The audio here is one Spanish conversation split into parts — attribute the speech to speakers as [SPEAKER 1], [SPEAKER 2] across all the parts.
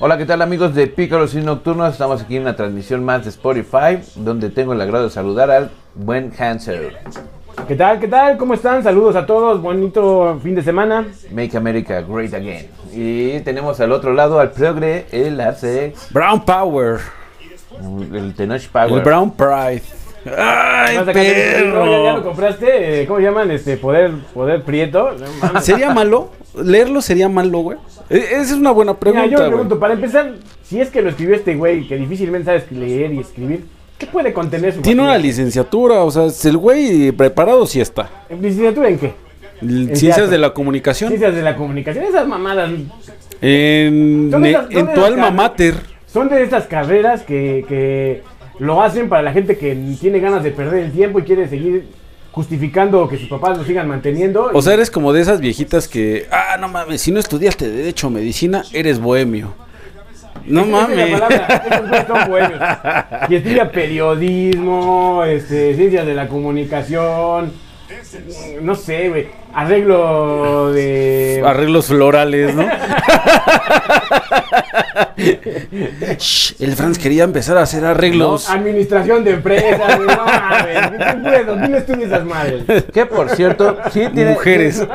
[SPEAKER 1] Hola, ¿qué tal amigos de Pícaros y Nocturnos? Estamos aquí en una transmisión más de Spotify, donde tengo el agrado de saludar al buen Hanser.
[SPEAKER 2] ¿Qué tal? ¿Qué tal? ¿Cómo están? Saludos a todos. Bonito fin de semana.
[SPEAKER 1] Make America Great Again. Y tenemos al otro lado al Progre, el Arsex,
[SPEAKER 3] Brown Power.
[SPEAKER 1] el Tenoch Power.
[SPEAKER 3] El Brown Pride. ¡Ay,
[SPEAKER 2] Vas a cambiar el libro, ¿Ya, ya lo
[SPEAKER 3] perro!
[SPEAKER 2] compraste? Eh, ¿Cómo llaman? Este, poder, poder prieto. No mames.
[SPEAKER 3] ¿Sería malo? ¿Leerlo sería malo, güey? E- Esa es una buena
[SPEAKER 2] Mira,
[SPEAKER 3] pregunta,
[SPEAKER 2] yo me
[SPEAKER 3] güey.
[SPEAKER 2] pregunto, para empezar, si es que lo escribió este güey, que difícilmente sabes leer y escribir, ¿qué puede contener su
[SPEAKER 3] Tiene una
[SPEAKER 2] material?
[SPEAKER 3] licenciatura, o sea, es el güey preparado sí está.
[SPEAKER 2] licenciatura en qué?
[SPEAKER 3] L-
[SPEAKER 2] En
[SPEAKER 3] Ciencias
[SPEAKER 2] teatro.
[SPEAKER 3] de la comunicación.
[SPEAKER 2] Ciencias de la comunicación, esas mamadas.
[SPEAKER 3] En,
[SPEAKER 2] Son esas-
[SPEAKER 3] en
[SPEAKER 2] son
[SPEAKER 3] tu
[SPEAKER 2] esas
[SPEAKER 3] alma
[SPEAKER 2] car-
[SPEAKER 3] mater.
[SPEAKER 2] Son de estas carreras que, que lo hacen para la gente que tiene ganas de perder el tiempo y quiere seguir justificando que sus papás lo sigan manteniendo.
[SPEAKER 3] O sea, eres como de esas viejitas que, ah, no mames, si no estudiaste derecho o medicina, eres bohemio. No
[SPEAKER 2] Esa es
[SPEAKER 3] mames.
[SPEAKER 2] la palabra, esos güeyes son bohemios. Y estudia periodismo, este, ciencias de la comunicación. No sé, güey. Arreglo de.
[SPEAKER 3] Arreglos florales, ¿no? Shh, el Franz quería empezar a hacer arreglos.
[SPEAKER 2] Administración de empresas, güey. No mames. ¿Qué te puedo? ¿Quién estudia esas madres?
[SPEAKER 1] Que por cierto, sí tiene.
[SPEAKER 3] Mujeres.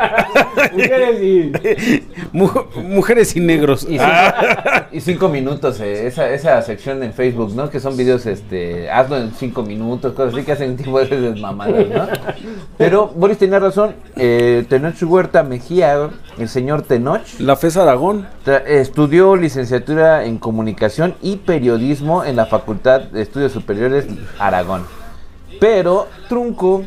[SPEAKER 2] Mujeres y.
[SPEAKER 3] Mu- mujeres y negros.
[SPEAKER 1] Y cinco, y cinco minutos, eh, esa, esa sección en Facebook, ¿no? Que son videos, este, hazlo en cinco minutos, cosas así que hacen tipo de esas mamadas, ¿no? Pero Boris tenía razón, eh, Tenoch Huerta Mejía, el señor Tenoch,
[SPEAKER 3] La FES Aragón.
[SPEAKER 1] tra- estudió licenciatura en comunicación y periodismo en la Facultad de Estudios Superiores Aragón. Pero truncó,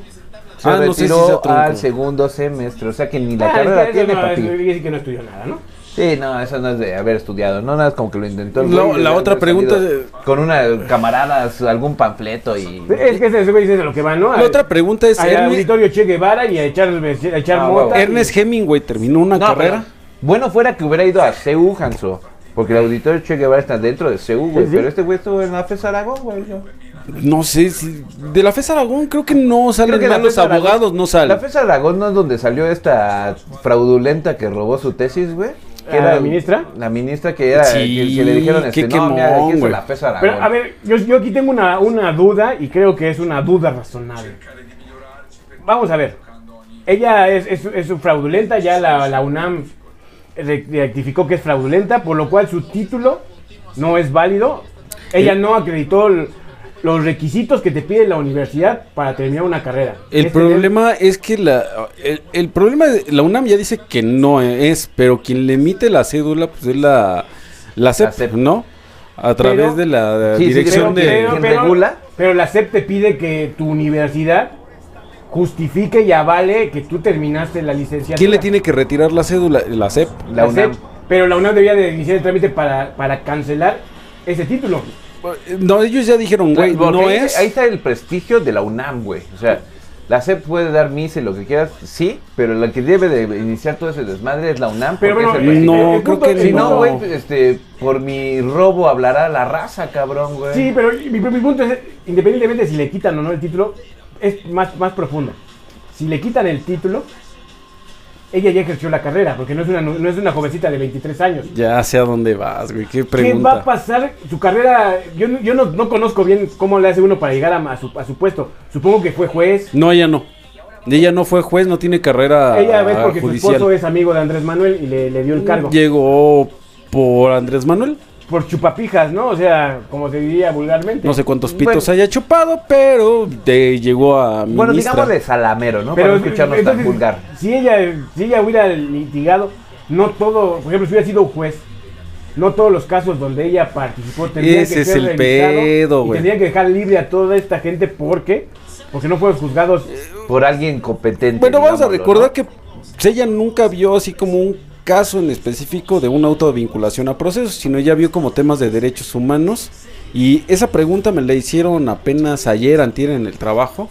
[SPEAKER 1] se
[SPEAKER 3] Ah, no sé si
[SPEAKER 1] retiró
[SPEAKER 3] sea trunco.
[SPEAKER 1] al segundo semestre, o sea que ni la
[SPEAKER 2] Ah,
[SPEAKER 1] carrera
[SPEAKER 2] eso
[SPEAKER 1] tiene,
[SPEAKER 2] no,
[SPEAKER 1] papi.
[SPEAKER 2] eso quiere decir que no estudió nada, ¿no?
[SPEAKER 1] Sí, no, eso no es de haber estudiado, no, nada, es como que lo intentó. el
[SPEAKER 3] La-
[SPEAKER 1] güey,
[SPEAKER 3] la
[SPEAKER 1] de
[SPEAKER 3] otra
[SPEAKER 1] haber
[SPEAKER 3] pregunta
[SPEAKER 1] salido
[SPEAKER 3] de-
[SPEAKER 1] Con una camarada, su- algún panfleto y...
[SPEAKER 2] Es que ese güey dice de lo que va, ¿no?
[SPEAKER 3] La otra pregunta es,
[SPEAKER 2] Al
[SPEAKER 3] Ernest,
[SPEAKER 2] auditorio Che Guevara y a echar, a echar
[SPEAKER 1] Ah,
[SPEAKER 2] mota.
[SPEAKER 1] huevo.
[SPEAKER 3] Ernest Hemingway terminó una
[SPEAKER 1] No,
[SPEAKER 3] carrera.
[SPEAKER 1] pero- bueno fuera que hubiera ido a CEU, Hanso, porque el auditorio Che Guevara está dentro de CEU, güey,
[SPEAKER 2] Sí, sí.
[SPEAKER 1] pero este güey estuvo en la FES Aragón, güey. yo.
[SPEAKER 3] No sé, si, de la FES Aragón creo que no salen
[SPEAKER 1] Creo que la
[SPEAKER 3] mal los
[SPEAKER 1] FES Aragón-
[SPEAKER 3] abogados, no
[SPEAKER 1] La
[SPEAKER 3] salen.
[SPEAKER 1] FES Aragón no es donde salió esta fraudulenta que robó su tesis, güey. que
[SPEAKER 2] ¿Ah, la ministra?
[SPEAKER 1] La ministra que era,
[SPEAKER 3] Sí,
[SPEAKER 1] que, que le dijeron,
[SPEAKER 3] qué
[SPEAKER 1] este, no, mira,
[SPEAKER 3] quemón,
[SPEAKER 1] aquí es
[SPEAKER 3] güey.
[SPEAKER 1] la FES Aragón.
[SPEAKER 2] Pero a ver, yo, yo aquí tengo una, una duda y creo que es una duda razonable. Vamos a ver. Ella es, es, es fraudulenta, ya la, la UNAM re- rectificó que es fraudulenta, por lo cual su título no es válido. Ella no acreditó l- los requisitos que te pide la universidad para terminar una carrera. Este,
[SPEAKER 3] El
[SPEAKER 2] Es tener-
[SPEAKER 3] problema es que la el, el problema de- la UNAM ya dice que no es, pero quien le emite la cédula pues es la la CEP,
[SPEAKER 1] CEP.
[SPEAKER 3] ¿no? A través de la
[SPEAKER 1] Sí, sí,
[SPEAKER 3] dirección
[SPEAKER 1] creo
[SPEAKER 3] de
[SPEAKER 1] que- ¿Quién regula?
[SPEAKER 2] pero la SEP te pide que tu universidad justifique y avale que tú terminaste la licenciatura.
[SPEAKER 3] quién le tiene que retirar la cédula, la E CEP.
[SPEAKER 1] La
[SPEAKER 2] La E SEP,
[SPEAKER 1] UNAM.
[SPEAKER 2] pero la UNAM debía de iniciar el trámite para, para cancelar ese título.
[SPEAKER 3] No, ellos ya dijeron, güey,
[SPEAKER 1] Pues, Porque
[SPEAKER 3] no
[SPEAKER 1] ahí,
[SPEAKER 3] es.
[SPEAKER 1] Ahí está el prestigio de la UNAM, güey. O sea, la SEP puede dar misa y lo que quieras, sí, pero la que debe de iniciar todo ese desmadre es la UNAM.
[SPEAKER 2] Pero
[SPEAKER 1] porque
[SPEAKER 2] bueno,
[SPEAKER 1] es el prestigio.
[SPEAKER 3] no,
[SPEAKER 2] el
[SPEAKER 3] creo
[SPEAKER 2] punto-
[SPEAKER 3] que
[SPEAKER 1] Si no,
[SPEAKER 3] no.
[SPEAKER 1] güey, este, por mi robo hablará la raza, cabrón, güey.
[SPEAKER 2] Sí, pero mi, mi punto es, independientemente de si le quitan o no el título, es más, más profundo. Si le quitan el título, ella ya ejerció la carrera, porque no es una, nu- no es una jovencita de 23 años.
[SPEAKER 3] Ya sé a dónde vas, güey, qué
[SPEAKER 2] ¿Qué va a
[SPEAKER 3] pregunta.
[SPEAKER 2] pasar? Su carrera, yo, no- yo no, no conozco bien cómo le hace uno para llegar a, a su, a su puesto. Supongo que fue juez.
[SPEAKER 3] no, ella no. Ella no fue juez, no tiene carrera
[SPEAKER 2] Ella ves porque su
[SPEAKER 3] judicial.
[SPEAKER 2] esposo es amigo de Andrés Manuel y le, le dio el cargo.
[SPEAKER 3] Llegó por Andrés Manuel.
[SPEAKER 2] Por chupapijas, ¿no? O sea, como se diría vulgarmente.
[SPEAKER 3] No sé cuántos pitos
[SPEAKER 1] Bueno.
[SPEAKER 3] haya chupado, pero de- llegó a ministra.
[SPEAKER 1] Bueno, digamos de salamero, ¿no? Para no escucharnos
[SPEAKER 2] entonces,
[SPEAKER 1] tan vulgar.
[SPEAKER 2] Si ella, si ella hubiera litigado, no todo, por ejemplo, si hubiera sido juez, no todos los casos donde ella participó tendrían
[SPEAKER 3] Ese
[SPEAKER 2] que
[SPEAKER 3] es
[SPEAKER 2] ser
[SPEAKER 3] el
[SPEAKER 2] revisados
[SPEAKER 3] pedo,
[SPEAKER 2] y
[SPEAKER 3] güey.
[SPEAKER 2] tendrían que dejar libre a toda esta gente porque porque no fueron juzgados.
[SPEAKER 1] Por alguien competente.
[SPEAKER 3] Bueno, vamos a
[SPEAKER 1] digámoslo,
[SPEAKER 3] recordar
[SPEAKER 1] ¿no?
[SPEAKER 3] que pues, ella nunca vio así como un caso en específico de una autovinculación a procesos, sino ella vio como temas de derechos humanos. Y esa pregunta me la hicieron apenas ayer, antier en el trabajo.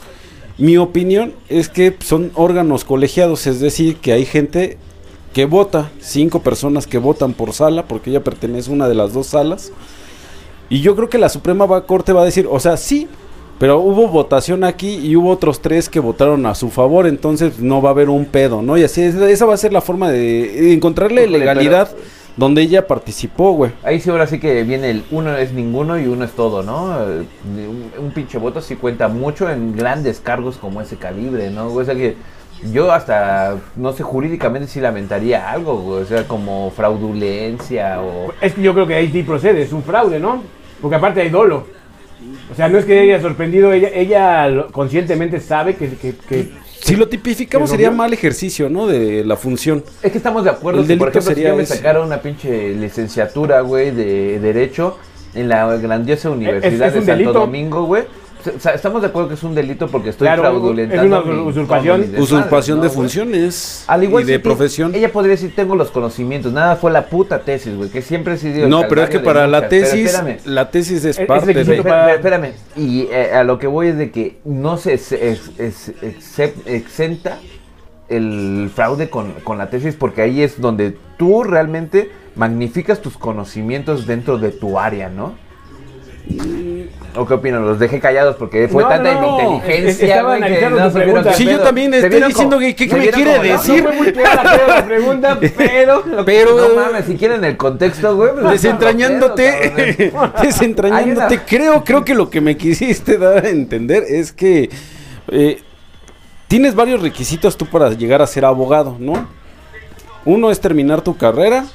[SPEAKER 3] Mi opinión es que son órganos colegiados, es decir, que hay gente que vota, cinco personas que votan por sala, porque ella pertenece a una de las dos salas. Y yo creo que la Suprema va- Corte va a decir, o sea, sí, pero hubo votación aquí y hubo otros tres que votaron a su favor, entonces no va a haber un pedo, ¿no? Y así, es- esa va a ser la forma de encontrarle
[SPEAKER 1] Híjole,
[SPEAKER 3] legalidad donde ella participó, güey.
[SPEAKER 1] Ahí sí, ahora sí que viene el uno es ninguno y uno es todo, ¿no? Eh, Un, un pinche voto sí cuenta mucho en grandes cargos como ese calibre, ¿no? O sea que yo hasta, no sé, jurídicamente sí lamentaría algo, güey, o sea, como fraudulencia o...
[SPEAKER 2] Es que yo creo que ahí sí procede, es un fraude, ¿no? Porque aparte hay dolo. O sea, no es que ella haya sorprendido, ella, ella lo- conscientemente sabe que, que- que-
[SPEAKER 3] Si lo tipificamos
[SPEAKER 2] ¿Pero
[SPEAKER 3] sería
[SPEAKER 2] no?
[SPEAKER 3] mal ejercicio, ¿no? De la función.
[SPEAKER 1] Es que estamos de acuerdo
[SPEAKER 3] El
[SPEAKER 1] que, por
[SPEAKER 3] delito
[SPEAKER 1] ejemplo, si
[SPEAKER 3] sería
[SPEAKER 1] yo me
[SPEAKER 3] ese.
[SPEAKER 1] sacara una pinche licenciatura, güey, de Derecho en la grandiosa Universidad
[SPEAKER 2] es
[SPEAKER 1] de
[SPEAKER 2] un
[SPEAKER 1] Santo
[SPEAKER 2] delito.
[SPEAKER 1] Domingo, güey. O sea, Estamos de acuerdo que es un delito porque estoy
[SPEAKER 2] Claro,
[SPEAKER 1] fraudulentando.
[SPEAKER 2] es una
[SPEAKER 1] mi-
[SPEAKER 2] usurpación.
[SPEAKER 1] todo mi desmadre,
[SPEAKER 3] Usurpación
[SPEAKER 1] ¿no,
[SPEAKER 3] pues, de
[SPEAKER 1] güey?
[SPEAKER 3] funciones
[SPEAKER 1] Al igual
[SPEAKER 3] y
[SPEAKER 1] si
[SPEAKER 3] de
[SPEAKER 1] tú-
[SPEAKER 3] profesión.
[SPEAKER 1] Ella podría decir, tengo los conocimientos. Nada, fue la puta tesis, güey, que siempre sí dio el
[SPEAKER 3] No, pero es
[SPEAKER 1] calvario
[SPEAKER 3] que
[SPEAKER 1] de
[SPEAKER 3] para la
[SPEAKER 1] muchas. Pero
[SPEAKER 3] tesis,
[SPEAKER 1] espérame.
[SPEAKER 3] la tesis es
[SPEAKER 2] Es
[SPEAKER 3] parte
[SPEAKER 2] requisito
[SPEAKER 3] de...
[SPEAKER 1] Espera-
[SPEAKER 2] para-
[SPEAKER 1] espérame, y eh, a lo que voy es de que no se ex- ex- ex- excep- exenta el fraude con, con la tesis porque ahí es donde tú realmente magnificas tus conocimientos dentro de tu área, ¿no? ¿O qué opinan? Los dejé callados porque fue
[SPEAKER 2] No,
[SPEAKER 1] tanta
[SPEAKER 2] no, no. Es-
[SPEAKER 1] inteligencia.
[SPEAKER 2] estaba
[SPEAKER 1] güey, que
[SPEAKER 2] analizando
[SPEAKER 1] no
[SPEAKER 2] tu
[SPEAKER 1] supieron
[SPEAKER 2] pregunta.
[SPEAKER 1] qué
[SPEAKER 3] Sí, yo
[SPEAKER 1] pedo.
[SPEAKER 3] también
[SPEAKER 1] Se
[SPEAKER 3] estoy
[SPEAKER 1] vieron
[SPEAKER 3] diciendo
[SPEAKER 1] como-
[SPEAKER 3] que- que-
[SPEAKER 1] se
[SPEAKER 3] que me
[SPEAKER 1] vieron
[SPEAKER 3] quiere
[SPEAKER 1] como- no,
[SPEAKER 3] decir.
[SPEAKER 1] no,
[SPEAKER 2] fue muy clara, creo, la pregunta, pero... lo-
[SPEAKER 3] Pero-
[SPEAKER 1] No mames, si quieren el contexto, güey. pues,
[SPEAKER 3] Desentrañándote,
[SPEAKER 1] cabrones.
[SPEAKER 3] desentrañándote,
[SPEAKER 1] Hay una-
[SPEAKER 3] creo, creo que lo que me quisiste dar a entender es que eh, tienes varios requisitos tú para llegar a ser abogado, ¿no? Uno es terminar tu carrera,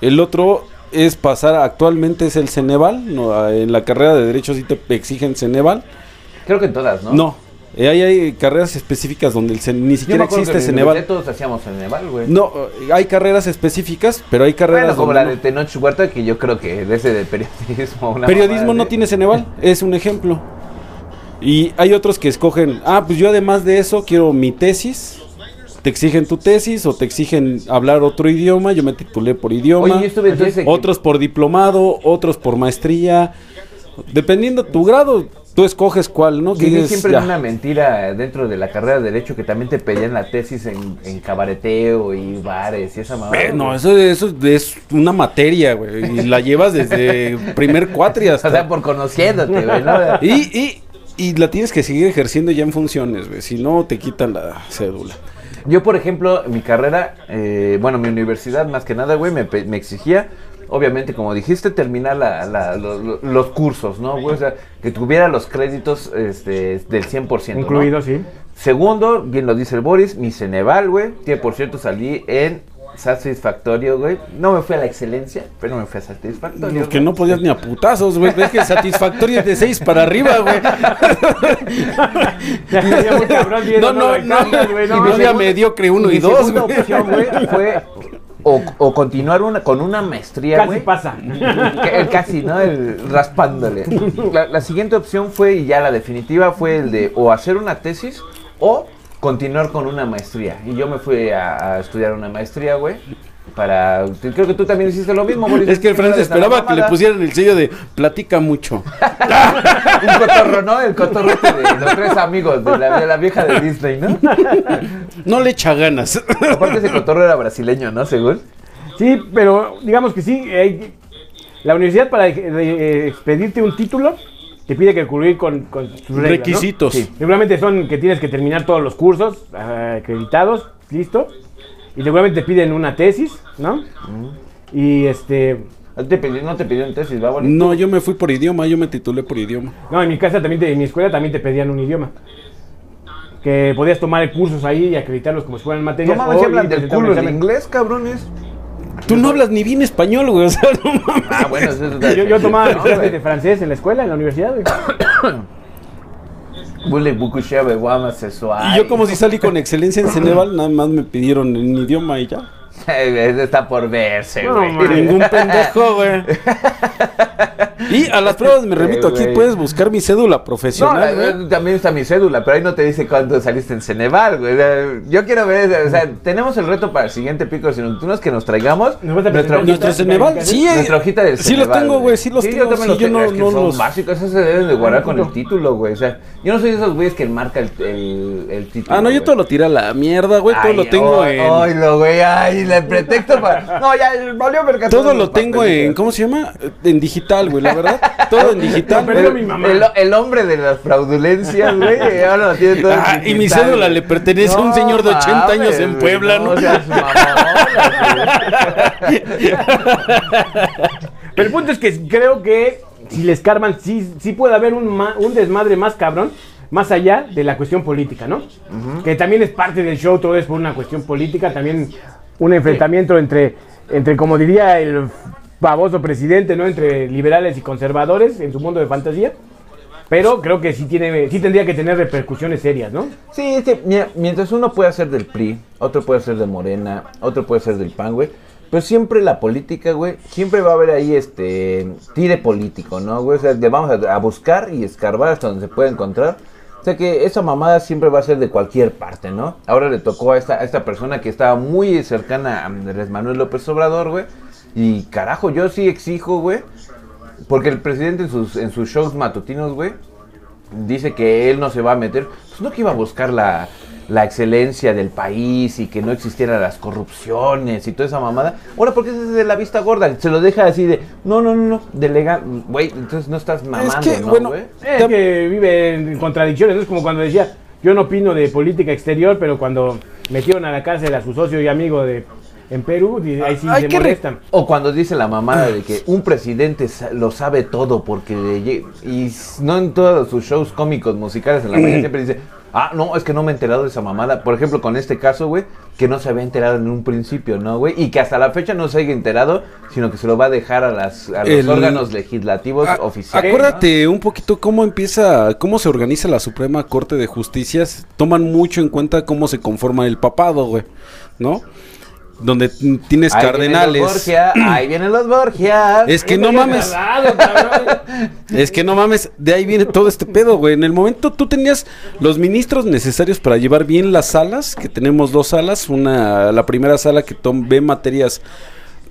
[SPEAKER 3] el otro es pasar, actualmente es el Ceneval, no, en la carrera de Derecho sí te exigen Ceneval,
[SPEAKER 1] Creo que en todas, ¿no?
[SPEAKER 3] no, eh, hay, hay carreras específicas donde el Cen- ni
[SPEAKER 1] Yo
[SPEAKER 3] siquiera
[SPEAKER 1] me acuerdo que
[SPEAKER 3] existe
[SPEAKER 1] en la universidad
[SPEAKER 3] Ceneval.
[SPEAKER 1] todos hacíamos Ceneval, güey.
[SPEAKER 3] No, eh, hay carreras específicas, pero hay
[SPEAKER 1] Bueno,
[SPEAKER 3] carreras
[SPEAKER 1] como
[SPEAKER 3] donde
[SPEAKER 1] la
[SPEAKER 3] no.
[SPEAKER 1] de Tenoch Huerta, que yo creo que de ese de periodismo. una
[SPEAKER 3] Periodismo
[SPEAKER 1] mamada
[SPEAKER 3] no
[SPEAKER 1] de-
[SPEAKER 3] tiene Ceneval, es un ejemplo. Y hay otros que escogen, ah, pues yo además de eso quiero mi tesis. Te exigen tu tesis o te exigen hablar otro idioma. Yo me titulé por idioma.
[SPEAKER 1] Oye, yo estuve entonces. en que-
[SPEAKER 3] Otros por diplomado, otros por maestría. Dependiendo tu grado, tú escoges cuál, ¿no? Que
[SPEAKER 1] Viví
[SPEAKER 3] dices,
[SPEAKER 1] siempre
[SPEAKER 3] ya.
[SPEAKER 1] en una mentira dentro de la carrera de Derecho que también te pedían la tesis en, en cabareteo y bares y esa mamada.
[SPEAKER 3] Bueno,
[SPEAKER 1] güey.
[SPEAKER 3] eso, eso es una materia, güey. Y la llevas desde primer cuatri hasta...
[SPEAKER 1] O sea, por conociéndote, güey. ¿no?
[SPEAKER 3] Y, y, y la tienes que seguir ejerciendo ya en funciones, güey. Si no, te quitan la cédula.
[SPEAKER 1] Yo, por ejemplo, mi carrera, eh, bueno, mi universidad más que nada, güey, me, pe- me exigía, obviamente, como dijiste, terminar la- la- lo- lo- los cursos, ¿no? Güey? O sea, que tuviera los créditos este, del 100%. ¿no?
[SPEAKER 2] Incluido, sí.
[SPEAKER 1] Segundo, bien lo dice el Boris, mi Ceneval, güey, que por cierto salí en Satisfactorio, güey. No me fui a la excelencia, pero me fui a Satisfactorio.
[SPEAKER 3] No, que
[SPEAKER 1] güey.
[SPEAKER 3] no podías ni a putazos, güey. Es que satisfactorio es de 6 para arriba, güey.
[SPEAKER 2] Ya, ya muy cabrón, sí,
[SPEAKER 3] No, no,
[SPEAKER 2] lo alcanzas, güey,
[SPEAKER 3] no.
[SPEAKER 2] no,
[SPEAKER 1] mi
[SPEAKER 3] Y
[SPEAKER 2] no.
[SPEAKER 3] media
[SPEAKER 1] segundo-
[SPEAKER 3] mediocre uno
[SPEAKER 1] mi
[SPEAKER 3] y dos,
[SPEAKER 1] segunda
[SPEAKER 3] güey.
[SPEAKER 1] opción, güey, fue o, o continuar una, con una maestría,
[SPEAKER 2] Casi
[SPEAKER 1] güey.
[SPEAKER 2] pasa.
[SPEAKER 1] Que- el casi, ¿no? El raspándole. La, la siguiente opción fue, y ya la definitiva, fue el de o hacer una tesis o continuar con una maestría. Y yo me fui a, a estudiar una maestría, güey. Para. Creo que tú también hiciste lo mismo, Boris.
[SPEAKER 3] Es que el Franz
[SPEAKER 1] Hiciste la
[SPEAKER 3] esperaba que le
[SPEAKER 1] mamada.
[SPEAKER 3] pusieran el sello de platica mucho.
[SPEAKER 1] Un cotorro, ¿no? El cotorro este de los tres amigos de la, de la vieja de Disney, ¿no?
[SPEAKER 3] No le echa ganas.
[SPEAKER 1] Aparte, ese cotorro era brasileño, ¿no? Según.
[SPEAKER 2] Sí, pero digamos que sí. eh, la universidad para eh, eh, expedirte un título te pide que cubrir con, con sus reglas, ¿no?
[SPEAKER 3] Requisitos.
[SPEAKER 1] Sí.
[SPEAKER 2] Seguramente son que tienes que terminar todos los cursos eh, acreditados, listo. Y seguramente te piden una tesis, ¿no?
[SPEAKER 1] Mm.
[SPEAKER 2] Y este...
[SPEAKER 1] No te pidieron, no te pidieron tesis, va, Boris?
[SPEAKER 3] No, yo me fui por idioma, yo me titulé por idioma.
[SPEAKER 2] No, en mi casa también, te- en mi escuela también te pedían un idioma. Que podías tomar cursos ahí y acreditarlos como si fueran
[SPEAKER 1] No
[SPEAKER 2] materias.
[SPEAKER 1] mames,
[SPEAKER 2] o
[SPEAKER 1] se
[SPEAKER 2] ir
[SPEAKER 1] hablan del
[SPEAKER 2] presentando
[SPEAKER 1] culo en
[SPEAKER 2] examen.
[SPEAKER 1] inglés, cabrones.
[SPEAKER 3] Tú no hablas ni bien español, güey. O sea, no mames.
[SPEAKER 1] Ah, bueno, eso es
[SPEAKER 2] Yo, yo tomaba
[SPEAKER 1] No,
[SPEAKER 2] clases
[SPEAKER 1] güey.
[SPEAKER 2] de francés en la escuela, en la universidad. güey.
[SPEAKER 1] Bule Bukushebe, Guama, Sesuai.
[SPEAKER 3] Y yo como si salí con excelencia en Ceneval, nada más me pidieron en idioma y ya.
[SPEAKER 1] Está por verse,
[SPEAKER 2] No,
[SPEAKER 1] güey.
[SPEAKER 2] mames.
[SPEAKER 3] Ningún pendejo, güey. Y a las pruebas me remito, aquí
[SPEAKER 1] güey.
[SPEAKER 3] puedes buscar mi cédula
[SPEAKER 1] No,
[SPEAKER 3] profesional, güey.
[SPEAKER 1] eh, también está mi cédula, pero ahí no te dice cuándo saliste en Ceneval, güey. Eh, Yo quiero ver, o sea, tenemos el reto para el siguiente pico, sino tú no es que nos traigamos
[SPEAKER 2] Nos vas a
[SPEAKER 1] nuestra
[SPEAKER 2] presentar
[SPEAKER 1] hojita,
[SPEAKER 3] Nuestro Ceneval, sí. eh.
[SPEAKER 1] nuestra hojita del
[SPEAKER 3] Sí los
[SPEAKER 1] Ceneval,
[SPEAKER 3] tengo, güey, sí los
[SPEAKER 1] yo
[SPEAKER 3] tengo.
[SPEAKER 1] también
[SPEAKER 3] sí,
[SPEAKER 1] los
[SPEAKER 3] yo
[SPEAKER 1] tengo,
[SPEAKER 3] no,
[SPEAKER 1] es que
[SPEAKER 3] no
[SPEAKER 1] son
[SPEAKER 3] los...
[SPEAKER 1] básicos, esos se deben de guardar con el
[SPEAKER 2] No.
[SPEAKER 1] título, güey. O sea, yo no soy de esos güeyes que marca el, el, el título.
[SPEAKER 3] Ah, no, yo
[SPEAKER 1] güey.
[SPEAKER 3] todo lo tiré a la mierda, güey. Todo
[SPEAKER 1] Ay,
[SPEAKER 3] lo tengo
[SPEAKER 1] ay,
[SPEAKER 3] en...
[SPEAKER 1] Ay, lo güey, ay, la el pretexto para. No, ya valió verga.
[SPEAKER 3] Todo
[SPEAKER 1] todos los
[SPEAKER 3] lo tengo en,
[SPEAKER 1] papelitos.
[SPEAKER 3] ¿cómo se llama? En digital, güey, la verdad. Todo en digital.
[SPEAKER 2] Lo perdí
[SPEAKER 3] Pero-
[SPEAKER 2] mi mamá.
[SPEAKER 1] El, el hombre de las fraudulencias, güey. Ahora lo tiene todo. en
[SPEAKER 3] Ah, y mi
[SPEAKER 1] digital.
[SPEAKER 3] cédula le pertenece a un señor de 80 años en
[SPEAKER 1] güey,
[SPEAKER 3] Puebla, ¿no?
[SPEAKER 1] seas mamón,
[SPEAKER 2] Pero el punto es que creo que si les carman, sí, sí puede haber un, ma- un desmadre más cabrón, más allá de la cuestión política, ¿no? Que también es parte del show, todo es por una cuestión política, también un enfrentamiento entre, entre como diría el baboso presidente, ¿no? Entre liberales y conservadores en su mundo de fantasía. Pero creo que sí, tiene, sí tendría que tener repercusiones serias, ¿no?
[SPEAKER 1] Sí, es que mira, mientras uno puede ser del PRI, otro puede ser de Morena, otro puede ser del PAN, güey. Pero siempre la política, güey, siempre va a haber ahí este tire político, ¿no, güey? O sea, le vamos a, a buscar y escarbar hasta donde se pueda encontrar. O sea que esa mamada siempre va a ser de cualquier parte, ¿no? Ahora le tocó a esta, a esta persona que estaba muy cercana a Andrés Manuel López Obrador, güey. Y carajo, yo sí exijo, güey, porque el presidente en sus, en sus shows matutinos, güey, dice que él no se va a meter. Pues no que iba a buscar la, la excelencia del país y que no existieran las corrupciones y toda esa mamada. Ahora, ¿por qué se hace de la vista gorda? Se lo deja así de, no, no, no, no, delega, güey, entonces no estás mamando,
[SPEAKER 3] que,
[SPEAKER 1] ¿no,
[SPEAKER 3] bueno,
[SPEAKER 1] güey?
[SPEAKER 2] Es que vive en contradicciones, ¿no? es como cuando decía, yo no opino de política exterior, pero cuando metieron a la cárcel a su socio y amigo de en Perú, y ahí sí
[SPEAKER 3] Hay
[SPEAKER 2] se
[SPEAKER 3] que re-
[SPEAKER 2] molestan.
[SPEAKER 1] O cuando dice la mamada de que un presidente sa- lo sabe todo porque le lle- y s- no en todos sus shows cómicos musicales en la mañana siempre dice, "Ah, no, es que no me he enterado de esa mamada." Por ejemplo, con este caso, güey, que no se había enterado en un principio, ¿no, güey? Y que hasta la fecha no se haya enterado, sino que se lo va a dejar a las a los
[SPEAKER 3] El-
[SPEAKER 1] órganos legislativos
[SPEAKER 3] Ah,
[SPEAKER 1] oficiales.
[SPEAKER 3] Acuérdate un poquito cómo empieza, cómo se organiza la Suprema Corte de Justicia. S- Toman mucho en cuenta cómo se conforma el papado, güey, ¿no? Donde t- tienes
[SPEAKER 1] ¿no? Ahí
[SPEAKER 3] cardenales.
[SPEAKER 1] Vienen los Borgia, ahí vienen los Borgias.
[SPEAKER 3] Es que no
[SPEAKER 2] Estoy
[SPEAKER 3] mames.
[SPEAKER 2] agradado, cabrón.
[SPEAKER 3] Es que no mames, de ahí viene todo este pedo, güey. En el momento tú tenías los ministros necesarios para llevar bien las salas, que tenemos dos salas, una la primera sala que tom- ve materias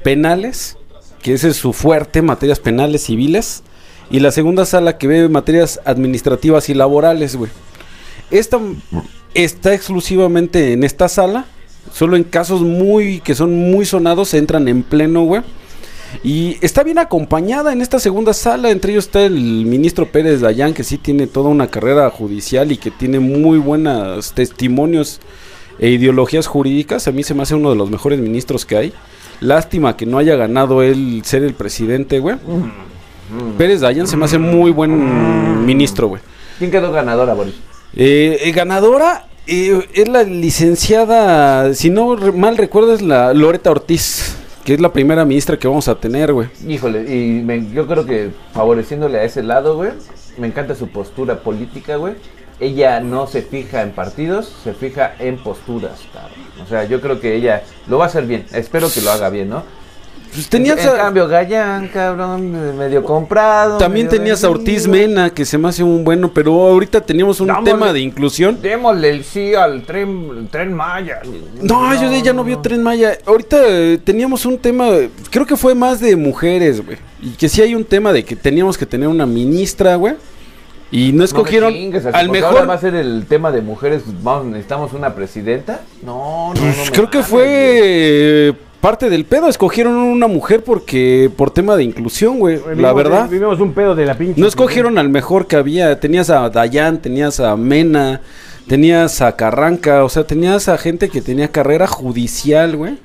[SPEAKER 3] penales, que ese es su fuerte, materias penales civiles, y la segunda sala que ve materias administrativas y laborales, güey. Esta está exclusivamente en esta sala, solo en casos muy que son muy sonados entran en pleno, güey. Y está bien acompañada en esta segunda sala. Entre ellos está el ministro Pérez Dayán, que sí tiene toda una carrera judicial y que tiene muy buenos testimonios e ideologías jurídicas. A mí se me hace uno de los mejores ministros que hay. Lástima que no haya ganado él ser el presidente, güey. Pérez Dayan se me hace muy buen ministro, güey.
[SPEAKER 1] ¿Quién quedó ganadora, Boris?
[SPEAKER 3] Eh, eh, ganadora eh, es la licenciada, si no re- mal recuerdo, es la Loreta Ortiz, que es la primera ministra que vamos a tener, güey.
[SPEAKER 1] Híjole, y me- yo creo que favoreciéndole a ese lado, güey, me encanta su postura política, güey. Ella no se fija en partidos, se fija en posturas, cabrón. O sea, yo creo que ella lo va a hacer bien. Espero que lo haga bien, ¿no?
[SPEAKER 3] Pues tenías
[SPEAKER 1] en, en
[SPEAKER 3] a-
[SPEAKER 1] cambio, Gallán, cabrón, eh, medio comprado.
[SPEAKER 3] También
[SPEAKER 1] medio
[SPEAKER 3] tenías a Ortiz
[SPEAKER 1] vendido.
[SPEAKER 3] Mena, que se me hace un bueno, pero ahorita teníamos un
[SPEAKER 1] Dámosle.
[SPEAKER 3] tema de inclusión.
[SPEAKER 1] Démosle el sí al tren, el tren Maya.
[SPEAKER 3] No, yo de- ya no vio Tren Maya. Ahorita eh, teníamos un tema, eh, creo que fue más de mujeres, güey. Y que sí hay un tema de que teníamos que tener una ministra, güey. Y no escogieron al mejor.
[SPEAKER 1] va a ser el tema de mujeres. Vamos, necesitamos una presidenta. No, no, no.
[SPEAKER 3] Pues
[SPEAKER 1] me
[SPEAKER 3] creo que
[SPEAKER 1] mames,
[SPEAKER 3] fue
[SPEAKER 1] güey.
[SPEAKER 3] eh, parte del pedo. Escogieron una mujer porque por tema de inclusión, güey. La
[SPEAKER 2] Vivimos-
[SPEAKER 3] verdad.
[SPEAKER 2] Vivimos un pedo de la pinche.
[SPEAKER 3] No escogieron al mejor que había. Tenías a Dayan, tenías a Mena, tenías a Carranca, o sea, tenías a gente que tenía carrera judicial, güey.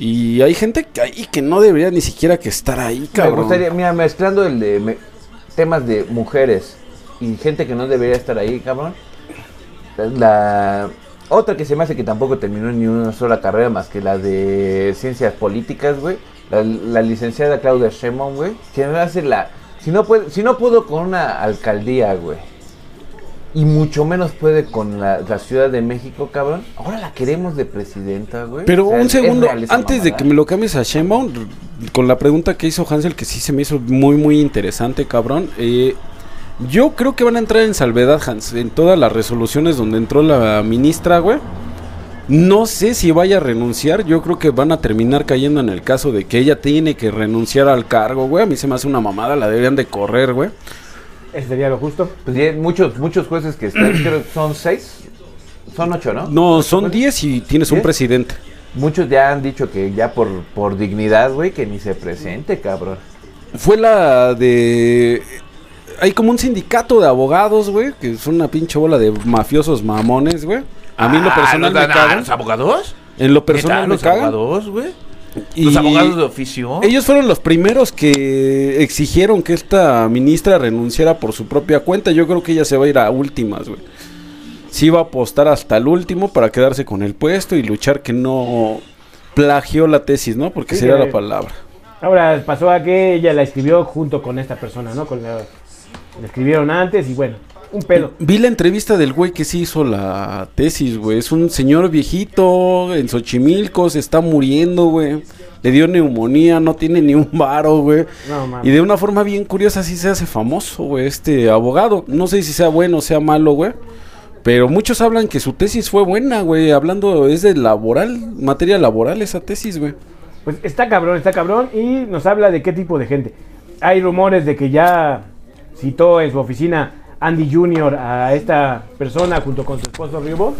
[SPEAKER 3] Y hay gente que ahí que no debería ni siquiera que estar ahí,
[SPEAKER 1] Me
[SPEAKER 3] cabrón.
[SPEAKER 1] gustaría, mira, mezclando el de me- temas de mujeres y gente que no debería estar ahí, cabrón. La otra que se me hace que tampoco terminó ni una sola carrera más que la de ciencias políticas, güey. La, la licenciada Claudia Sheinbaum, güey. Que me hace la... Si no, puede, si no pudo con una alcaldía, güey. Y mucho menos puede con la, la Ciudad de México, cabrón. Ahora la queremos de presidenta, güey.
[SPEAKER 3] Pero
[SPEAKER 1] O sea,
[SPEAKER 3] un
[SPEAKER 1] es- es
[SPEAKER 3] segundo,
[SPEAKER 1] real esa
[SPEAKER 3] antes de
[SPEAKER 1] mamada.
[SPEAKER 3] que me lo cambies a Sheinbaum, r- con la pregunta que hizo Hansel, que sí se me hizo muy, muy interesante, cabrón. eh, yo creo que van a entrar en salvedad, Hans, en todas las resoluciones donde entró la ministra, güey. No sé si vaya a renunciar, yo creo que van a terminar cayendo en el caso de que ella tiene que renunciar al cargo, güey. A mí se me hace una mamada, la deberían de correr, güey.
[SPEAKER 2] Ese sería lo justo.
[SPEAKER 1] Pues ya hay muchos, muchos jueces que están, creo que son seis, son ocho, ¿no?
[SPEAKER 3] No, son 10 y tienes un
[SPEAKER 1] ¿Diez?
[SPEAKER 3] presidente.
[SPEAKER 1] Muchos ya han dicho que ya por, por dignidad, güey, que ni se presente, cabrón.
[SPEAKER 3] Fue la de. Hay como un sindicato de abogados, güey, que son una pinche bola de mafiosos mamones, güey. A mí en lo personal me cagan.
[SPEAKER 4] Ah, ¿Los abogados?
[SPEAKER 3] En lo personal me
[SPEAKER 4] los
[SPEAKER 3] cagan.
[SPEAKER 4] abogados, güey?
[SPEAKER 3] Y
[SPEAKER 4] ¿Los abogados de ¿Oh? oficio?
[SPEAKER 3] ellos fueron los primeros que exigieron que esta ministra renunciara por su propia cuenta. Yo creo que ella se va a ir a últimas, güey. Sí va a apostar hasta el último para quedarse con el puesto y luchar que no plagió la tesis, ¿no? Porque
[SPEAKER 2] Sí,
[SPEAKER 3] sería
[SPEAKER 2] que-
[SPEAKER 3] la palabra.
[SPEAKER 2] Ahora pasó a que ella la escribió junto con esta persona, ¿no? Con la, la escribieron antes y bueno, un pedo.
[SPEAKER 3] Eh, Vi la entrevista del güey que sí hizo la tesis, güey. Es un señor viejito en Xochimilco, se está muriendo, güey. Le dio neumonía, no tiene ni un varo, güey.
[SPEAKER 2] No mames.
[SPEAKER 3] Y de una forma bien curiosa sí se hace famoso, güey, este abogado. No sé si sea bueno o sea malo, güey. Pero muchos hablan que su tesis fue buena, güey. Hablando, es de laboral, materia laboral esa tesis, güey.
[SPEAKER 2] Pues está cabrón, está cabrón y nos habla de qué tipo de gente. Hay rumores de que ya citó en su oficina Andy Jr. a esta persona junto con su esposo Ribo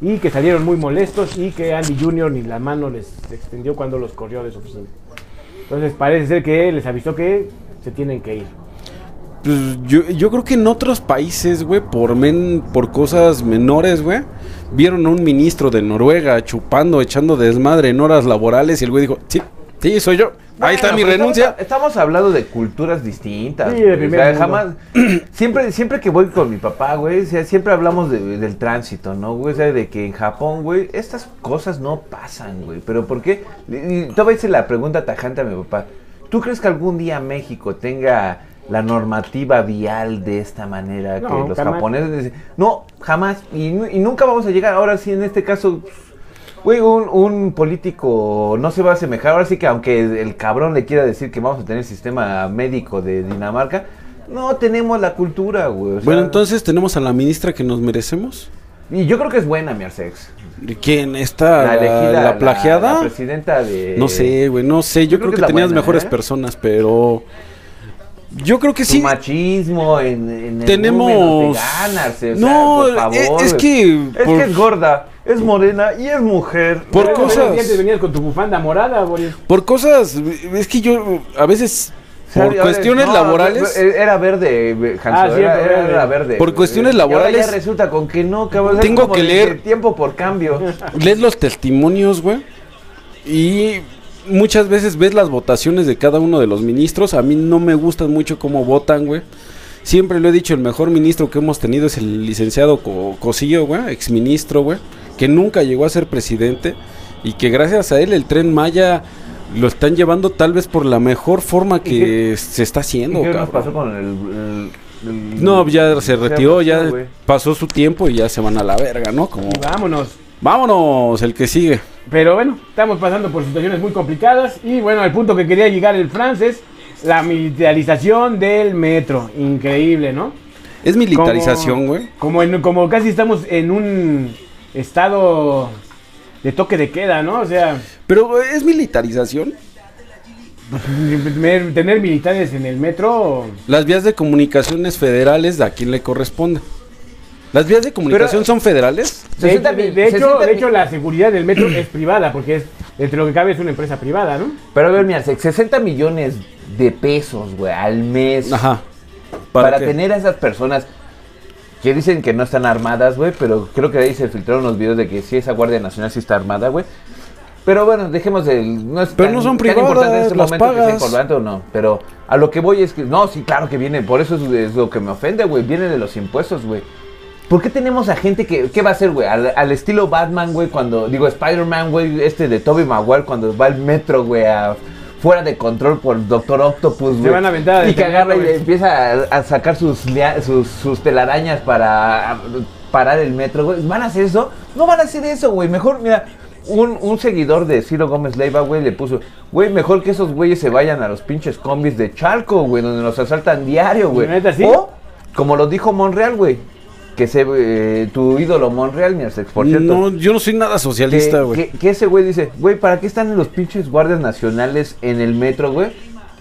[SPEAKER 2] y que salieron muy molestos y que Andy Jr. ni la mano les extendió cuando los corrió de su oficina. Entonces parece ser que les avisó que se tienen que ir.
[SPEAKER 3] Pues yo, yo creo que en otros países, güey, por men, por cosas menores, güey, vieron a un ministro de Noruega chupando, echando desmadre en horas laborales y el güey dijo, sí, sí, soy yo, ahí está
[SPEAKER 1] Bueno,
[SPEAKER 3] mi
[SPEAKER 1] pero
[SPEAKER 3] renuncia.
[SPEAKER 1] Estamos, estamos hablando de culturas distintas.
[SPEAKER 2] Sí,
[SPEAKER 1] güey.
[SPEAKER 2] de primer mundo.
[SPEAKER 1] jamás. Siempre, siempre que voy con mi papá, güey, o sea, siempre hablamos de- del tránsito, ¿no, güey? O sea, de que en Japón, güey, estas cosas no pasan, güey. Pero ¿por qué? Y- y Todavía hice la pregunta tajante a mi papá. ¿Tú crees que algún día México tenga la normativa vial de esta manera que
[SPEAKER 2] No,
[SPEAKER 1] los
[SPEAKER 2] jamás.
[SPEAKER 1] japoneses dicen? No, jamás. Y, nu- y nunca vamos a llegar. Ahora sí, en este caso, Güey, un, un político no se va a asemejar. Ahora sí que, aunque el cabrón le quiera decir que vamos a tener sistema médico de Dinamarca, no tenemos la cultura, güey. o sea,
[SPEAKER 3] Bueno, entonces tenemos a la ministra que nos merecemos.
[SPEAKER 1] Y yo creo que es buena, mi Arsex.
[SPEAKER 3] ¿Quién está?
[SPEAKER 1] La
[SPEAKER 3] ¿La,
[SPEAKER 1] elegida.
[SPEAKER 3] la plagiada?
[SPEAKER 1] La, presidenta de.
[SPEAKER 3] no sé, güey, no sé. Yo, creo, que,
[SPEAKER 1] es la
[SPEAKER 3] tenías
[SPEAKER 1] buena,
[SPEAKER 3] mejores
[SPEAKER 1] ¿eh?
[SPEAKER 3] personas, pero yo creo que
[SPEAKER 1] Su
[SPEAKER 3] sí.
[SPEAKER 1] machismo en, en el
[SPEAKER 3] Tenemos-
[SPEAKER 1] número te gana, Arsex, o sea,
[SPEAKER 3] No,
[SPEAKER 1] por favor,
[SPEAKER 3] eh, es
[SPEAKER 1] güey.
[SPEAKER 3] que
[SPEAKER 1] Es
[SPEAKER 3] por-
[SPEAKER 1] que es gorda, es morena y es mujer.
[SPEAKER 3] Por
[SPEAKER 2] Pero,
[SPEAKER 3] cosas-
[SPEAKER 2] pero, antes venías con tu bufanda morada, Boris.
[SPEAKER 3] Por cosas, es que yo a veces
[SPEAKER 1] O sea,
[SPEAKER 3] por
[SPEAKER 1] ahora-
[SPEAKER 3] cuestiones
[SPEAKER 1] no,
[SPEAKER 3] laborales.
[SPEAKER 1] Era verde, eh, Hanso,
[SPEAKER 2] Ah, cierto,
[SPEAKER 1] era, era
[SPEAKER 2] verde.
[SPEAKER 1] la verde.
[SPEAKER 3] Por
[SPEAKER 1] güey.
[SPEAKER 3] cuestiones
[SPEAKER 1] Y ahora
[SPEAKER 3] laborales-
[SPEAKER 1] ya resulta con que no, cabrón. es
[SPEAKER 3] Tengo
[SPEAKER 1] como
[SPEAKER 3] que
[SPEAKER 1] de-
[SPEAKER 3] leer-
[SPEAKER 1] de Tiempo por cambio.
[SPEAKER 3] lees los testimonios, güey, y muchas veces ves las votaciones de cada uno de los ministros. A mí no me gustan mucho cómo votan, güey. Siempre lo he dicho, el mejor ministro que hemos tenido es el licenciado Co- Cosillo, güey, exministro, güey, que nunca llegó a ser presidente y que gracias a él el tren Maya lo están llevando tal vez por la mejor forma que se está
[SPEAKER 1] ¿Y
[SPEAKER 3] haciendo,
[SPEAKER 1] ¿Qué nos pasó
[SPEAKER 3] cabrón.
[SPEAKER 1] con el, el- el-
[SPEAKER 3] No, ya se retiró, ya
[SPEAKER 1] güey.
[SPEAKER 3] pasó su tiempo y ya se van a la verga, ¿no? Como,
[SPEAKER 2] Vámonos.
[SPEAKER 3] vámonos, el que sigue.
[SPEAKER 2] Pero bueno, estamos pasando por situaciones muy complicadas y bueno, el punto que quería llegar el Franz es la militarización del metro. Increíble, ¿no?
[SPEAKER 3] Es
[SPEAKER 2] Como-
[SPEAKER 3] militarización, güey.
[SPEAKER 2] Como, en- como casi estamos en un estado de toque de queda, ¿no? O sea,
[SPEAKER 3] Pero es militarización.
[SPEAKER 2] tener, tener militares en el metro...
[SPEAKER 3] Las vías de comunicaciones federales, ¿a quién le corresponde? ¿Las vías de comunicación son federales?
[SPEAKER 2] De,
[SPEAKER 1] 60
[SPEAKER 2] hecho-
[SPEAKER 1] mil-
[SPEAKER 2] de hecho,
[SPEAKER 1] 60
[SPEAKER 2] de hecho,
[SPEAKER 1] mil-
[SPEAKER 2] la seguridad del metro es privada porque es, entre lo que cabe es una empresa privada, ¿no?
[SPEAKER 1] Pero a ver, mira, se- 60 millones de pesos, güey, al mes.
[SPEAKER 3] Ajá.
[SPEAKER 1] Para,
[SPEAKER 3] qué?
[SPEAKER 1] tener a esas personas que dicen que no están armadas, güey, pero creo que ahí se filtraron los videos de que sí, esa Guardia Nacional sí está armada, güey. Pero bueno, dejemos el... No es
[SPEAKER 3] Pero no son privadas, las
[SPEAKER 1] este que sea
[SPEAKER 3] pagas.
[SPEAKER 1] importante o no. Pero a lo que voy es que... No, sí, claro que viene. Por eso es, es lo que me ofende, güey. Viene de los impuestos, güey. ¿Por qué tenemos a gente que... ¿Qué va a hacer, güey? Al, al estilo Batman, güey, cuando... Digo, Spider-Man, güey, este de Tobey Maguire, cuando va al metro, güey, a- Fuera de control por Doctor Octopus, güey.
[SPEAKER 2] van a aventar a
[SPEAKER 1] Y que
[SPEAKER 2] detenerlo,
[SPEAKER 1] agarra y
[SPEAKER 2] güey.
[SPEAKER 1] le empieza a, a sacar sus, lea- sus, sus telarañas para ah, parar el metro, güey. ¿Van a hacer eso? No van a hacer eso, güey. Mejor, mira, un, un seguidor de Ciro Gómez Leiva, güey, le puso, güey, mejor que esos güeyes se vayan a los pinches combis de Chalco, güey, donde nos asaltan diario, güey.
[SPEAKER 2] La neta, sí.
[SPEAKER 1] O, como lo dijo Monreal, güey, que se, eh, tu ídolo Monreal, mi ex, por cierto.
[SPEAKER 3] No, yo no soy nada
[SPEAKER 1] Que-
[SPEAKER 3] socialista, güey.
[SPEAKER 1] Que, que ese güey dice, güey, ¿para qué están los pinches guardias nacionales en el metro, güey?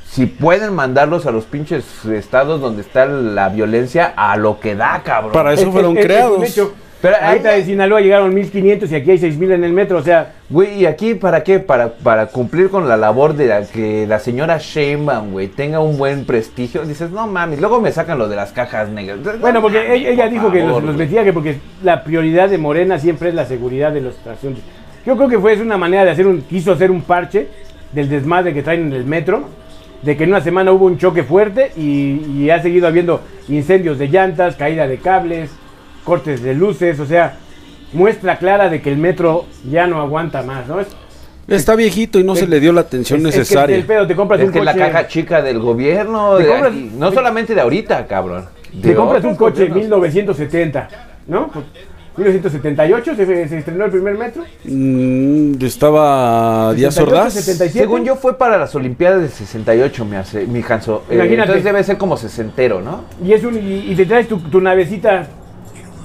[SPEAKER 1] Si pueden mandarlos a los pinches estados donde está la violencia, a lo que da, cabrón.
[SPEAKER 3] Para eso
[SPEAKER 2] Es-
[SPEAKER 3] fueron
[SPEAKER 2] es- es- es un
[SPEAKER 3] creados.
[SPEAKER 2] hecho.
[SPEAKER 1] Pero
[SPEAKER 2] Ahorita
[SPEAKER 1] ahí-
[SPEAKER 2] de Sinaloa llegaron 1500 y aquí hay 6000 en el metro, o sea,
[SPEAKER 1] Güey, ¿y aquí para qué? Para, para cumplir con la labor de la, que la señora Sheinbaum, güey, tenga un buen prestigio. Dices, no mames, luego me sacan lo de las cajas negras. No
[SPEAKER 2] Bueno, porque
[SPEAKER 1] mames,
[SPEAKER 2] ella, ella
[SPEAKER 1] por
[SPEAKER 2] dijo que los,
[SPEAKER 1] favor,
[SPEAKER 2] los
[SPEAKER 1] güey.
[SPEAKER 2] metía que porque la prioridad de Morena siempre es la seguridad de los transeúntes. Yo creo que fue es una manera de hacer un quiso hacer un parche del desmadre que traen en el metro, de que en una semana hubo un choque fuerte y, y ha seguido habiendo incendios de llantas, caída de cables, cortes de luces, o sea, muestra clara de que el metro ya no aguanta más, ¿no? Es,
[SPEAKER 3] Está viejito y no se le dio la atención
[SPEAKER 2] es- es que
[SPEAKER 3] necesaria.
[SPEAKER 2] el pedo, te compras
[SPEAKER 1] Es
[SPEAKER 2] un
[SPEAKER 1] que es la
[SPEAKER 2] coche-
[SPEAKER 1] caja chica del gobierno,
[SPEAKER 2] Te
[SPEAKER 1] de
[SPEAKER 2] compras-
[SPEAKER 1] aquí, no solamente de ahorita, cabrón.
[SPEAKER 2] Te
[SPEAKER 1] de
[SPEAKER 2] compras
[SPEAKER 1] otros
[SPEAKER 2] un coche en
[SPEAKER 1] gobiernos.
[SPEAKER 2] 1970, ¿no? Pues, 1978 se, se estrenó el primer metro.
[SPEAKER 3] Mm, estaba Díaz
[SPEAKER 2] 78,
[SPEAKER 3] Ordaz.
[SPEAKER 2] 77.
[SPEAKER 1] Según yo fue para las Olimpiadas del 68, me hace, mi Hanso. Eh,
[SPEAKER 2] Imagínate.
[SPEAKER 1] entonces debe ser como sesentero, ¿no?
[SPEAKER 2] Y, es un, y, y te traes tu, tu navecita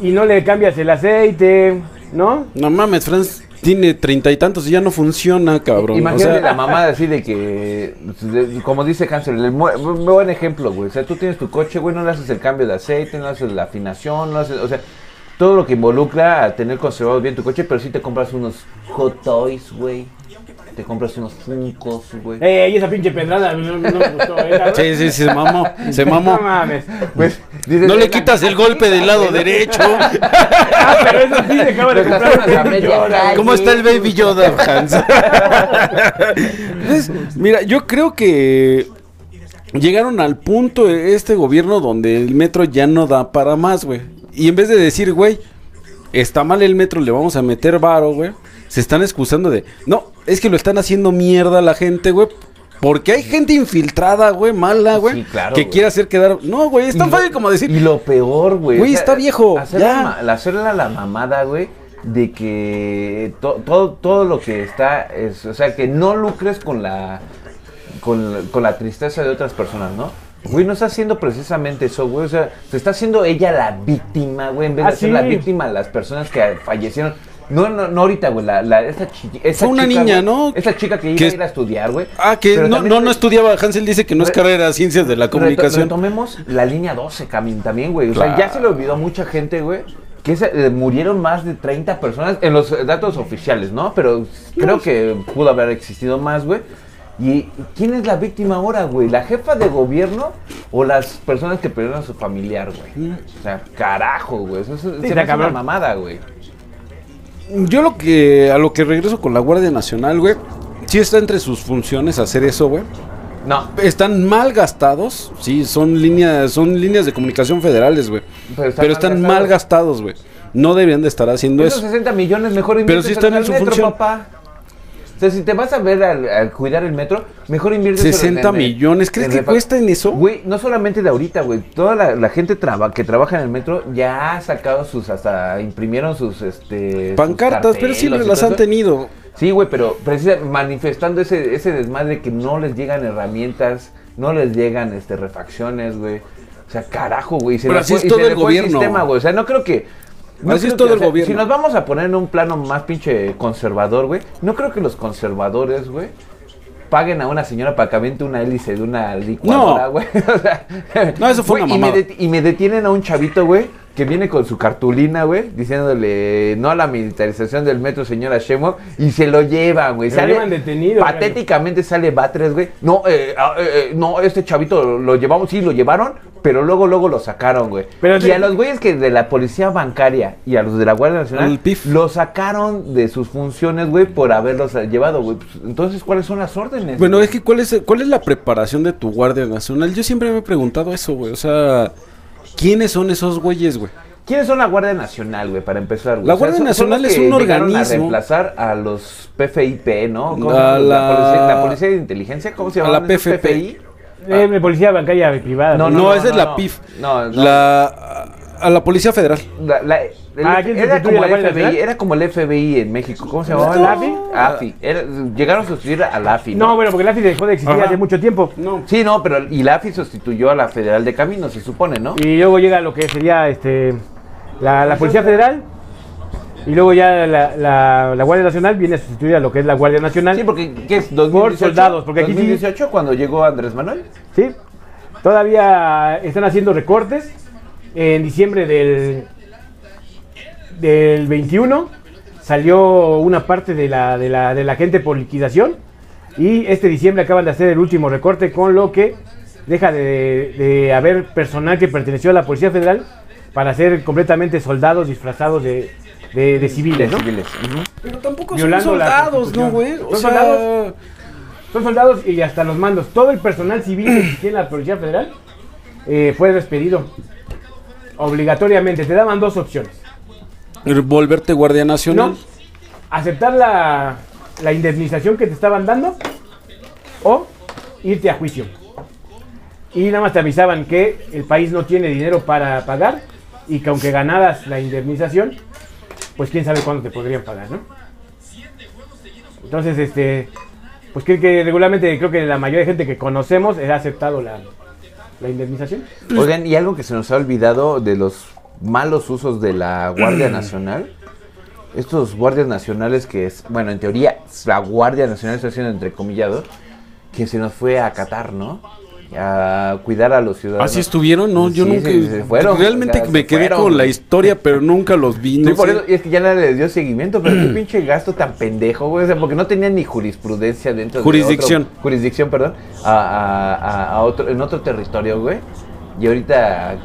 [SPEAKER 2] y no le cambias el aceite, ¿no?
[SPEAKER 3] No mames, Franz tiene treinta y tantos y ya no funciona, cabrón.
[SPEAKER 1] Imagínate
[SPEAKER 3] o sea,
[SPEAKER 1] la mamada así de que, pues, de- como dice Hansel, el mu- bu- buen ejemplo, güey. O sea, tú tienes tu coche, güey, no le haces el cambio de aceite, no haces la afinación, no haces, o sea, todo lo que involucra a tener conservado bien tu coche, pero si te compras unos Hot Toys, güey. Te compras unos Funkos, güey.
[SPEAKER 2] Eh, y esa pinche pedrada no, no me gustó, ¿eh, cabrón?
[SPEAKER 3] Sí, sí, sí, se mamó, se
[SPEAKER 2] No
[SPEAKER 3] mamó.
[SPEAKER 2] mames.
[SPEAKER 1] Pues, dices,
[SPEAKER 3] No le
[SPEAKER 1] "Es la
[SPEAKER 3] quitas el golpe del lado derecho.
[SPEAKER 2] Ah, pero eso sí se acaba de
[SPEAKER 1] Pero
[SPEAKER 2] comprar.
[SPEAKER 1] estás a la media calle.
[SPEAKER 3] ¿Cómo está el Baby Yoda, Hans? Entonces, mira, yo creo que llegaron al punto eh, este gobierno donde el metro ya no da para más, güey. Y en vez de decir, güey, está mal el metro, le vamos a meter varo, güey, se están excusando de, no, es que lo están haciendo mierda la gente, güey. Porque hay gente infiltrada, güey, mala, güey,
[SPEAKER 1] claro,
[SPEAKER 3] que
[SPEAKER 1] güey.
[SPEAKER 3] quiere hacer quedar. No, güey, es
[SPEAKER 1] Y
[SPEAKER 3] tan
[SPEAKER 1] lo-
[SPEAKER 3] fácil como decir.
[SPEAKER 1] Y lo peor, güey.
[SPEAKER 3] Güey, está viejo,
[SPEAKER 1] Hacerle,
[SPEAKER 3] ya.
[SPEAKER 1] ma- la- hacerle la mamada, güey, de que to- todo, todo lo que está. Es, o sea, que no lucres con la, con, la- con la tristeza de otras personas, ¿no? Güey, no está haciendo precisamente eso, güey. O sea, se está haciendo ella la víctima, güey, en vez
[SPEAKER 2] Ah,
[SPEAKER 1] de ser la
[SPEAKER 2] sí.
[SPEAKER 1] víctima, las personas que fallecieron. No, no, no ahorita, güey. La, la, esa chi- esa
[SPEAKER 3] Fue una
[SPEAKER 1] chica, güey,
[SPEAKER 3] niña, ¿no?
[SPEAKER 1] Esa chica que iba
[SPEAKER 3] Que-
[SPEAKER 1] a ir a estudiar, güey.
[SPEAKER 3] Ah, que
[SPEAKER 1] Pero
[SPEAKER 3] no,
[SPEAKER 1] también
[SPEAKER 3] no, no
[SPEAKER 1] fue-
[SPEAKER 3] estudiaba. Hansel dice que no es
[SPEAKER 1] Re-
[SPEAKER 3] carrera ciencias de la comunicación.
[SPEAKER 1] Reto- retomemos la línea 12 cami- también, güey. O sea,
[SPEAKER 3] Claro.
[SPEAKER 1] ya se le olvidó a mucha gente, güey. Que se- eh, murieron más de 30 personas en los eh, datos oficiales, ¿no? Pero creo que pudo haber existido más, güey. ¿Y quién es la víctima ahora, güey? ¿La jefa de gobierno o las personas que perdieron a su familiar, güey? O sea, carajo, güey. Eso es se me
[SPEAKER 2] está
[SPEAKER 1] hace una
[SPEAKER 2] cabrón.
[SPEAKER 1] mamada, güey.
[SPEAKER 3] Yo lo que a lo que regreso con la Guardia Nacional, güey, sí está entre sus funciones hacer eso, güey.
[SPEAKER 1] No,
[SPEAKER 3] Están mal gastados, sí, son líneas son líneas de comunicación federales, güey.
[SPEAKER 1] Pero
[SPEAKER 3] Pero
[SPEAKER 1] están
[SPEAKER 3] están,
[SPEAKER 1] mal
[SPEAKER 3] mal gastados, güey. No deberían de estar haciendo
[SPEAKER 1] Esos
[SPEAKER 3] eso.
[SPEAKER 1] 60 millones mejor
[SPEAKER 3] Pero sí
[SPEAKER 1] inviérteselos
[SPEAKER 3] están en
[SPEAKER 1] al
[SPEAKER 3] su
[SPEAKER 1] metro,
[SPEAKER 3] función.
[SPEAKER 1] papá. O sea, si te vas a ver al- a cuidar el metro, mejor invierte
[SPEAKER 3] 60 millones, ¿crees que cuestan eso?
[SPEAKER 1] Güey, no solamente de ahorita, güey. Toda la, la gente traba- que trabaja en el metro ya ha sacado sus, hasta imprimieron sus, este... sus
[SPEAKER 3] Pancartas, pero
[SPEAKER 1] carteles
[SPEAKER 3] siempre
[SPEAKER 1] y
[SPEAKER 3] las
[SPEAKER 1] todo
[SPEAKER 3] han
[SPEAKER 1] eso.
[SPEAKER 3] tenido.
[SPEAKER 1] Sí, güey, pero precisamente manifestando ese, ese desmadre que no les llegan herramientas, no les llegan este refacciones, güey. O sea, carajo, güey. se
[SPEAKER 3] Pero
[SPEAKER 1] le
[SPEAKER 3] así
[SPEAKER 1] fue-
[SPEAKER 3] es
[SPEAKER 1] y
[SPEAKER 3] todo
[SPEAKER 1] se
[SPEAKER 3] el
[SPEAKER 1] le fue
[SPEAKER 3] gobierno.
[SPEAKER 1] sistema, güey. O sea, no creo que. no
[SPEAKER 3] Así
[SPEAKER 1] creo
[SPEAKER 3] es todo
[SPEAKER 1] que- o
[SPEAKER 3] el
[SPEAKER 1] sea,
[SPEAKER 3] gobierno.
[SPEAKER 1] Si nos vamos a poner en un plano más pinche conservador, güey, no creo que los conservadores, güey, paguen a una señora para que aviente una hélice de una licuadora,
[SPEAKER 3] No.
[SPEAKER 1] güey. O sea,
[SPEAKER 3] No, eso fue
[SPEAKER 1] güey,
[SPEAKER 3] una
[SPEAKER 1] y me
[SPEAKER 3] mamada.
[SPEAKER 1] det- Y me detienen a un chavito, güey, que viene con su cartulina, güey, diciéndole no a la militarización del metro, señora Shemo, y se lo lleva, güey.
[SPEAKER 2] Se lo llevan detenido,
[SPEAKER 1] Patéticamente sale Batres, güey. No, eh, ah, eh, eh, no, este chavito lo, lo llevamos, sí, lo llevaron, pero luego, luego lo sacaron, güey.
[SPEAKER 2] Pero
[SPEAKER 1] y
[SPEAKER 2] sí.
[SPEAKER 1] a los güeyes que de la policía bancaria y a los de la Guardia Nacional,
[SPEAKER 3] Al PIF.
[SPEAKER 1] lo sacaron de sus funciones, güey, por haberlos eh, llevado, güey. Pues, entonces, ¿cuáles son las órdenes?
[SPEAKER 3] Bueno,
[SPEAKER 1] güey?
[SPEAKER 3] es que ¿cuál es, ¿cuál es la preparación de tu Guardia Nacional? Yo siempre me he preguntado eso, güey. O sea, ¿quiénes son esos güeyes, güey?
[SPEAKER 1] ¿Quiénes son la Guardia Nacional, güey, para empezar? güey?
[SPEAKER 3] La
[SPEAKER 1] O sea,
[SPEAKER 3] Guardia
[SPEAKER 1] son- son
[SPEAKER 3] Nacional
[SPEAKER 1] los
[SPEAKER 3] es
[SPEAKER 1] que
[SPEAKER 3] un
[SPEAKER 1] llegaron a
[SPEAKER 3] organismo.
[SPEAKER 1] reemplazar a los PFIP, ¿no? ¿Cómo se
[SPEAKER 3] A
[SPEAKER 1] llama? la...
[SPEAKER 3] la-
[SPEAKER 1] policía, la Policía de Inteligencia, ¿cómo se
[SPEAKER 3] a
[SPEAKER 1] llama?
[SPEAKER 3] la PFP.
[SPEAKER 2] Eh, la policía bancaria privada.
[SPEAKER 1] No,
[SPEAKER 3] No,
[SPEAKER 1] no,
[SPEAKER 3] esa
[SPEAKER 1] no,
[SPEAKER 3] es la
[SPEAKER 1] no.
[SPEAKER 3] PIF.
[SPEAKER 1] No, no.
[SPEAKER 3] La, a la Policía Federal.
[SPEAKER 1] La- la- el-
[SPEAKER 2] Ah, ¿quién
[SPEAKER 1] era,
[SPEAKER 2] sustituye
[SPEAKER 1] como
[SPEAKER 2] a la
[SPEAKER 1] el
[SPEAKER 2] Guardia
[SPEAKER 1] FBI,
[SPEAKER 2] Nacional?
[SPEAKER 1] era como el FBI en México. ¿Cómo se llamaba?
[SPEAKER 2] ¿La AFI?
[SPEAKER 1] AFI. Era- llegaron a sustituir a la AFI.
[SPEAKER 2] No, bueno, porque la AFI dejó de existir
[SPEAKER 3] Ajá.
[SPEAKER 2] hace mucho tiempo.
[SPEAKER 3] No.
[SPEAKER 1] Sí, no, pero y la AFI sustituyó a la Federal de Caminos, se supone, ¿no?
[SPEAKER 2] Y luego llega lo que sería este la, la Policía Federal. Y luego ya la, la- la Guardia Nacional viene a sustituir a lo que es la Guardia Nacional.
[SPEAKER 1] Sí, porque ¿qué es? 2018,
[SPEAKER 2] soldados, porque aquí sí-
[SPEAKER 1] 2018 cuando llegó Andrés Manuel.
[SPEAKER 2] ¿sí? Todavía están haciendo recortes. En diciembre del, del 21 salió una parte de la, de la, de la gente por liquidación y este diciembre acaban de hacer el último recorte con lo que deja de, de haber personal que perteneció a la Policía Federal para ser completamente soldados disfrazados de, de- de civiles, ¿no?
[SPEAKER 1] civiles. ujú.
[SPEAKER 3] Pero tampoco
[SPEAKER 2] Violando
[SPEAKER 3] son
[SPEAKER 2] la
[SPEAKER 3] soldados,
[SPEAKER 2] Constitución.
[SPEAKER 3] ¿no, güey? O
[SPEAKER 2] ¿Son
[SPEAKER 3] sea,
[SPEAKER 2] soldados? Son soldados y hasta los mandos. Todo el personal civil que existía en la Policía Federal eh, fue despedido. Obligatoriamente. Te daban dos opciones.
[SPEAKER 3] volverte guardia nacional.
[SPEAKER 2] No. Aceptar la, la indemnización que te estaban dando o irte a juicio. Y nada más te avisaban que el país no tiene dinero para pagar y que aunque ganaras la indemnización, pues quién sabe cuándo te podrían pagar, ¿no? Entonces, este, pues creo que regularmente creo que la mayoría de gente que conocemos ha aceptado la, la indemnización.
[SPEAKER 3] Pues,
[SPEAKER 1] Oigan, y algo que se nos ha olvidado de los malos usos de la Guardia Nacional. Estos guardias nacionales que es, bueno, en teoría la Guardia Nacional está haciendo entrecomillado, que se nos fue a Qatar, ¿no? A cuidar a los ciudadanos.
[SPEAKER 3] Así ¿Ah, estuvieron, no, yo
[SPEAKER 1] Sí,
[SPEAKER 3] nunca.
[SPEAKER 1] se- se fueron,
[SPEAKER 3] realmente
[SPEAKER 1] o sea,
[SPEAKER 3] me
[SPEAKER 1] se
[SPEAKER 3] quedé
[SPEAKER 1] fueron.
[SPEAKER 3] con la historia, pero nunca los vi.
[SPEAKER 1] Sí,
[SPEAKER 3] no
[SPEAKER 1] por
[SPEAKER 3] sé.
[SPEAKER 1] eso, y es que ya nadie les dio seguimiento, pero qué pinche gasto tan pendejo, güey. O sea, porque no tenían ni jurisprudencia dentro
[SPEAKER 3] Jurisdicción.
[SPEAKER 1] de. otro- Jurisdicción. perdón. A, a- a- a otro, en otro territorio, güey. Y ahorita.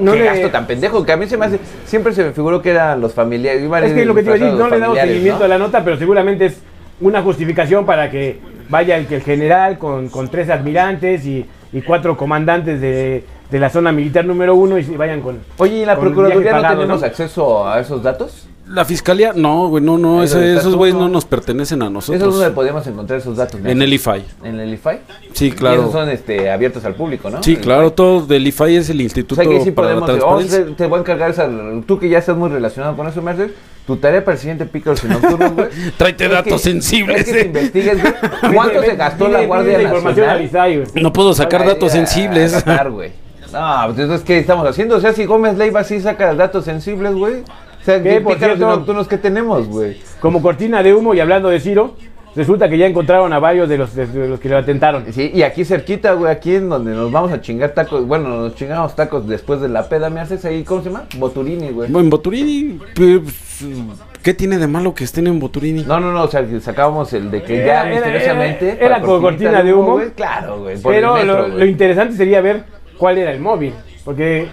[SPEAKER 2] No
[SPEAKER 1] qué
[SPEAKER 2] le-
[SPEAKER 1] gasto tan pendejo, que a mí se me hace. Siempre se me figuró que eran los familiares. iban
[SPEAKER 2] Es que lo que te iba a decir, no
[SPEAKER 1] disfrazados
[SPEAKER 2] le damos
[SPEAKER 1] familiares,
[SPEAKER 2] seguimiento
[SPEAKER 1] ¿no?
[SPEAKER 2] a la nota, pero seguramente es una justificación para que vaya el, que el general con, con tres admirantes y, y cuatro comandantes de, de la zona militar número uno y se vayan con...
[SPEAKER 1] Oye, ¿y en la
[SPEAKER 2] con
[SPEAKER 1] Procuraduría
[SPEAKER 2] viaje
[SPEAKER 1] no
[SPEAKER 2] pagado,
[SPEAKER 1] tenemos
[SPEAKER 2] ¿no?
[SPEAKER 1] acceso a esos datos?
[SPEAKER 3] La fiscalía, no, güey, no, no,
[SPEAKER 1] Ahí
[SPEAKER 3] ese-
[SPEAKER 1] donde está
[SPEAKER 3] esos
[SPEAKER 1] tú,
[SPEAKER 3] güeyes
[SPEAKER 1] ¿no?
[SPEAKER 3] no nos pertenecen a
[SPEAKER 1] Eso es
[SPEAKER 3] nosotros.
[SPEAKER 1] donde podemos encontrar esos datos. ¿no?
[SPEAKER 3] en el IFAI.
[SPEAKER 1] ¿En el IFAI?
[SPEAKER 3] Sí,
[SPEAKER 1] Y esos
[SPEAKER 3] claro.
[SPEAKER 1] son este, abiertos al público, ¿no?
[SPEAKER 3] Sí,
[SPEAKER 1] El
[SPEAKER 3] claro, todo del IFAI es el Instituto
[SPEAKER 1] O sea que sí
[SPEAKER 3] para la
[SPEAKER 1] podemos decir, "Oh,
[SPEAKER 3] Transparencia.
[SPEAKER 1] te, te voy a encargar esa, tú que ya estás muy relacionado con eso, Mercer, tu tarea para el siguiente Pickles en nocturno, güey.
[SPEAKER 3] Tráete
[SPEAKER 1] es
[SPEAKER 3] datos sensibles,
[SPEAKER 1] Es que
[SPEAKER 3] eh.
[SPEAKER 1] te investigues, güey, ¿Cuánto
[SPEAKER 2] Vete,
[SPEAKER 1] se gastó
[SPEAKER 2] vete,
[SPEAKER 1] la
[SPEAKER 2] vete,
[SPEAKER 1] Guardia
[SPEAKER 2] vete, información
[SPEAKER 1] Nacional?
[SPEAKER 2] al ISAI, güey.
[SPEAKER 3] No puedo sacar
[SPEAKER 1] Ay,
[SPEAKER 3] datos
[SPEAKER 1] a- a
[SPEAKER 3] sensibles.
[SPEAKER 1] sacar, güey. No, pues entonces, ¿qué estamos haciendo? O sea, si Gómez Leiva sí saca datos sensibles, güey. O sea,
[SPEAKER 2] Que,
[SPEAKER 1] ¿qué
[SPEAKER 2] por
[SPEAKER 1] Pícaros
[SPEAKER 2] cierto-
[SPEAKER 1] nocturnos que tenemos, güey?
[SPEAKER 2] Como cortina de humo y hablando de Ciro, resulta que ya encontraron a varios de los, de los que lo atentaron.
[SPEAKER 1] Sí, y aquí cerquita, güey, aquí en donde nos vamos a chingar tacos, bueno, nos chingamos tacos después de la peda, ¿me haces ahí? ¿Cómo se llama? Boturini, güey.
[SPEAKER 3] En Boturini, pues, ¿qué tiene de malo que estén en Boturini?
[SPEAKER 1] No, no, no, o sea, que sacábamos el de que
[SPEAKER 2] Era-
[SPEAKER 1] ya
[SPEAKER 2] era-
[SPEAKER 1] misteriosamente.
[SPEAKER 2] era- era
[SPEAKER 1] para
[SPEAKER 2] con cortina de humo.
[SPEAKER 1] güey, claro, güey. por el
[SPEAKER 2] Pero
[SPEAKER 1] metro,
[SPEAKER 2] lo,
[SPEAKER 1] güey.
[SPEAKER 2] lo interesante sería ver cuál era el móvil. Porque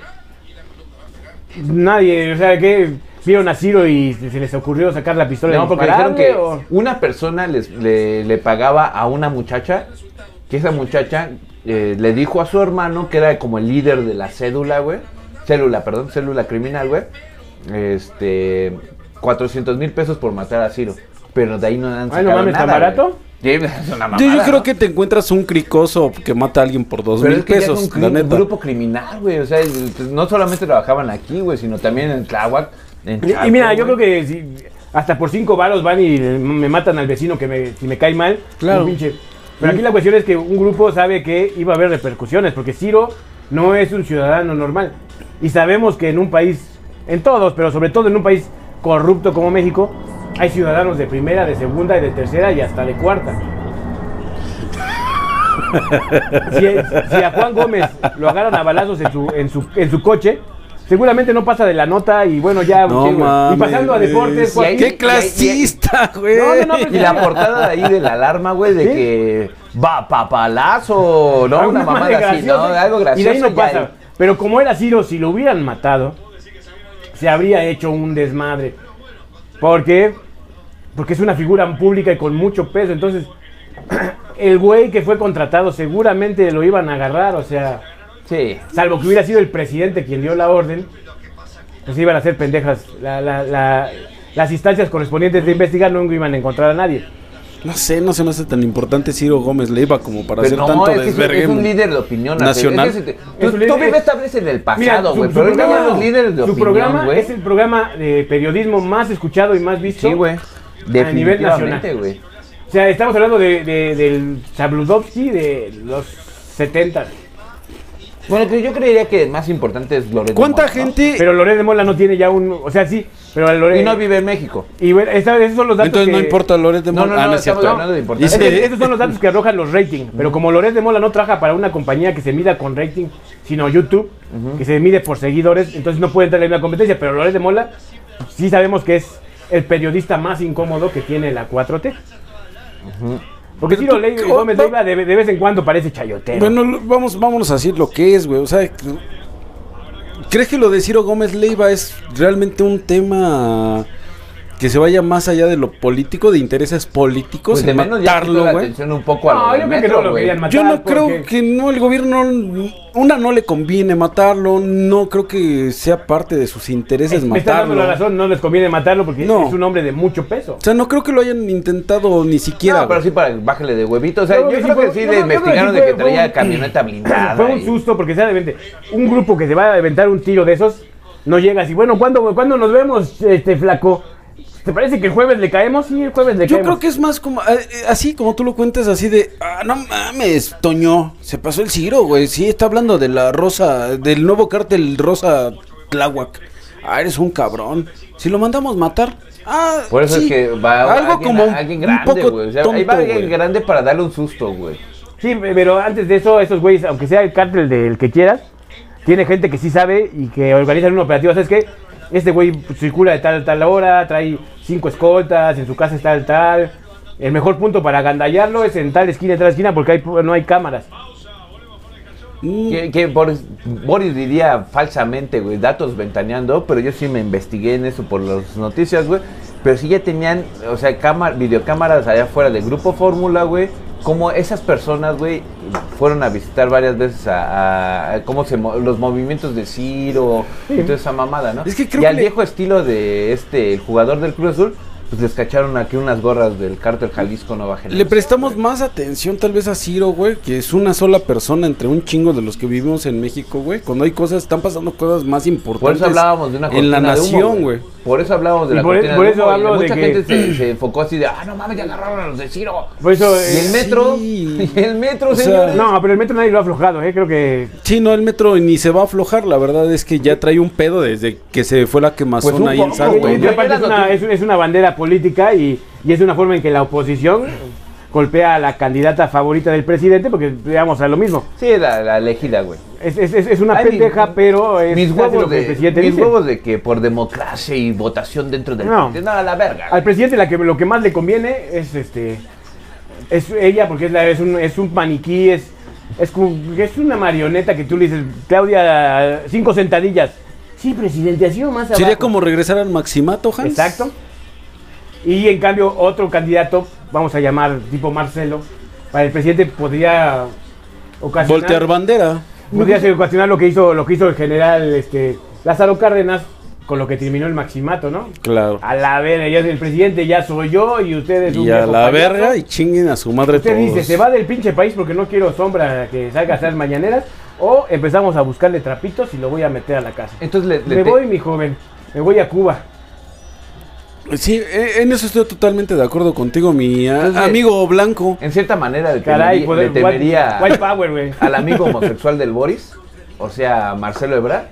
[SPEAKER 2] nadie, o sea, que vieron a Ciro y se se les ocurrió sacar la pistola
[SPEAKER 1] No,
[SPEAKER 2] y
[SPEAKER 1] porque dijeron
[SPEAKER 2] dispararle,
[SPEAKER 1] que
[SPEAKER 2] o-
[SPEAKER 1] una persona les- le, le pagaba a una muchacha, que esa muchacha eh, le dijo a su hermano que era como el líder de la cédula, güey. Célula, perdón, célula criminal, güey. Este, 400 mil pesos por matar a Ciro. Pero de ahí no han sacado
[SPEAKER 2] Ay, no mames, ¿tan
[SPEAKER 1] nada,
[SPEAKER 2] barato?
[SPEAKER 1] güey. Sí, es una
[SPEAKER 3] Yo, yo
[SPEAKER 1] mamada,
[SPEAKER 3] creo
[SPEAKER 1] ¿no?
[SPEAKER 3] que te encuentras un cricoso que mata a alguien por dos
[SPEAKER 1] Pero
[SPEAKER 3] mil
[SPEAKER 1] es que ya era un,
[SPEAKER 3] pesos,
[SPEAKER 1] cri-
[SPEAKER 3] la
[SPEAKER 1] un
[SPEAKER 3] neta.
[SPEAKER 1] grupo criminal, güey. O sea, el- pues, no solamente trabajaban aquí, güey, sino también en Tláhuac. en
[SPEAKER 2] Y,
[SPEAKER 1] Chalco,
[SPEAKER 2] y mira, yo
[SPEAKER 1] güey.
[SPEAKER 2] creo que si hasta por cinco varos van y le- me matan al vecino que me, si me cae mal.
[SPEAKER 3] Claro.
[SPEAKER 2] un pinche- Pero aquí la cuestión es que un grupo sabe que iba a haber repercusiones, porque Ciro no es un ciudadano normal. Y sabemos que en un país, en todos, pero sobre todo en un país corrupto como México, hay ciudadanos de primera, de segunda, y de tercera y hasta de cuarta. si, si a Juan Gómez lo agarran a balazos en su, en su, en su coche, seguramente no pasa de la nota y bueno, ya.
[SPEAKER 3] No
[SPEAKER 2] sí, güey.
[SPEAKER 3] mames,
[SPEAKER 2] y pasando a deportes,
[SPEAKER 1] güey.
[SPEAKER 2] Joaquín,
[SPEAKER 1] Y ahí-
[SPEAKER 3] ¡Qué clasista, güey!
[SPEAKER 2] No, no, no, pero-
[SPEAKER 1] Y la portada de ahí de la alarma, güey, de
[SPEAKER 2] ¿Sí?
[SPEAKER 1] que va papalazo, ¿no? Una
[SPEAKER 2] alguna madre
[SPEAKER 1] mamada así, ¿no?
[SPEAKER 2] graciosa,
[SPEAKER 1] Algo gracioso.
[SPEAKER 2] Y de ahí no
[SPEAKER 1] ya
[SPEAKER 2] pasa.
[SPEAKER 1] el-
[SPEAKER 2] Pero como era Ciro, si lo hubieran matado, se habría hecho un desmadre. ¿Por qué? Porque es una figura pública y con mucho peso. Entonces, el güey que fue contratado seguramente lo iban a agarrar, o sea.
[SPEAKER 1] Sí.
[SPEAKER 2] Salvo que hubiera sido el presidente quien dio la orden, pues iban a ser pendejas. La- la- la- las instancias correspondientes de investigar no iban a encontrar a nadie.
[SPEAKER 3] No sé, no se me hace tan importante Ciro Gómez Leiva como para hacer
[SPEAKER 1] Pero Pues no,
[SPEAKER 3] tanto
[SPEAKER 1] es que es-
[SPEAKER 3] desvergue.
[SPEAKER 1] es un líder de opinión. Alfredo.
[SPEAKER 3] nacional.
[SPEAKER 1] Es que si te-
[SPEAKER 2] Es
[SPEAKER 1] tú,
[SPEAKER 2] un líder-
[SPEAKER 1] tú vives
[SPEAKER 2] es-
[SPEAKER 1] tal vez en el
[SPEAKER 2] Mira,
[SPEAKER 1] pasado,
[SPEAKER 2] su-
[SPEAKER 1] güey,
[SPEAKER 2] su
[SPEAKER 1] pero ahorita
[SPEAKER 2] programa-
[SPEAKER 1] ya los líderes de
[SPEAKER 2] su
[SPEAKER 1] opinión,
[SPEAKER 2] programa
[SPEAKER 1] güey.
[SPEAKER 2] es el programa de periodismo más escuchado y más visto.
[SPEAKER 1] Sí, güey.
[SPEAKER 2] a nivel
[SPEAKER 1] Definitivamente,
[SPEAKER 2] nacional.
[SPEAKER 1] güey.
[SPEAKER 2] O sea, estamos hablando de, de- del Zabludovsky de los 70.
[SPEAKER 1] Bueno, que yo creería que más importante es Loreto.
[SPEAKER 3] ¿Cuánta
[SPEAKER 1] Mola, ¿no?
[SPEAKER 3] gente...?
[SPEAKER 2] Pero Loret de Mola no tiene ya un. O sea, sí, pero a Loret.
[SPEAKER 1] Y no vive en México.
[SPEAKER 2] y bueno, esa- esos son los datos.
[SPEAKER 3] Entonces no
[SPEAKER 2] que-
[SPEAKER 3] importa Loret de
[SPEAKER 1] No,
[SPEAKER 3] Mola.
[SPEAKER 1] no, no,
[SPEAKER 3] Ah, es
[SPEAKER 1] estamos
[SPEAKER 3] cierto.
[SPEAKER 1] hablando de importancia.
[SPEAKER 2] Es
[SPEAKER 3] Dice-
[SPEAKER 2] que esos son los datos que arrojan los ratings. Pero como Loret de Mola no trabaja para una compañía que se mida con rating, sino YouTube, que se mide por seguidores, entonces no puede entrar en la misma competencia. Pero Loret de Mola sí sabemos que es el periodista más incómodo que tiene la 4T. Porque
[SPEAKER 3] Pero
[SPEAKER 2] Ciro
[SPEAKER 3] tú-
[SPEAKER 2] Ley-
[SPEAKER 3] ¿qué-
[SPEAKER 2] Gómez
[SPEAKER 3] va-
[SPEAKER 2] Leiva de, de vez en cuando parece chayotero.
[SPEAKER 3] Bueno, lo- vamos, vámonos a decir lo que es, güey. O sea, ¿crees que lo de Ciro Gómez Leiva es realmente un tema que se vaya más allá de lo político, de intereses políticos?
[SPEAKER 1] Pues de
[SPEAKER 3] en
[SPEAKER 1] menos ya
[SPEAKER 3] matarlo,
[SPEAKER 1] quitó la
[SPEAKER 3] güey?
[SPEAKER 1] atención un poco a lo
[SPEAKER 2] no,
[SPEAKER 1] del
[SPEAKER 2] yo creo que
[SPEAKER 1] metro,
[SPEAKER 2] no lo
[SPEAKER 1] güey.
[SPEAKER 2] querían matar.
[SPEAKER 3] Yo no creo
[SPEAKER 2] porque-
[SPEAKER 3] que no, el gobierno, una no le conviene matarlo, no creo que sea parte de sus intereses
[SPEAKER 2] Me están dando
[SPEAKER 3] matarlo.
[SPEAKER 2] la razón, no les conviene matarlo porque
[SPEAKER 3] No.
[SPEAKER 2] es un hombre de mucho peso.
[SPEAKER 3] O sea, no creo que lo hayan intentado ni siquiera.
[SPEAKER 1] No, pero
[SPEAKER 3] güey.
[SPEAKER 1] sí para bájale de huevito. O sea,
[SPEAKER 2] Yo
[SPEAKER 1] yo,
[SPEAKER 2] creo que
[SPEAKER 1] creo
[SPEAKER 2] sí
[SPEAKER 1] que
[SPEAKER 2] fue-
[SPEAKER 1] sí
[SPEAKER 2] yo
[SPEAKER 1] le
[SPEAKER 2] creo que sí
[SPEAKER 1] investigaron
[SPEAKER 2] fue-
[SPEAKER 1] de que
[SPEAKER 2] fue
[SPEAKER 1] traía
[SPEAKER 2] un-
[SPEAKER 1] camioneta blindada.
[SPEAKER 2] Fue un
[SPEAKER 1] y-
[SPEAKER 2] susto porque, realmente, un grupo que se va a aventar un tiro de esos no llega así. Bueno, ¿cuándo, ¿cuándo nos vemos, este flaco? ¿Te parece que el jueves le caemos? Sí, el jueves le
[SPEAKER 3] Yo
[SPEAKER 2] caemos.
[SPEAKER 3] creo que es más como eh, eh, así como tú lo cuentas así de ah no mames Toño se pasó el Ciro güey sí está hablando de la rosa del nuevo cártel rosa Tláhuac ah eres un cabrón si lo mandamos matar ah
[SPEAKER 1] Por eso
[SPEAKER 3] sí.
[SPEAKER 1] es que va
[SPEAKER 3] algo
[SPEAKER 1] alguien,
[SPEAKER 3] como
[SPEAKER 1] alguien
[SPEAKER 3] un
[SPEAKER 1] grande,
[SPEAKER 3] poco
[SPEAKER 1] güey. O sea, ahí
[SPEAKER 3] tonto,
[SPEAKER 1] va alguien
[SPEAKER 3] güey.
[SPEAKER 1] grande para darle un susto, güey.
[SPEAKER 2] Sí, pero antes de eso, esos güeyes, aunque sea el cártel del que quieras, tiene gente que sí sabe y que organizan un operativo. ¿Sabes qué? Este güey circula de tal tal hora, trae cinco escoltas, en su casa es tal tal. El mejor punto para agandallarlo es en tal esquina, en tal esquina, porque hay, pu- no hay cámaras.
[SPEAKER 3] Mm,
[SPEAKER 1] Que, que Boris, Boris diría falsamente, güey, datos ventaneando, pero yo sí me investigué en eso por las noticias, güey. Pero sí ya tenían, o sea, cámar- videocámaras allá afuera del grupo Fórmula, güey. Como esas personas, güey, fueron a visitar varias veces a, a- a cómo se mo- los movimientos de Ciro y toda esa mamada, ¿no?
[SPEAKER 3] Es que
[SPEAKER 1] y
[SPEAKER 3] creo que
[SPEAKER 1] al
[SPEAKER 3] le-
[SPEAKER 1] viejo estilo de este, el jugador del Cruz Azul, pues les cacharon aquí unas gorras del cártel Jalisco Nueva Generación.
[SPEAKER 3] le prestamos más atención tal vez a Ciro güey que es una sola persona entre un chingo de los que vivimos en México güey cuando hay cosas están pasando cosas más importantes
[SPEAKER 1] Por eso hablábamos de una
[SPEAKER 3] en la
[SPEAKER 1] cortina de humo,
[SPEAKER 3] nación güey
[SPEAKER 1] Por eso hablábamos de
[SPEAKER 2] Y
[SPEAKER 1] la
[SPEAKER 2] por-
[SPEAKER 1] cortina
[SPEAKER 2] por
[SPEAKER 1] de
[SPEAKER 2] eso
[SPEAKER 1] humo, y
[SPEAKER 2] hablo de
[SPEAKER 1] mucha
[SPEAKER 2] que-
[SPEAKER 1] gente se, se enfocó así de, ah, no mames, ya agarraron a los de Ciro.
[SPEAKER 2] Por eso,
[SPEAKER 1] y el
[SPEAKER 2] eh,
[SPEAKER 1] metro,
[SPEAKER 3] sí.
[SPEAKER 1] y el metro,
[SPEAKER 3] O sea,
[SPEAKER 1] señores.
[SPEAKER 2] No, pero el metro nadie lo ha aflojado, ¿eh? Creo que
[SPEAKER 3] Sí, no, el metro ni se va a aflojar. La verdad es que ya trae un pedo desde que se fue la quemazón
[SPEAKER 1] Pues un
[SPEAKER 3] ahí en
[SPEAKER 1] poco,
[SPEAKER 3] Salto.
[SPEAKER 1] güey.
[SPEAKER 2] Y
[SPEAKER 3] ¿no?
[SPEAKER 1] Yo-
[SPEAKER 2] aparte es
[SPEAKER 1] yo
[SPEAKER 2] una,
[SPEAKER 1] las
[SPEAKER 2] es, es una bandera política y, y es una forma en que la oposición golpea a la candidata favorita del presidente, porque digamos a lo mismo.
[SPEAKER 1] Sí, la, la elegida, güey.
[SPEAKER 2] Es, es- es- es una
[SPEAKER 1] Ay, mi-
[SPEAKER 2] pendeja, pero es
[SPEAKER 1] Mis
[SPEAKER 2] casi lo
[SPEAKER 1] huevos,
[SPEAKER 2] que el
[SPEAKER 1] de,
[SPEAKER 2] presidente
[SPEAKER 1] mis
[SPEAKER 2] dice.
[SPEAKER 1] huevos de que por democracia y votación dentro del...
[SPEAKER 2] No.
[SPEAKER 1] No, no a la verga.
[SPEAKER 2] Al presidente la que, lo que más le conviene es este es ella, porque es, la- es, un, es un maniquí, es, es, como- es una marioneta que tú le dices, Claudia, cinco sentadillas. Sí, presidente, así o más abajo.
[SPEAKER 3] Sería como regresar al Maximato, Hans.
[SPEAKER 2] Exacto. Y en cambio, otro candidato, vamos a llamar tipo Marcelo, para el presidente podría ocasionar,
[SPEAKER 3] Voltear bandera.
[SPEAKER 2] podría ser ocasionar lo que hizo, lo que hizo el general este, Lázaro Cárdenas, con lo que terminó el maximato, ¿no?
[SPEAKER 3] Claro.
[SPEAKER 1] Ah,
[SPEAKER 2] A la verga, ya el presidente ya soy yo y ustedes
[SPEAKER 3] Y a la verga y chinguen a su madre
[SPEAKER 2] Usted
[SPEAKER 3] todos.
[SPEAKER 2] dice, se va del pinche país porque no quiero sombra que salga a hacer mañaneras, o empezamos a buscarle trapitos y lo voy a meter a la casa.
[SPEAKER 1] Entonces le, le
[SPEAKER 2] Me
[SPEAKER 1] te-
[SPEAKER 2] voy, mi joven, me voy a Cuba.
[SPEAKER 3] Sí, eh, en eso estoy totalmente de acuerdo contigo, mi ah,
[SPEAKER 1] Entonces-
[SPEAKER 3] amigo blanco.
[SPEAKER 1] En cierta manera le
[SPEAKER 2] Caray,
[SPEAKER 1] temería,
[SPEAKER 2] poder-
[SPEAKER 1] le temería
[SPEAKER 2] white, white power, güey.
[SPEAKER 1] al amigo homosexual del Boris, o sea, Marcelo Ebrard,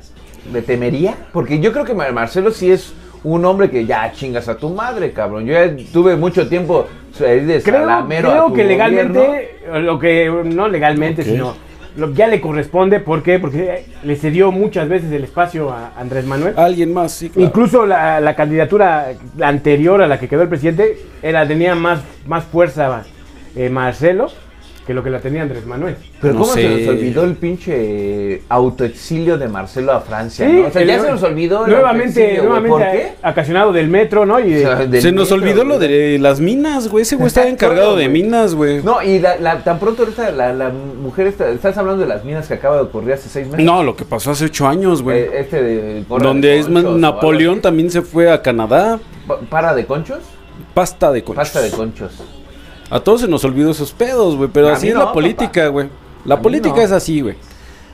[SPEAKER 1] le temería, porque yo creo que Mar- Marcelo sí es un hombre que ya chingas a tu madre, cabrón. Yo ya tuve mucho tiempo ahí de
[SPEAKER 2] creo,
[SPEAKER 1] salamero a
[SPEAKER 2] creo
[SPEAKER 1] tu
[SPEAKER 2] que
[SPEAKER 1] gobierno.
[SPEAKER 2] legalmente, lo que no legalmente,
[SPEAKER 3] Ok.
[SPEAKER 2] sino lo, ya le corresponde, ¿por qué? Porque eh, le cedió muchas veces el espacio a Andrés Manuel.
[SPEAKER 3] Alguien más, sí, claro.
[SPEAKER 2] Incluso la, la candidatura anterior a la que quedó el presidente era tenía más, más fuerza eh, Marcelo que lo que la tenía Andrés Manuel.
[SPEAKER 1] Pero
[SPEAKER 3] No
[SPEAKER 1] cómo
[SPEAKER 3] sé.
[SPEAKER 1] se nos olvidó el pinche autoexilio de Marcelo a Francia,
[SPEAKER 2] Sí,
[SPEAKER 1] ¿no? O sea,
[SPEAKER 2] el-
[SPEAKER 1] ya se nos olvidó el
[SPEAKER 2] Nuevamente,
[SPEAKER 1] autoexilio, güey.
[SPEAKER 2] nuevamente ocasionado del metro, ¿no? Y
[SPEAKER 1] ¿Por qué?
[SPEAKER 2] de-
[SPEAKER 1] O sea, del
[SPEAKER 3] Se nos
[SPEAKER 1] metro,
[SPEAKER 3] olvidó lo
[SPEAKER 1] güey.
[SPEAKER 3] de las minas, güey. Ese güey está
[SPEAKER 1] Exacto,
[SPEAKER 3] encargado de
[SPEAKER 1] güey.
[SPEAKER 3] minas, güey.
[SPEAKER 1] No, y la, la- tan pronto esta- la, la mujer, esta- estás hablando de las minas que acaba de ocurrir hace seis meses.
[SPEAKER 3] No, lo que pasó hace ocho años, güey.
[SPEAKER 1] Eh, este de gorra
[SPEAKER 3] donde
[SPEAKER 1] de
[SPEAKER 3] es
[SPEAKER 1] conchos o
[SPEAKER 3] Napoleón
[SPEAKER 1] algo
[SPEAKER 3] también se fue a Canadá.
[SPEAKER 1] así. Pa- ¿Para de conchos?
[SPEAKER 3] Pasta de conchos.
[SPEAKER 1] Pasta de conchos.
[SPEAKER 3] A todos se nos olvidó esos pedos, güey. Pero
[SPEAKER 1] A
[SPEAKER 3] así
[SPEAKER 1] mí
[SPEAKER 3] es
[SPEAKER 1] no,
[SPEAKER 3] la política,
[SPEAKER 1] papá.
[SPEAKER 3] güey. La
[SPEAKER 1] A mí
[SPEAKER 3] política
[SPEAKER 1] no.
[SPEAKER 3] es así, güey.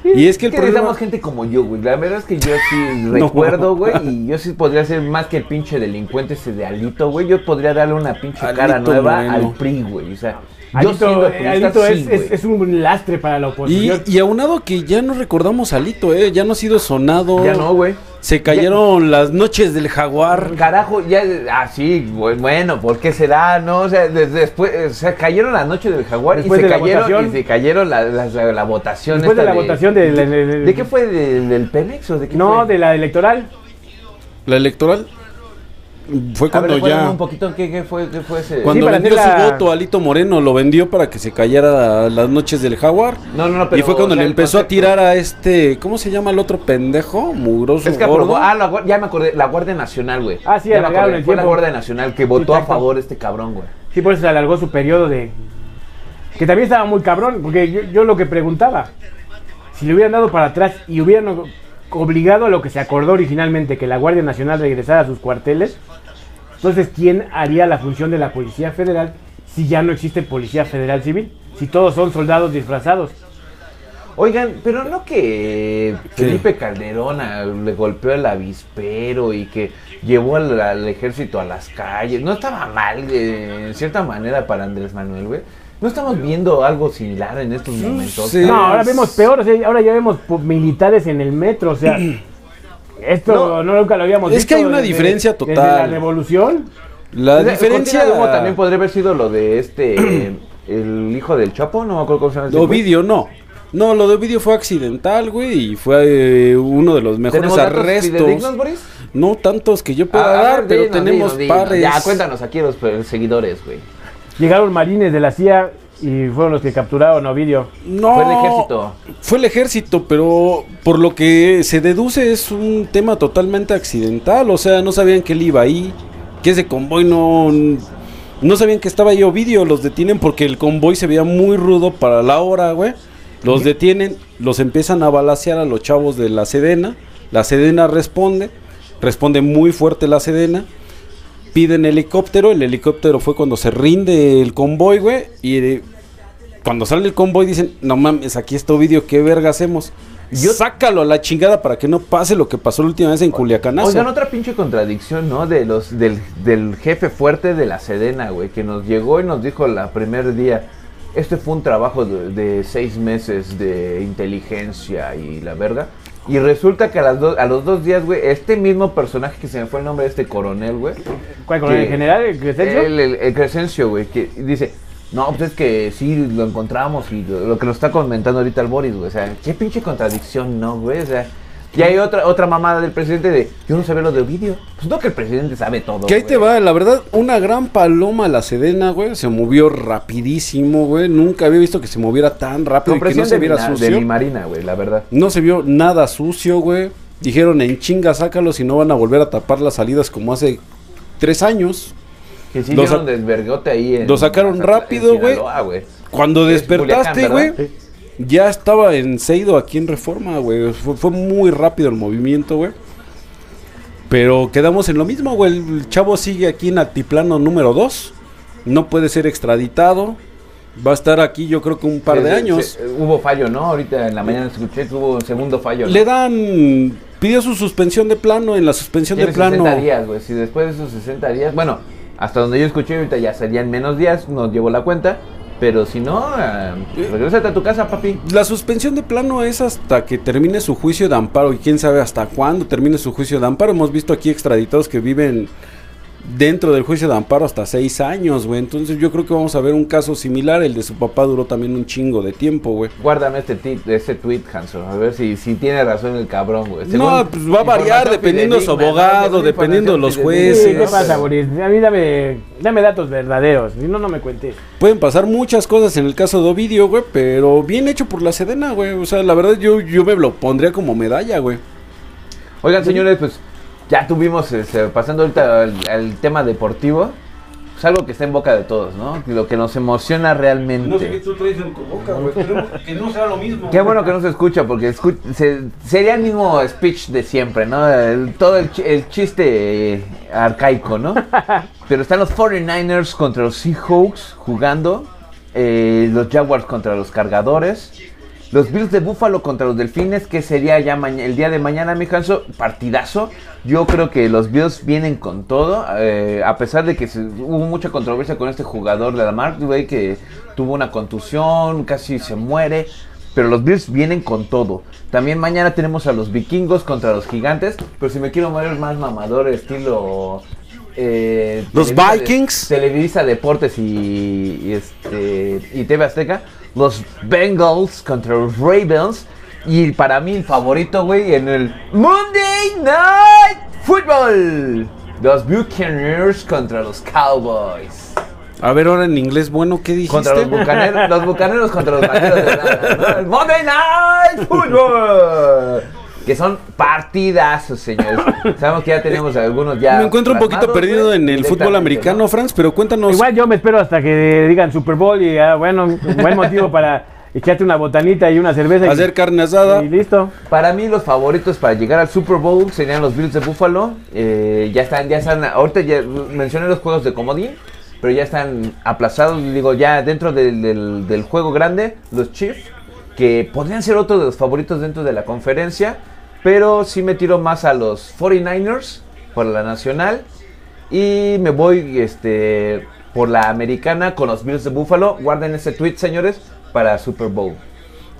[SPEAKER 3] Y es
[SPEAKER 1] Que
[SPEAKER 3] que el problema.
[SPEAKER 1] necesitamos gente como yo, güey. La verdad es que yo sí recuerdo, güey. Y yo sí podría ser más que el pinche delincuente ese de Alito, güey. Yo podría darle una pinche
[SPEAKER 3] Alito
[SPEAKER 1] cara nueva
[SPEAKER 3] Moreno.
[SPEAKER 1] al PRI, güey. O sea, yo
[SPEAKER 2] Alito, eh,
[SPEAKER 1] siendo priista,
[SPEAKER 2] Alito
[SPEAKER 1] sí,
[SPEAKER 2] es, es-
[SPEAKER 1] güey.
[SPEAKER 2] es un lastre para la
[SPEAKER 3] Y,
[SPEAKER 2] oposición.
[SPEAKER 3] y aunado que ya no recordamos a Lito, ¿eh? Ya no ha sido sonado.
[SPEAKER 1] Ya no, güey.
[SPEAKER 3] Se cayeron las noches del jaguar.
[SPEAKER 1] Carajo, ya, ah, sí, güey, bueno, ¿por qué será? No, o sea, desde después, eh, o sea, cayeron la noche del jaguar
[SPEAKER 2] Después
[SPEAKER 1] y, se
[SPEAKER 2] de la
[SPEAKER 1] cayeron,
[SPEAKER 2] votación.
[SPEAKER 1] y se cayeron la, la, la- la votación.
[SPEAKER 2] Después de
[SPEAKER 1] esta
[SPEAKER 2] la votación de- de- de-
[SPEAKER 1] ¿De qué fue? ¿Del, del Pemex o de qué
[SPEAKER 2] no,
[SPEAKER 1] fue?
[SPEAKER 2] de la electoral.
[SPEAKER 3] La electoral. fue
[SPEAKER 1] A ver,
[SPEAKER 3] cuando
[SPEAKER 1] recuérdame
[SPEAKER 3] ya.
[SPEAKER 1] un poquito qué, qué fue, qué fue ese.
[SPEAKER 3] Cuando
[SPEAKER 2] Sí, para
[SPEAKER 3] vendió
[SPEAKER 2] hacer la-
[SPEAKER 3] su voto, Alito Moreno lo vendió para que se callara las noches del Jaguar.
[SPEAKER 1] No, no, no, pero,
[SPEAKER 3] y fue cuando
[SPEAKER 1] o sea,
[SPEAKER 3] le
[SPEAKER 1] el
[SPEAKER 3] empezó a
[SPEAKER 1] concepto-
[SPEAKER 3] tirar a este. ¿Cómo se llama el otro pendejo? Mugroso.
[SPEAKER 1] Es que
[SPEAKER 3] gordo.
[SPEAKER 1] aprobó. Ah, la guar- ya me acordé. La Guardia Nacional, güey.
[SPEAKER 2] Ah, sí,
[SPEAKER 1] Ya me
[SPEAKER 2] alargaron
[SPEAKER 1] acordé,
[SPEAKER 2] el
[SPEAKER 1] Fue la
[SPEAKER 2] tiempo.
[SPEAKER 1] Guardia Nacional que votó a
[SPEAKER 2] exacto.
[SPEAKER 1] favor de este cabrón, güey.
[SPEAKER 2] Sí, por eso se alargó su periodo de. Que también estaba muy cabrón, porque yo, yo lo que preguntaba, si le hubieran dado para atrás y hubieran o- obligado a lo que se acordó originalmente, que la Guardia Nacional regresara a sus cuarteles, entonces, ¿quién haría la función de la Policía Federal si ya no existe Policía Federal Civil? Si todos son soldados disfrazados.
[SPEAKER 1] Oigan, pero no que Felipe Calderón ah, le golpeó el avispero y que llevó al, al ejército a las calles. No estaba mal, eh, en cierta manera, para Andrés Manuel, güey. No estamos viendo algo similar en estos momentos.
[SPEAKER 3] sí.
[SPEAKER 1] cabrón?
[SPEAKER 2] No, ahora vemos peor, o sea, ahora ya vemos pu- militares en el metro, o sea. Esto
[SPEAKER 3] No,
[SPEAKER 2] no, nunca lo habíamos
[SPEAKER 3] es
[SPEAKER 2] visto.
[SPEAKER 3] que hay una
[SPEAKER 2] desde-
[SPEAKER 3] diferencia
[SPEAKER 2] desde
[SPEAKER 3] total.
[SPEAKER 2] la revolución.
[SPEAKER 3] La
[SPEAKER 1] La
[SPEAKER 3] diferencia.
[SPEAKER 1] cortina de humo también podría haber sido lo de este, el hijo del Chapo, no me acuerdo cómo se llama. ese
[SPEAKER 3] Lo
[SPEAKER 1] güey.
[SPEAKER 3] Ovidio no. No, lo de Ovidio fue accidental, güey, y fue eh, uno de los mejores
[SPEAKER 1] ¿Tenemos datos
[SPEAKER 3] arrestos.
[SPEAKER 1] fidedignos, Boris?
[SPEAKER 3] No tantos que yo pueda
[SPEAKER 1] A- a
[SPEAKER 3] dar,
[SPEAKER 1] ver,
[SPEAKER 3] pero
[SPEAKER 1] dinos, dinos,
[SPEAKER 3] tenemos
[SPEAKER 1] dinos.
[SPEAKER 3] pares.
[SPEAKER 1] Ya, cuéntanos aquí los eh, seguidores, güey.
[SPEAKER 2] Llegaron marines de la CIA y fueron los que capturaron a Ovidio.
[SPEAKER 3] No,
[SPEAKER 1] Fue el ejército.
[SPEAKER 3] Fue el ejército, pero por lo que se deduce es un tema totalmente accidental. O sea, no sabían que él iba ahí, que ese convoy no. No sabían que estaba ahí Ovidio. Los detienen porque el convoy se veía muy rudo para la hora, güey. Los detienen, los empiezan a balasear a los chavos de la Sedena. La Sedena responde, responde muy fuerte la Sedena piden helicóptero, el helicóptero fue cuando se rinde el convoy, güey, y eh, cuando sale el convoy dicen, no mames, aquí está Ovidio, qué verga hacemos. Sácalo a la chingada para que no pase lo que pasó la última vez en Culiacanazo.
[SPEAKER 1] Oigan, otra pinche contradicción, ¿no? De los, del, del jefe fuerte de la Sedena, güey, que nos llegó y nos dijo el primer día, este fue un trabajo de, de seis meses de inteligencia y la verga. Y resulta que a, las dos- a los dos días, güey, este mismo personaje que se me fue el nombre de este coronel, güey,
[SPEAKER 2] ¿Cuál con el
[SPEAKER 1] Sí.
[SPEAKER 2] general? ¿El Crescencio?
[SPEAKER 1] El, el- el Crescencio, güey, que dice, no, pues es que sí, lo encontramos y lo, lo que nos está comentando ahorita el Boris, güey, o sea, qué pinche contradicción, ¿no, güey? O sea, y hay otra, otra mamada del presidente de, yo no sabía lo de Ovidio. Pues no que el presidente sabe todo,
[SPEAKER 3] Que ahí
[SPEAKER 1] güey.
[SPEAKER 3] te va, la verdad, una gran paloma la Sedena, güey, se movió rapidísimo, güey, nunca había visto que se moviera tan rápido y que
[SPEAKER 1] Compresión
[SPEAKER 3] no se
[SPEAKER 1] de, mi,
[SPEAKER 3] viera
[SPEAKER 1] na- de
[SPEAKER 3] sucio.
[SPEAKER 1] mi marina, güey, la verdad.
[SPEAKER 3] No se vio nada sucio, güey. Dijeron en chinga, sácalos y no van a volver a tapar las salidas como hace tres años.
[SPEAKER 1] Que sí
[SPEAKER 3] Lo
[SPEAKER 1] dieron
[SPEAKER 3] sa-
[SPEAKER 1] desvergote ahí en...
[SPEAKER 3] lo sacaron
[SPEAKER 1] en
[SPEAKER 3] rápido, güey.
[SPEAKER 1] Sinaloa,
[SPEAKER 3] Cuando
[SPEAKER 1] Es
[SPEAKER 3] despertaste,
[SPEAKER 1] Culiacán,
[SPEAKER 3] güey,
[SPEAKER 1] ¿verdad?
[SPEAKER 3] ya estaba en Seido aquí en Reforma, güey. Fue, fue muy rápido el movimiento, güey. Pero quedamos en lo mismo, güey. El chavo sigue aquí en altiplano número 2. No puede ser extraditado. Va a estar aquí, yo creo que un par
[SPEAKER 1] Se-
[SPEAKER 3] de
[SPEAKER 1] se-
[SPEAKER 3] años.
[SPEAKER 1] se- hubo fallo, ¿no? Ahorita en la mañana escuché que hubo un segundo fallo. ¿no?
[SPEAKER 3] Le dan. Pidió su suspensión de plano. En la suspensión de
[SPEAKER 1] Tiene
[SPEAKER 3] plano.
[SPEAKER 1] 60 días, güey. Si después de esos 60 días, bueno, hasta donde yo escuché ahorita ya serían menos días, nos llevo la cuenta. Pero si no, eh, regrésate a tu casa, papi.
[SPEAKER 3] La suspensión de plano es hasta que termine su juicio de amparo y quién sabe hasta cuándo termine su juicio de amparo. Hemos visto aquí extraditados que viven dentro del juicio de amparo hasta seis años, güey. Entonces yo creo que vamos a ver un caso similar. El de su papá duró también un chingo de tiempo, güey.
[SPEAKER 1] Guárdame este, ti- este tweet, Hanson. A ver si, si tiene razón el cabrón, güey. Según
[SPEAKER 3] No, pues va a variar
[SPEAKER 1] información
[SPEAKER 3] dependiendo de su
[SPEAKER 1] fidedigna, ¿no?
[SPEAKER 3] abogado,
[SPEAKER 1] Según
[SPEAKER 3] dependiendo de los
[SPEAKER 1] información
[SPEAKER 2] Sí,
[SPEAKER 3] ese,
[SPEAKER 1] fidedigna,
[SPEAKER 2] ¿Qué
[SPEAKER 1] ¿no?
[SPEAKER 2] pasa,
[SPEAKER 1] Pero-
[SPEAKER 2] Boris? A mí dame, dame datos verdaderos. Si no, no me cuentes.
[SPEAKER 3] Pueden pasar muchas cosas en el caso de Ovidio, güey, pero bien hecho por la Sedena, güey. O sea, la verdad yo, yo me lo pondría como medalla, güey.
[SPEAKER 1] Oigan, señores, pues ya tuvimos, este, pasando ahorita al, al tema deportivo, pues algo que está en boca de todos, ¿no? Lo que nos emociona realmente.
[SPEAKER 4] No sé qué tú traes en tu boca, güey. Esperemos Que no sea lo mismo.
[SPEAKER 1] Qué bueno que no se escucha, porque escu- se- sería el mismo speech de siempre, ¿no? El- todo el, chi- el chiste eh, arcaico, ¿no? Pero están los 49ers contra los Seahawks jugando, eh, los Jaguars contra los Cargadores, los Bills de Buffalo contra los Delfines, que sería ya maña- el día de mañana, mi Hanso, partidazo. Yo creo que los Bills vienen con todo, eh, a pesar de que se- hubo mucha controversia con este jugador de Lamar, güey, que tuvo una contusión, casi se muere. Pero los Bills vienen con todo. También mañana tenemos a los vikingos contra los gigantes. Pero si me quiero mover más mamador, estilo. eh,
[SPEAKER 3] Los
[SPEAKER 1] Televisa de-
[SPEAKER 3] Vikings.
[SPEAKER 1] Televisa Deportes y, y este, y TV Azteca. Los Bengals contra los Ravens. Y para mí el favorito, güey, en el Monday Night Football. Los Buccaneers contra los Cowboys.
[SPEAKER 3] A ver, ahora en inglés bueno, ¿qué dijiste?
[SPEAKER 1] Contra los bucaneros, los bucaneros contra los vaqueros de Dallas, ¿no? El Monday Night Football. Que son partidazos, señores. Sabemos que ya tenemos algunos ya.
[SPEAKER 3] Me encuentro un poquito
[SPEAKER 1] plasmados,
[SPEAKER 3] perdido
[SPEAKER 1] pues,
[SPEAKER 3] en el fútbol
[SPEAKER 1] directamente,
[SPEAKER 3] americano,
[SPEAKER 1] ¿no?
[SPEAKER 3] Franz, pero cuéntanos.
[SPEAKER 2] Igual yo me espero hasta que digan Super Bowl y ah, bueno, un buen motivo para echarte una botanita y una cerveza. y-
[SPEAKER 3] Hacer carne asada.
[SPEAKER 2] Y listo.
[SPEAKER 1] Para mí los favoritos para llegar al Super Bowl serían los Bills de Buffalo. Eh, ya están, ya están. Ahorita ya mencioné los juegos de comodín, pero ya están aplazados. Digo, ya dentro del, del- del juego grande, los Chiefs, que podrían ser otro de los favoritos dentro de la conferencia. Pero sí me tiro más a los 49ers por la nacional. Y me voy este, por la americana con los Bills de Buffalo. Guarden ese tweet, señores, para Super Bowl.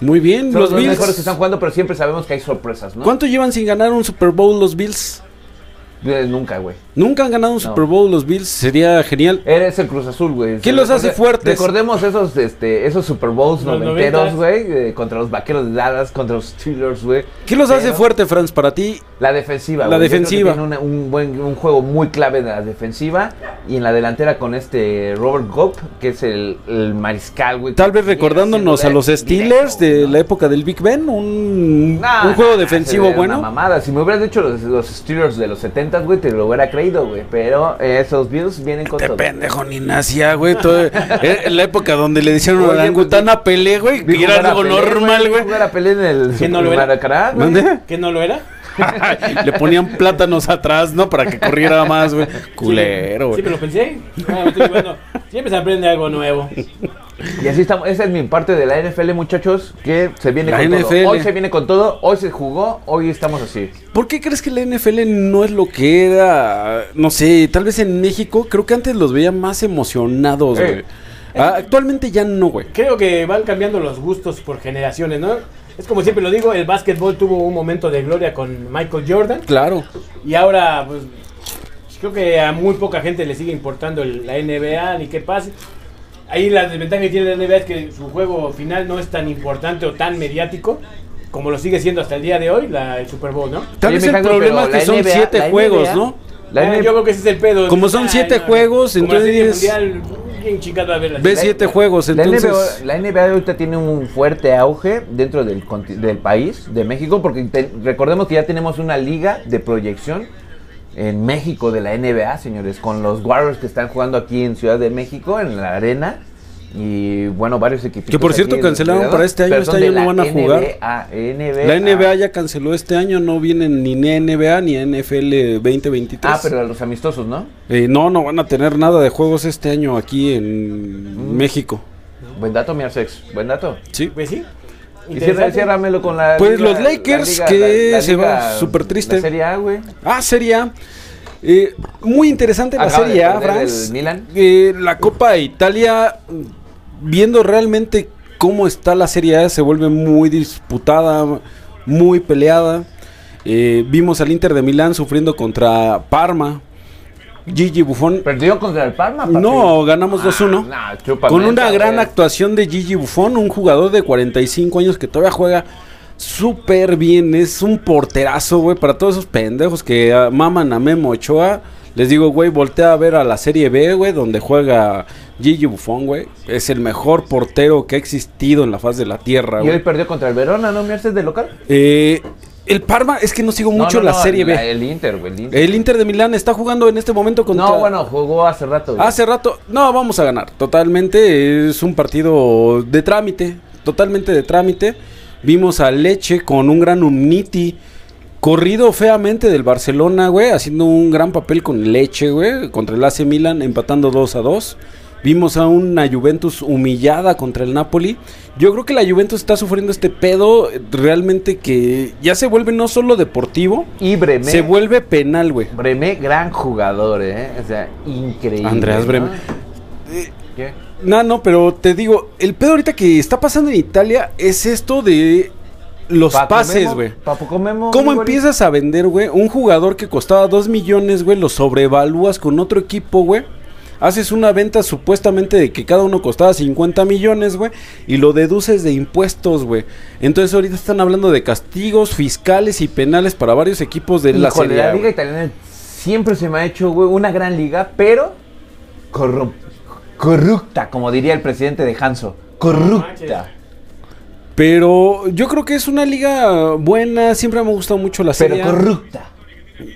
[SPEAKER 3] Muy bien,
[SPEAKER 1] Son los,
[SPEAKER 3] los Bills.
[SPEAKER 1] mejores que están jugando, pero siempre sabemos que hay sorpresas, ¿no?
[SPEAKER 3] ¿Cuánto llevan sin ganar un Super Bowl los Bills?
[SPEAKER 1] Eh, Nunca, güey.
[SPEAKER 3] Nunca han ganado un Super Bowl los Bills. Sería genial.
[SPEAKER 1] Eres el Cruz Azul, güey.
[SPEAKER 3] ¿Quién los hace fuertes?
[SPEAKER 1] Recordemos esos, este, esos Super Bowls
[SPEAKER 2] Los
[SPEAKER 1] noventeros,
[SPEAKER 2] noventas.
[SPEAKER 1] güey. eh, contra los vaqueros de Dallas, contra los Steelers, güey.
[SPEAKER 3] ¿Qué los hace
[SPEAKER 1] Pero
[SPEAKER 3] fuerte, Franz, para ti?
[SPEAKER 1] La defensiva,
[SPEAKER 3] La
[SPEAKER 1] güey. Yo creo que
[SPEAKER 3] defensiva.
[SPEAKER 1] tiene una- un, buen, un juego muy clave de la defensiva. Y en la delantera con este Robert Gopp, que es el, el mariscal, güey.
[SPEAKER 3] Tal
[SPEAKER 1] que
[SPEAKER 3] vez
[SPEAKER 1] viene
[SPEAKER 3] recordándonos a
[SPEAKER 1] haciendo
[SPEAKER 3] los Steelers
[SPEAKER 1] directo,
[SPEAKER 3] de
[SPEAKER 1] ¿no?
[SPEAKER 3] la época del Big Ben, un,
[SPEAKER 1] Nah,
[SPEAKER 3] un juego
[SPEAKER 1] nah,
[SPEAKER 3] defensivo
[SPEAKER 1] sería Una
[SPEAKER 3] bueno.
[SPEAKER 1] mamada. Si me hubieras dicho los, los Steelers de los 70, güey, te lo hubiera creído, güey. Pero eh, esos Bills vienen con
[SPEAKER 3] Este
[SPEAKER 1] todo.
[SPEAKER 3] pendejo ni nacía, güey. todo- eh, en la época donde le decían
[SPEAKER 1] Oye,
[SPEAKER 3] orangután a Pelé, güey.
[SPEAKER 1] Vi
[SPEAKER 3] Que era
[SPEAKER 1] jugar a
[SPEAKER 3] algo
[SPEAKER 1] Pelé,
[SPEAKER 3] normal,
[SPEAKER 1] vi
[SPEAKER 3] güey.
[SPEAKER 1] jugar a Pelé en el
[SPEAKER 2] Que no lo
[SPEAKER 1] Super
[SPEAKER 2] era.
[SPEAKER 1] Maracaná, güey.
[SPEAKER 3] ¿Dónde?
[SPEAKER 2] ¿Que no lo era?
[SPEAKER 3] Le ponían plátanos atrás, ¿no? Para que corriera más, güey. Culero, güey.
[SPEAKER 2] Siempre lo pensé. Ah, me estoy jugando. Siempre se aprende algo nuevo.
[SPEAKER 1] Y así estamos. Esa es mi parte de la NFL, muchachos, que se viene
[SPEAKER 3] La
[SPEAKER 1] con
[SPEAKER 3] NFL.
[SPEAKER 1] todo. Hoy se viene con todo, hoy se jugó, hoy estamos así.
[SPEAKER 3] ¿Por qué crees que la NFL no es lo que era? No sé, tal vez en México, creo que antes los veía más emocionados,
[SPEAKER 1] Sí.
[SPEAKER 3] güey. Ah, actualmente ya no, güey.
[SPEAKER 2] Creo que van cambiando los gustos por generaciones, ¿no? Es como siempre lo digo, el básquetbol tuvo un momento de gloria con Michael Jordan
[SPEAKER 3] Claro.
[SPEAKER 2] y ahora pues creo que a muy poca gente le sigue importando el- la NBA ni qué pase. Ahí la desventaja que tiene la NBA es que su juego final no es tan importante o tan mediático como lo sigue siendo hasta el día de hoy la, el Super Bowl, ¿no?
[SPEAKER 3] Tal
[SPEAKER 1] Oye,
[SPEAKER 3] vez el
[SPEAKER 1] Mijango,
[SPEAKER 3] problema es
[SPEAKER 1] pero
[SPEAKER 3] que
[SPEAKER 1] la
[SPEAKER 3] son
[SPEAKER 1] NBA,
[SPEAKER 3] siete
[SPEAKER 1] la
[SPEAKER 3] juegos,
[SPEAKER 1] NBA,
[SPEAKER 3] ¿no?
[SPEAKER 1] La
[SPEAKER 2] Ah,
[SPEAKER 1] NBA
[SPEAKER 2] yo creo que ese es el pedo.
[SPEAKER 3] Como son siete
[SPEAKER 2] Ay, no,
[SPEAKER 3] juegos,
[SPEAKER 2] como la serie
[SPEAKER 3] entonces-
[SPEAKER 2] mundial, bien chingado a ver la
[SPEAKER 3] Ve
[SPEAKER 2] serie.
[SPEAKER 3] siete juegos,
[SPEAKER 1] La
[SPEAKER 3] entonces.
[SPEAKER 1] NBA, la NBA ahorita tiene un fuerte auge dentro del, conti- del país, de México, porque te- recordemos que ya tenemos una liga de proyección en México de la NBA, señores, con los Warriors que están jugando aquí en Ciudad de México, en la arena. Y bueno, varios equipos.
[SPEAKER 3] Que, por cierto, cancelaron para este año, este año no van a jugar.
[SPEAKER 1] NBA,
[SPEAKER 3] La NBA ya canceló este año, no vienen ni NBA ni NFL 2023.
[SPEAKER 1] Ah, pero a los amistosos, ¿no?
[SPEAKER 3] Eh, no, no van a tener nada de juegos este año aquí
[SPEAKER 1] Mm.
[SPEAKER 3] en México.
[SPEAKER 1] Buen dato, mi Arsex. Buen dato.
[SPEAKER 3] Sí.
[SPEAKER 2] Pues sí.
[SPEAKER 1] Y cierra-
[SPEAKER 2] Interesante.
[SPEAKER 1] ciérramelo con la.
[SPEAKER 3] Pues los Lakers, que se va súper triste.
[SPEAKER 1] La Serie A, güey.
[SPEAKER 3] Ah, Serie A. Eh, muy interesante la
[SPEAKER 1] Acaba de
[SPEAKER 3] Serie A,
[SPEAKER 1] perder
[SPEAKER 3] Franz.
[SPEAKER 1] el Milan.
[SPEAKER 3] Eh, la Copa de Italia, viendo realmente cómo está la Serie A, se vuelve muy disputada, muy peleada. Eh, vimos al Inter de Milán sufriendo contra Parma. Gigi Buffon.
[SPEAKER 1] Perdió contra el Parma. papi.
[SPEAKER 3] No, ganamos 2-1.
[SPEAKER 1] Ah, nah, chúpame
[SPEAKER 3] Con una
[SPEAKER 1] esa,
[SPEAKER 3] gran
[SPEAKER 1] güey.
[SPEAKER 3] actuación de Gigi Buffon, un jugador de 45 años que todavía juega súper bien. Es un porterazo, güey, para todos esos pendejos que ah, maman a Memo Ochoa. Les digo, güey, voltea a ver a la Serie B, güey, donde juega Gigi Buffon, güey. Es el mejor portero que ha existido en la faz de la tierra,
[SPEAKER 1] Y hoy
[SPEAKER 3] güey.
[SPEAKER 1] perdió contra el Verona, ¿no, mi Arsex, de local?
[SPEAKER 3] Eh, el Parma, es que no sigo
[SPEAKER 1] No,
[SPEAKER 3] mucho
[SPEAKER 1] no,
[SPEAKER 3] la
[SPEAKER 1] no,
[SPEAKER 3] Serie
[SPEAKER 1] la-
[SPEAKER 3] B.
[SPEAKER 1] El Inter, güey. el Inter.
[SPEAKER 3] El Inter de Milán está jugando en este momento contra...
[SPEAKER 1] No, bueno, jugó hace rato. güey.
[SPEAKER 3] Hace rato, no, vamos a ganar. Totalmente, es un partido de trámite. Totalmente de trámite. Vimos a Leche con un gran Umniti. Corrido feamente del Barcelona, güey. Haciendo un gran papel con Leche, güey. Contra el AC Milan, empatando 2 a 2. Vimos a una Juventus humillada contra el Napoli. Yo creo que la Juventus está sufriendo este pedo eh, realmente que ya se vuelve no solo deportivo,
[SPEAKER 1] Y Bremé.
[SPEAKER 3] se vuelve penal, güey.
[SPEAKER 1] Bremé, gran jugador, ¿eh? O sea, increíble.
[SPEAKER 3] Andreas Eh,
[SPEAKER 1] ¿no?
[SPEAKER 3] Bremé.
[SPEAKER 1] ¿Qué?
[SPEAKER 3] No, no, pero te digo, el pedo ahorita que está pasando en Italia es esto de los
[SPEAKER 1] Paco
[SPEAKER 3] pases,
[SPEAKER 1] Memo,
[SPEAKER 3] güey.
[SPEAKER 1] Paco Memo,
[SPEAKER 3] ¿Cómo
[SPEAKER 1] güey,
[SPEAKER 3] empiezas a vender, güey? Un jugador que costaba 2 millones, güey, lo sobrevalúas con otro equipo, güey. Haces una venta supuestamente de que cada uno costaba 50 millones, güey, y lo deduces de impuestos, güey. Entonces ahorita están hablando de castigos fiscales y penales para varios equipos de la
[SPEAKER 1] Híjole,
[SPEAKER 3] Serie A,
[SPEAKER 1] la liga
[SPEAKER 3] güey.
[SPEAKER 1] italiana siempre se me ha hecho, güey, una gran liga, pero corrup- corrupta, como diría el presidente de Hanso. Corrupta.
[SPEAKER 3] Pero yo creo que es una liga buena, siempre me ha gustado mucho la serie.
[SPEAKER 1] pero corrupta.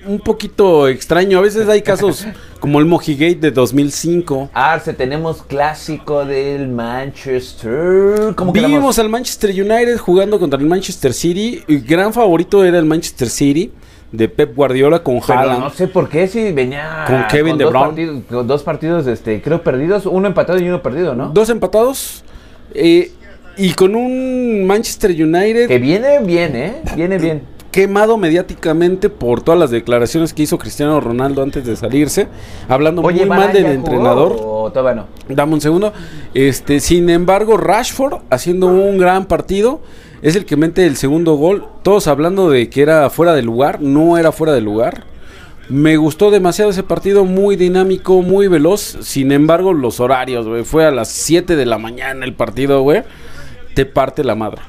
[SPEAKER 3] un poquito extraño, a veces hay casos como el Mojigate de 2005.
[SPEAKER 1] Arce, Ah, tenemos clásico del Manchester. ¿Cómo
[SPEAKER 3] Vimos
[SPEAKER 1] quedamos?
[SPEAKER 3] al Manchester United jugando contra el Manchester City. El gran favorito era el Manchester City de Pep Guardiola con
[SPEAKER 1] Pero
[SPEAKER 3] Haaland.
[SPEAKER 1] Ah, no sé por qué si venía
[SPEAKER 3] Con Kevin De
[SPEAKER 1] dos
[SPEAKER 3] Bruyne.
[SPEAKER 1] partidos, con dos partidos, este, creo perdidos, uno empatado y uno perdido, ¿no?
[SPEAKER 3] Dos empatados. eh, y con un Manchester United
[SPEAKER 1] Que viene bien, ¿eh? Viene bien.
[SPEAKER 3] quemado mediáticamente por todas las declaraciones que hizo Cristiano Ronaldo antes de salirse, hablando muy mal
[SPEAKER 1] ¿Varane
[SPEAKER 3] del
[SPEAKER 1] ya jugó
[SPEAKER 3] entrenador.
[SPEAKER 1] O Oh, todavía no.
[SPEAKER 3] Dame un segundo. Este, sin embargo, Rashford haciendo un gran partido. Es el que mete el segundo gol. Todos hablando de que era fuera de lugar. No era fuera de lugar. Me gustó demasiado ese partido. Muy dinámico, muy veloz. Sin embargo, los horarios, güey. Fue a las 7 de la mañana el partido, güey. Te parte la madre.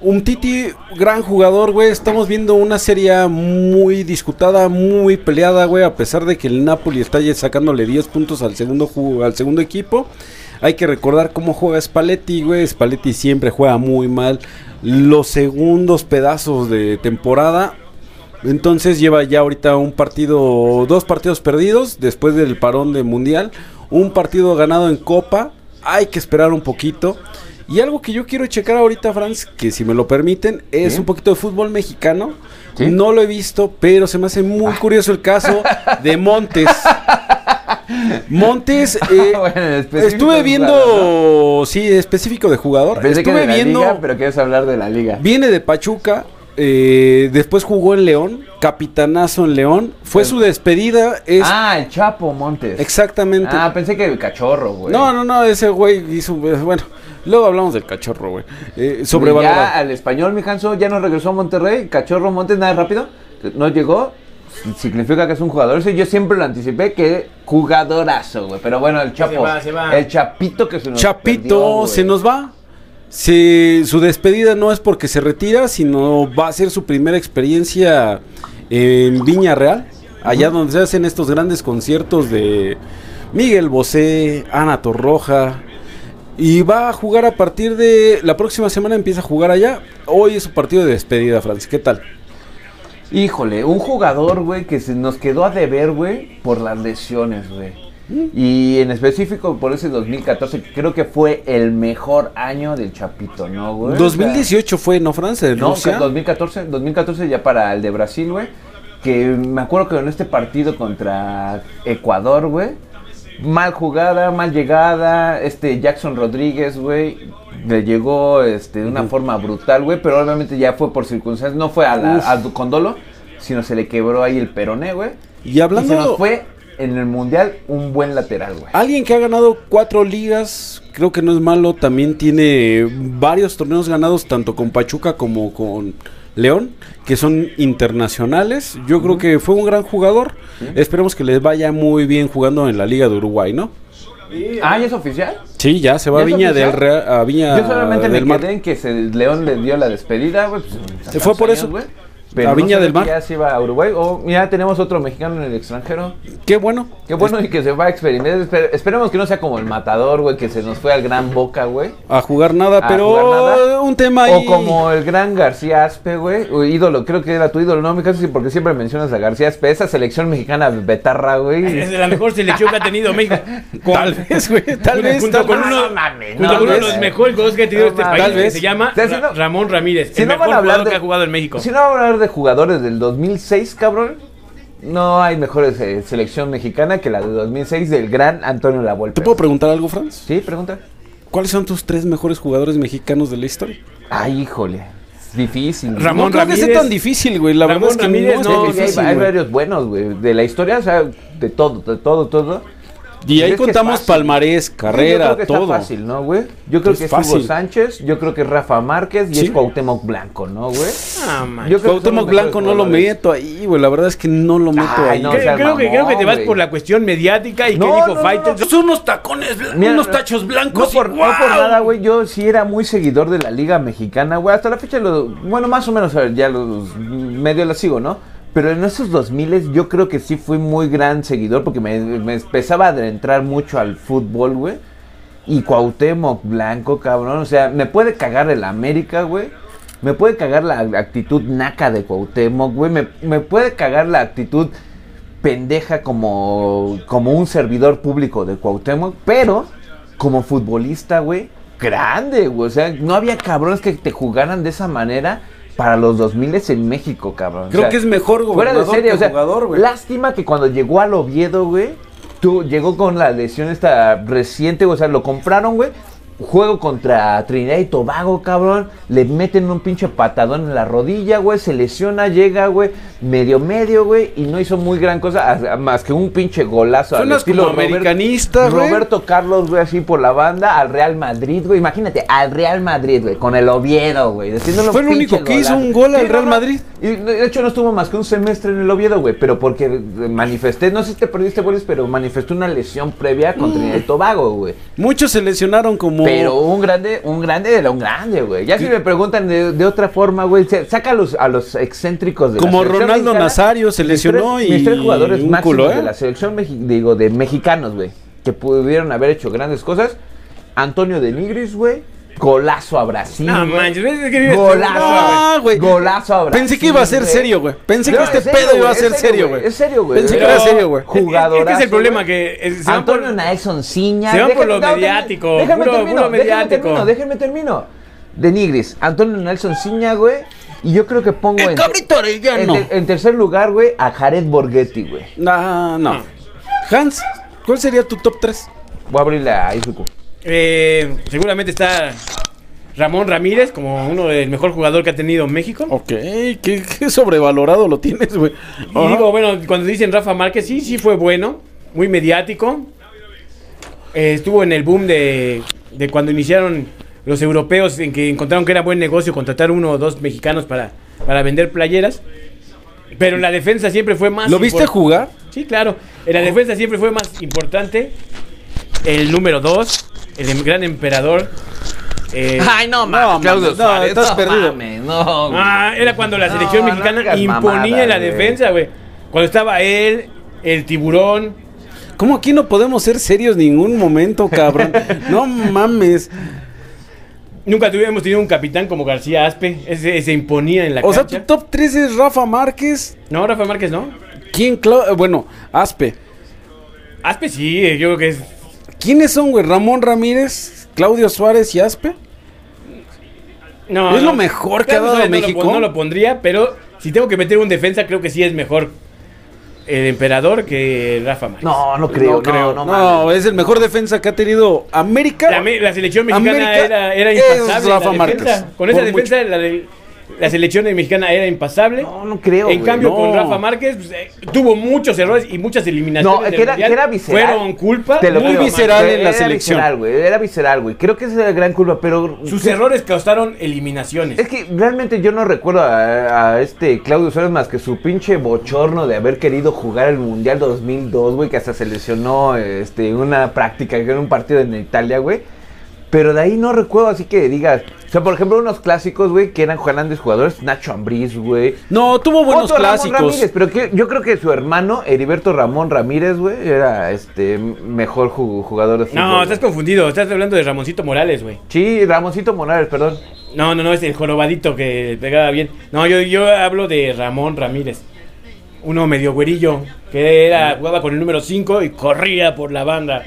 [SPEAKER 3] Un Titi, gran jugador, güey. Estamos viendo una serie muy disputada, muy peleada, güey. A pesar de que el Napoli está ya sacándole 10 puntos al segundo, ju- al segundo equipo. Hay que recordar cómo juega Spalletti, güey. Spalletti siempre juega muy mal. Los segundos pedazos de temporada. Entonces lleva ya ahorita un partido, dos partidos perdidos después del parón de Mundial. Un partido ganado en Copa. Hay que esperar un poquito. Y algo que yo quiero checar ahorita, Franz, que si me lo permiten, es
[SPEAKER 1] ¿Sí?
[SPEAKER 3] un poquito de fútbol mexicano.
[SPEAKER 1] ¿Sí? Ah.
[SPEAKER 3] No lo he visto, pero se me hace muy curioso el caso de Montes. Montes, eh,
[SPEAKER 1] Ah, Bueno, en específico
[SPEAKER 3] estuve
[SPEAKER 1] de
[SPEAKER 3] viendo,
[SPEAKER 1] jugador,
[SPEAKER 3] sí, específico de jugador.
[SPEAKER 1] Pensé que
[SPEAKER 3] estuve
[SPEAKER 1] de la
[SPEAKER 3] viendo,
[SPEAKER 1] liga, pero quieres hablar de la liga.
[SPEAKER 3] viene de Pachuca, eh, después jugó en León, capitanazo en León. Fue su despedida, es
[SPEAKER 1] Ah, el Chapo Montes.
[SPEAKER 3] exactamente.
[SPEAKER 1] Ah, pues. pensé que el cachorro, güey.
[SPEAKER 3] no, no, no, ese güey hizo, pues, bueno, luego hablamos del cachorro, güey. Eh, sobrevalorado.
[SPEAKER 1] Ya al español, mi Hanso, ya no regresó a Monterrey. Cachorro Montes, nada rápido. No llegó. Significa que es un jugador. Eso yo siempre lo anticipé que jugadorazo, güey. Pero bueno, el Chapo.
[SPEAKER 2] va, se va.
[SPEAKER 1] El Chapito que se nos
[SPEAKER 3] Chapito
[SPEAKER 1] perdió, güey.
[SPEAKER 3] se nos va. Se- su despedida no es porque se retira, sino va a ser su primera experiencia en Viña Real, allá donde se hacen estos grandes conciertos de Miguel Bosé, Ana Torroja. Y va a jugar a partir de la próxima semana, empieza a jugar allá. Hoy es su partido de despedida, Francis. ¿Qué tal?
[SPEAKER 1] Híjole, un jugador, güey, que se nos quedó a deber, güey, por las lesiones, güey.
[SPEAKER 3] Mm.
[SPEAKER 1] Y en específico por ese 2014, que creo que fue el mejor año del Chapito, ¿no, güey? O sea,
[SPEAKER 3] 2018 fue, ¿no, Francia?
[SPEAKER 1] No, que 2014, 2014 ya para el de Brasil, güey. Que me acuerdo que en este partido contra Ecuador, güey. Mal jugada, mal llegada. Este Jackson Rodríguez, güey. Le llegó este, de una forma brutal, güey. Pero obviamente ya fue por circunstancias. No fue a
[SPEAKER 3] Uf.
[SPEAKER 1] la, a du- con dolo, sino se le quebró ahí el peroné, güey.
[SPEAKER 3] Y hablando...
[SPEAKER 1] Y se nos fue en el mundial un buen lateral, güey.
[SPEAKER 3] Alguien que ha ganado cuatro ligas, creo que no es malo, también tiene varios torneos ganados tanto con Pachuca como con León, que son internacionales. Yo creo que fue un gran jugador. Esperemos que les vaya muy bien jugando en la Liga de Uruguay, ¿no?
[SPEAKER 1] Ah, ¿y es oficial?
[SPEAKER 3] Sí, ya se va a
[SPEAKER 1] ¿Ya es
[SPEAKER 3] Viña del
[SPEAKER 1] oficial?
[SPEAKER 3] Real, a Viña
[SPEAKER 1] Yo solamente me
[SPEAKER 3] del Mar.
[SPEAKER 1] quedé en que se- León le dio la despedida, güey. pues, tantos
[SPEAKER 3] fue por eso.
[SPEAKER 1] güey.
[SPEAKER 3] A Viña
[SPEAKER 1] sabía
[SPEAKER 3] del Mar.
[SPEAKER 1] que Ya se iba a Uruguay. O ya tenemos otro mexicano en el extranjero.
[SPEAKER 3] Qué bueno.
[SPEAKER 1] Qué bueno y que se va a experimentar. Esper- esperemos que no sea como el matador, güey, que se nos fue al gran boca, güey.
[SPEAKER 3] A jugar nada,
[SPEAKER 1] a
[SPEAKER 3] pero
[SPEAKER 1] jugar nada.
[SPEAKER 3] un tema
[SPEAKER 1] O
[SPEAKER 3] ahí.
[SPEAKER 1] como el gran García Aspe, güey. o Ídolo, creo que era tu ídolo, no me caso, sí, porque siempre mencionas a García Aspe. Esa selección mexicana betarra,
[SPEAKER 2] Es
[SPEAKER 1] güey.
[SPEAKER 2] de la mejor selección que ha tenido México. Con-
[SPEAKER 3] Tal vez, güey, tal
[SPEAKER 2] junto-
[SPEAKER 3] vez.
[SPEAKER 2] junto
[SPEAKER 3] tal
[SPEAKER 2] con
[SPEAKER 3] vez.
[SPEAKER 2] uno,
[SPEAKER 1] mames,
[SPEAKER 2] junto
[SPEAKER 1] no,
[SPEAKER 2] con uno de
[SPEAKER 1] güey.
[SPEAKER 2] los mejores jugadores que ha tenido
[SPEAKER 1] No
[SPEAKER 2] este
[SPEAKER 1] mames.
[SPEAKER 2] país,
[SPEAKER 3] Tal
[SPEAKER 2] que
[SPEAKER 3] vez.
[SPEAKER 2] se llama
[SPEAKER 1] O sea, si
[SPEAKER 2] Ra-
[SPEAKER 1] no-
[SPEAKER 2] Ramón Ramírez,
[SPEAKER 1] Si
[SPEAKER 2] el
[SPEAKER 1] no
[SPEAKER 2] mejor
[SPEAKER 1] van a hablar
[SPEAKER 2] jugador
[SPEAKER 1] de,
[SPEAKER 2] que ha jugado en México.
[SPEAKER 1] Si no van a hablar de jugadores del 2006, cabrón, no hay mejor eh, selección mexicana que la de 2006 del gran Antonio Lavolpe.
[SPEAKER 3] ¿Te puedo preguntar algo, Franz?
[SPEAKER 1] Sí, pregunta.
[SPEAKER 3] ¿Cuáles son tus tres mejores jugadores mexicanos de la historia?
[SPEAKER 1] Ay, híjole. Es difícil. güey.
[SPEAKER 2] Ramón
[SPEAKER 3] no creo que
[SPEAKER 2] Ramírez.
[SPEAKER 3] sea tan difícil, güey. La
[SPEAKER 2] Ramón
[SPEAKER 3] verdad es que
[SPEAKER 2] Ramírez,
[SPEAKER 3] no es
[SPEAKER 1] No,
[SPEAKER 3] tan
[SPEAKER 1] sí, hay-
[SPEAKER 3] difícil,
[SPEAKER 1] hay,
[SPEAKER 3] güey.
[SPEAKER 1] varios buenos, güey. De la historia, o sea, de todo, de todo, todo.
[SPEAKER 3] Y
[SPEAKER 1] Pero
[SPEAKER 3] ahí
[SPEAKER 1] es que es
[SPEAKER 3] contamos
[SPEAKER 1] fácil.
[SPEAKER 3] palmarés,
[SPEAKER 1] yo creo
[SPEAKER 3] carrera,
[SPEAKER 1] que
[SPEAKER 3] todo.
[SPEAKER 1] Está fácil, ¿no, güey? Yo creo
[SPEAKER 3] Es
[SPEAKER 1] que es
[SPEAKER 3] fácil.
[SPEAKER 1] Hugo Sánchez, yo creo que es Rafa Márquez y
[SPEAKER 3] Sí.
[SPEAKER 1] es Cuauhtémoc Blanco, ¿no, güey?
[SPEAKER 2] Ah, man.
[SPEAKER 1] Yo creo que son los
[SPEAKER 3] Cuauhtémoc
[SPEAKER 1] mejores
[SPEAKER 3] Blanco no lo
[SPEAKER 1] jugadores.
[SPEAKER 3] meto ahí, güey. La verdad es que no lo meto
[SPEAKER 1] Ay,
[SPEAKER 3] ahí.
[SPEAKER 1] no,
[SPEAKER 2] Creo,
[SPEAKER 1] o sea,
[SPEAKER 2] creo que, creo que te vas
[SPEAKER 1] mamón,
[SPEAKER 2] por
[SPEAKER 1] güey.
[SPEAKER 2] la cuestión mediática y
[SPEAKER 1] No,
[SPEAKER 2] que
[SPEAKER 1] no,
[SPEAKER 2] dijo
[SPEAKER 1] no,
[SPEAKER 2] Fighter.
[SPEAKER 3] Pues
[SPEAKER 1] no.
[SPEAKER 2] Son unos tacones blancos,
[SPEAKER 1] Mira,
[SPEAKER 2] blancos.
[SPEAKER 1] No por,
[SPEAKER 2] y
[SPEAKER 1] no
[SPEAKER 2] ¡guau!
[SPEAKER 1] por nada, güey. Yo sí era muy seguidor de la Liga Mexicana, güey. Hasta la fecha, lo, bueno, más o menos a ver, ya los medio la sigo, ¿no? Pero en esos 2000 yo creo que sí fui muy gran seguidor porque me, me empezaba a adentrar mucho al fútbol, güey. Y Cuauhtémoc Blanco, cabrón. O sea, me puede cagar el América, güey. Me puede cagar la actitud naca de Cuauhtémoc, güey. Me, me puede cagar la actitud pendeja como, como un servidor público de Cuauhtémoc. Pero, como futbolista, güey, grande, güey. O sea, no había cabrones que te jugaran de esa manera para los 2000 en México, cabrón. O
[SPEAKER 3] Creo
[SPEAKER 1] sea,
[SPEAKER 3] que es mejor
[SPEAKER 1] Fuera de
[SPEAKER 3] gobernador
[SPEAKER 1] serie,
[SPEAKER 3] que
[SPEAKER 1] o sea,
[SPEAKER 3] jugador, güey.
[SPEAKER 1] lástima que cuando llegó al Oviedo, güey, tú llegó con la lesión esta reciente, güey, o sea, lo compraron, güey. Juego contra Trinidad y Tobago, cabrón. Le meten un pinche patadón en la rodilla, güey. Se lesiona, llega, güey. Medio, medio, güey. Y no hizo muy gran cosa a- a- más que un pinche golazo. al
[SPEAKER 3] Suenas
[SPEAKER 1] estilo
[SPEAKER 3] como
[SPEAKER 1] Robert-
[SPEAKER 3] americanista, güey.
[SPEAKER 1] Roberto Carlos, güey, así por la banda. Al Real Madrid, güey. Imagínate, al Real Madrid, güey. Con el Oviedo, güey. haciéndole un
[SPEAKER 3] Fue el
[SPEAKER 1] pinche
[SPEAKER 3] único que hizo
[SPEAKER 1] golazo.
[SPEAKER 3] un gol al
[SPEAKER 1] no,
[SPEAKER 3] Real
[SPEAKER 1] no.
[SPEAKER 3] Madrid.
[SPEAKER 1] Y de hecho no estuvo más que un semestre en el Oviedo, güey, pero porque eh, manifesté, no sé si te perdiste goles, pero manifestó una lesión previa con Trinidad
[SPEAKER 3] Mm.
[SPEAKER 1] y Tobago, güey.
[SPEAKER 3] Muchos se lesionaron como.
[SPEAKER 1] Pero un grande, un grande era un grande, güey. Ya si me preguntan de, de otra forma, güey, se- saca a los, a los excéntricos de la
[SPEAKER 3] Como
[SPEAKER 1] selección
[SPEAKER 3] Ronaldo
[SPEAKER 1] mexicana.
[SPEAKER 3] Nazario se
[SPEAKER 1] Mis tres-
[SPEAKER 3] lesionó y.
[SPEAKER 1] mis tres jugadores
[SPEAKER 3] un
[SPEAKER 1] máximos
[SPEAKER 3] culo, ¿eh?
[SPEAKER 1] de la selección mexi- digo de mexicanos, güey, que pudieron haber hecho grandes cosas. Antonio de Nigris, güey, golazo a Brasil.
[SPEAKER 2] No
[SPEAKER 1] güey.
[SPEAKER 2] manches, ¿ves que vives tú?
[SPEAKER 1] Golazo,
[SPEAKER 3] este, No, güey.
[SPEAKER 1] Golazo a Brasil,
[SPEAKER 3] Pensé que iba a ser serio, güey. Pensé
[SPEAKER 1] No,
[SPEAKER 3] que este
[SPEAKER 1] es serio,
[SPEAKER 3] pedo iba a
[SPEAKER 1] es
[SPEAKER 3] ser serio, güey.
[SPEAKER 1] Es serio, güey.
[SPEAKER 3] Pensé que
[SPEAKER 1] Pero-
[SPEAKER 3] era serio, güey.
[SPEAKER 2] Este- Este es
[SPEAKER 1] Jugadorazo,
[SPEAKER 2] el problema
[SPEAKER 1] güey.
[SPEAKER 2] que es- se van por-
[SPEAKER 1] Antonio Nelson Ciña.
[SPEAKER 2] se van por
[SPEAKER 1] Déjame-
[SPEAKER 2] lo
[SPEAKER 1] no, déjame-
[SPEAKER 2] mediático,
[SPEAKER 1] Déjame
[SPEAKER 2] puro-
[SPEAKER 1] termino,
[SPEAKER 2] puro
[SPEAKER 1] déjame
[SPEAKER 2] mediático.
[SPEAKER 1] termino, déjame termino. De Nigris, Antonio Nelson Ciña, güey. Y yo creo que pongo en, en,
[SPEAKER 3] orellano.
[SPEAKER 1] ter- en tercer lugar, güey, a Jared Borghetti, güey.
[SPEAKER 3] No, no.
[SPEAKER 1] Hmm.
[SPEAKER 3] Hans, ¿cuál sería tu top 3?
[SPEAKER 1] Voy a abrirle a Izuku.
[SPEAKER 2] Eh, seguramente está Ramón Ramírez como uno del mejor jugador que ha tenido México.
[SPEAKER 3] Ok, qué, qué sobrevalorado lo tienes, güey.
[SPEAKER 2] Y digo, bueno, cuando dicen Rafa Márquez, sí, sí fue bueno, muy mediático. Eh, estuvo en el boom de, de cuando iniciaron los europeos en que encontraron que era buen negocio contratar uno o dos mexicanos para, para vender playeras. Pero en la defensa siempre fue más...
[SPEAKER 3] ¿Lo viste
[SPEAKER 2] impor-
[SPEAKER 3] jugar?
[SPEAKER 2] Sí, claro. En la defensa siempre fue más importante el número dos, el em- gran emperador. eh,
[SPEAKER 1] no,
[SPEAKER 3] mames, Claudio Suárez, no
[SPEAKER 1] Mames, no, güey.
[SPEAKER 2] Ah, era cuando la selección
[SPEAKER 1] No, no
[SPEAKER 2] mexicana
[SPEAKER 1] digas
[SPEAKER 2] imponía
[SPEAKER 1] mamada,
[SPEAKER 2] la
[SPEAKER 1] güey.
[SPEAKER 2] defensa, güey. Cuando estaba él, el tiburón.
[SPEAKER 3] ¿Cómo aquí no podemos ser serios ningún momento, cabrón? No mames.
[SPEAKER 2] Nunca tuvimos tenido un capitán como García Aspe. Ese se imponía en la
[SPEAKER 3] O sea,
[SPEAKER 2] cancha.
[SPEAKER 3] tu top 3 es Rafa Márquez.
[SPEAKER 2] no, Rafa Márquez no.
[SPEAKER 3] ¿Quién? Cla- eh, Bueno, Aspe.
[SPEAKER 2] Aspe sí, eh, yo creo que es.
[SPEAKER 3] ¿Quiénes son, güey? Ramón Ramírez, Claudio Suárez y Aspe.
[SPEAKER 2] No,
[SPEAKER 3] Es
[SPEAKER 2] no.
[SPEAKER 3] lo mejor que ha
[SPEAKER 2] Claro,
[SPEAKER 3] dado
[SPEAKER 2] no lo pon-
[SPEAKER 3] México.
[SPEAKER 2] no lo pondría, pero si tengo que meter un defensa, creo que sí es mejor el emperador que Rafa Márquez.
[SPEAKER 1] No, no creo, no, creo. no, mames.
[SPEAKER 3] No, es el mejor defensa que ha tenido América.
[SPEAKER 2] La, me- la selección mexicana
[SPEAKER 3] América
[SPEAKER 2] era, era
[SPEAKER 3] es
[SPEAKER 2] impasable.
[SPEAKER 3] Rafa
[SPEAKER 2] la defensa.
[SPEAKER 3] Márquez,
[SPEAKER 2] Con esa
[SPEAKER 3] por mucho.
[SPEAKER 2] defensa, la, de- la selección mexicana era impasable.
[SPEAKER 1] No, no creo,
[SPEAKER 2] En
[SPEAKER 1] güey,
[SPEAKER 2] cambio,
[SPEAKER 3] no.
[SPEAKER 2] con Rafa Márquez pues, eh, tuvo muchos errores y muchas eliminaciones.
[SPEAKER 1] No,
[SPEAKER 2] del
[SPEAKER 1] que era, que
[SPEAKER 2] Mundial
[SPEAKER 1] era visceral.
[SPEAKER 2] Fueron culpa.
[SPEAKER 1] Te lo
[SPEAKER 3] muy
[SPEAKER 1] creo.
[SPEAKER 3] visceral en la
[SPEAKER 1] Era
[SPEAKER 3] selección.
[SPEAKER 1] Visceral, güey, era visceral, güey. Creo que esa es la gran culpa, pero.
[SPEAKER 2] Sus
[SPEAKER 1] que-
[SPEAKER 2] errores causaron eliminaciones.
[SPEAKER 1] Es que realmente yo no recuerdo a, a este Claudio Suárez más que su pinche bochorno de haber querido jugar el Mundial 2002, güey, que hasta se lesionó este, una práctica, que era un partido en Italia, güey. Pero de ahí no recuerdo, así que digas. O sea, por ejemplo, unos clásicos, güey, que eran grandes jugadores. Nacho Ambriz, güey.
[SPEAKER 3] No, tuvo buenos
[SPEAKER 1] Otro Ramón
[SPEAKER 3] clásicos.
[SPEAKER 1] Ramírez, pero que, yo creo que su hermano, Heriberto Ramón Ramírez, güey, era este mejor ju- jugador de fútbol.
[SPEAKER 2] no,
[SPEAKER 1] güey.
[SPEAKER 2] estás confundido. Estás hablando de Ramoncito Morales, güey.
[SPEAKER 1] Sí, Ramoncito Morales, perdón.
[SPEAKER 2] No, no, no, es el jorobadito que pegaba bien. No, yo, yo hablo de Ramón Ramírez. Uno medio güerillo, que era, jugaba con el número 5 y corría por la banda.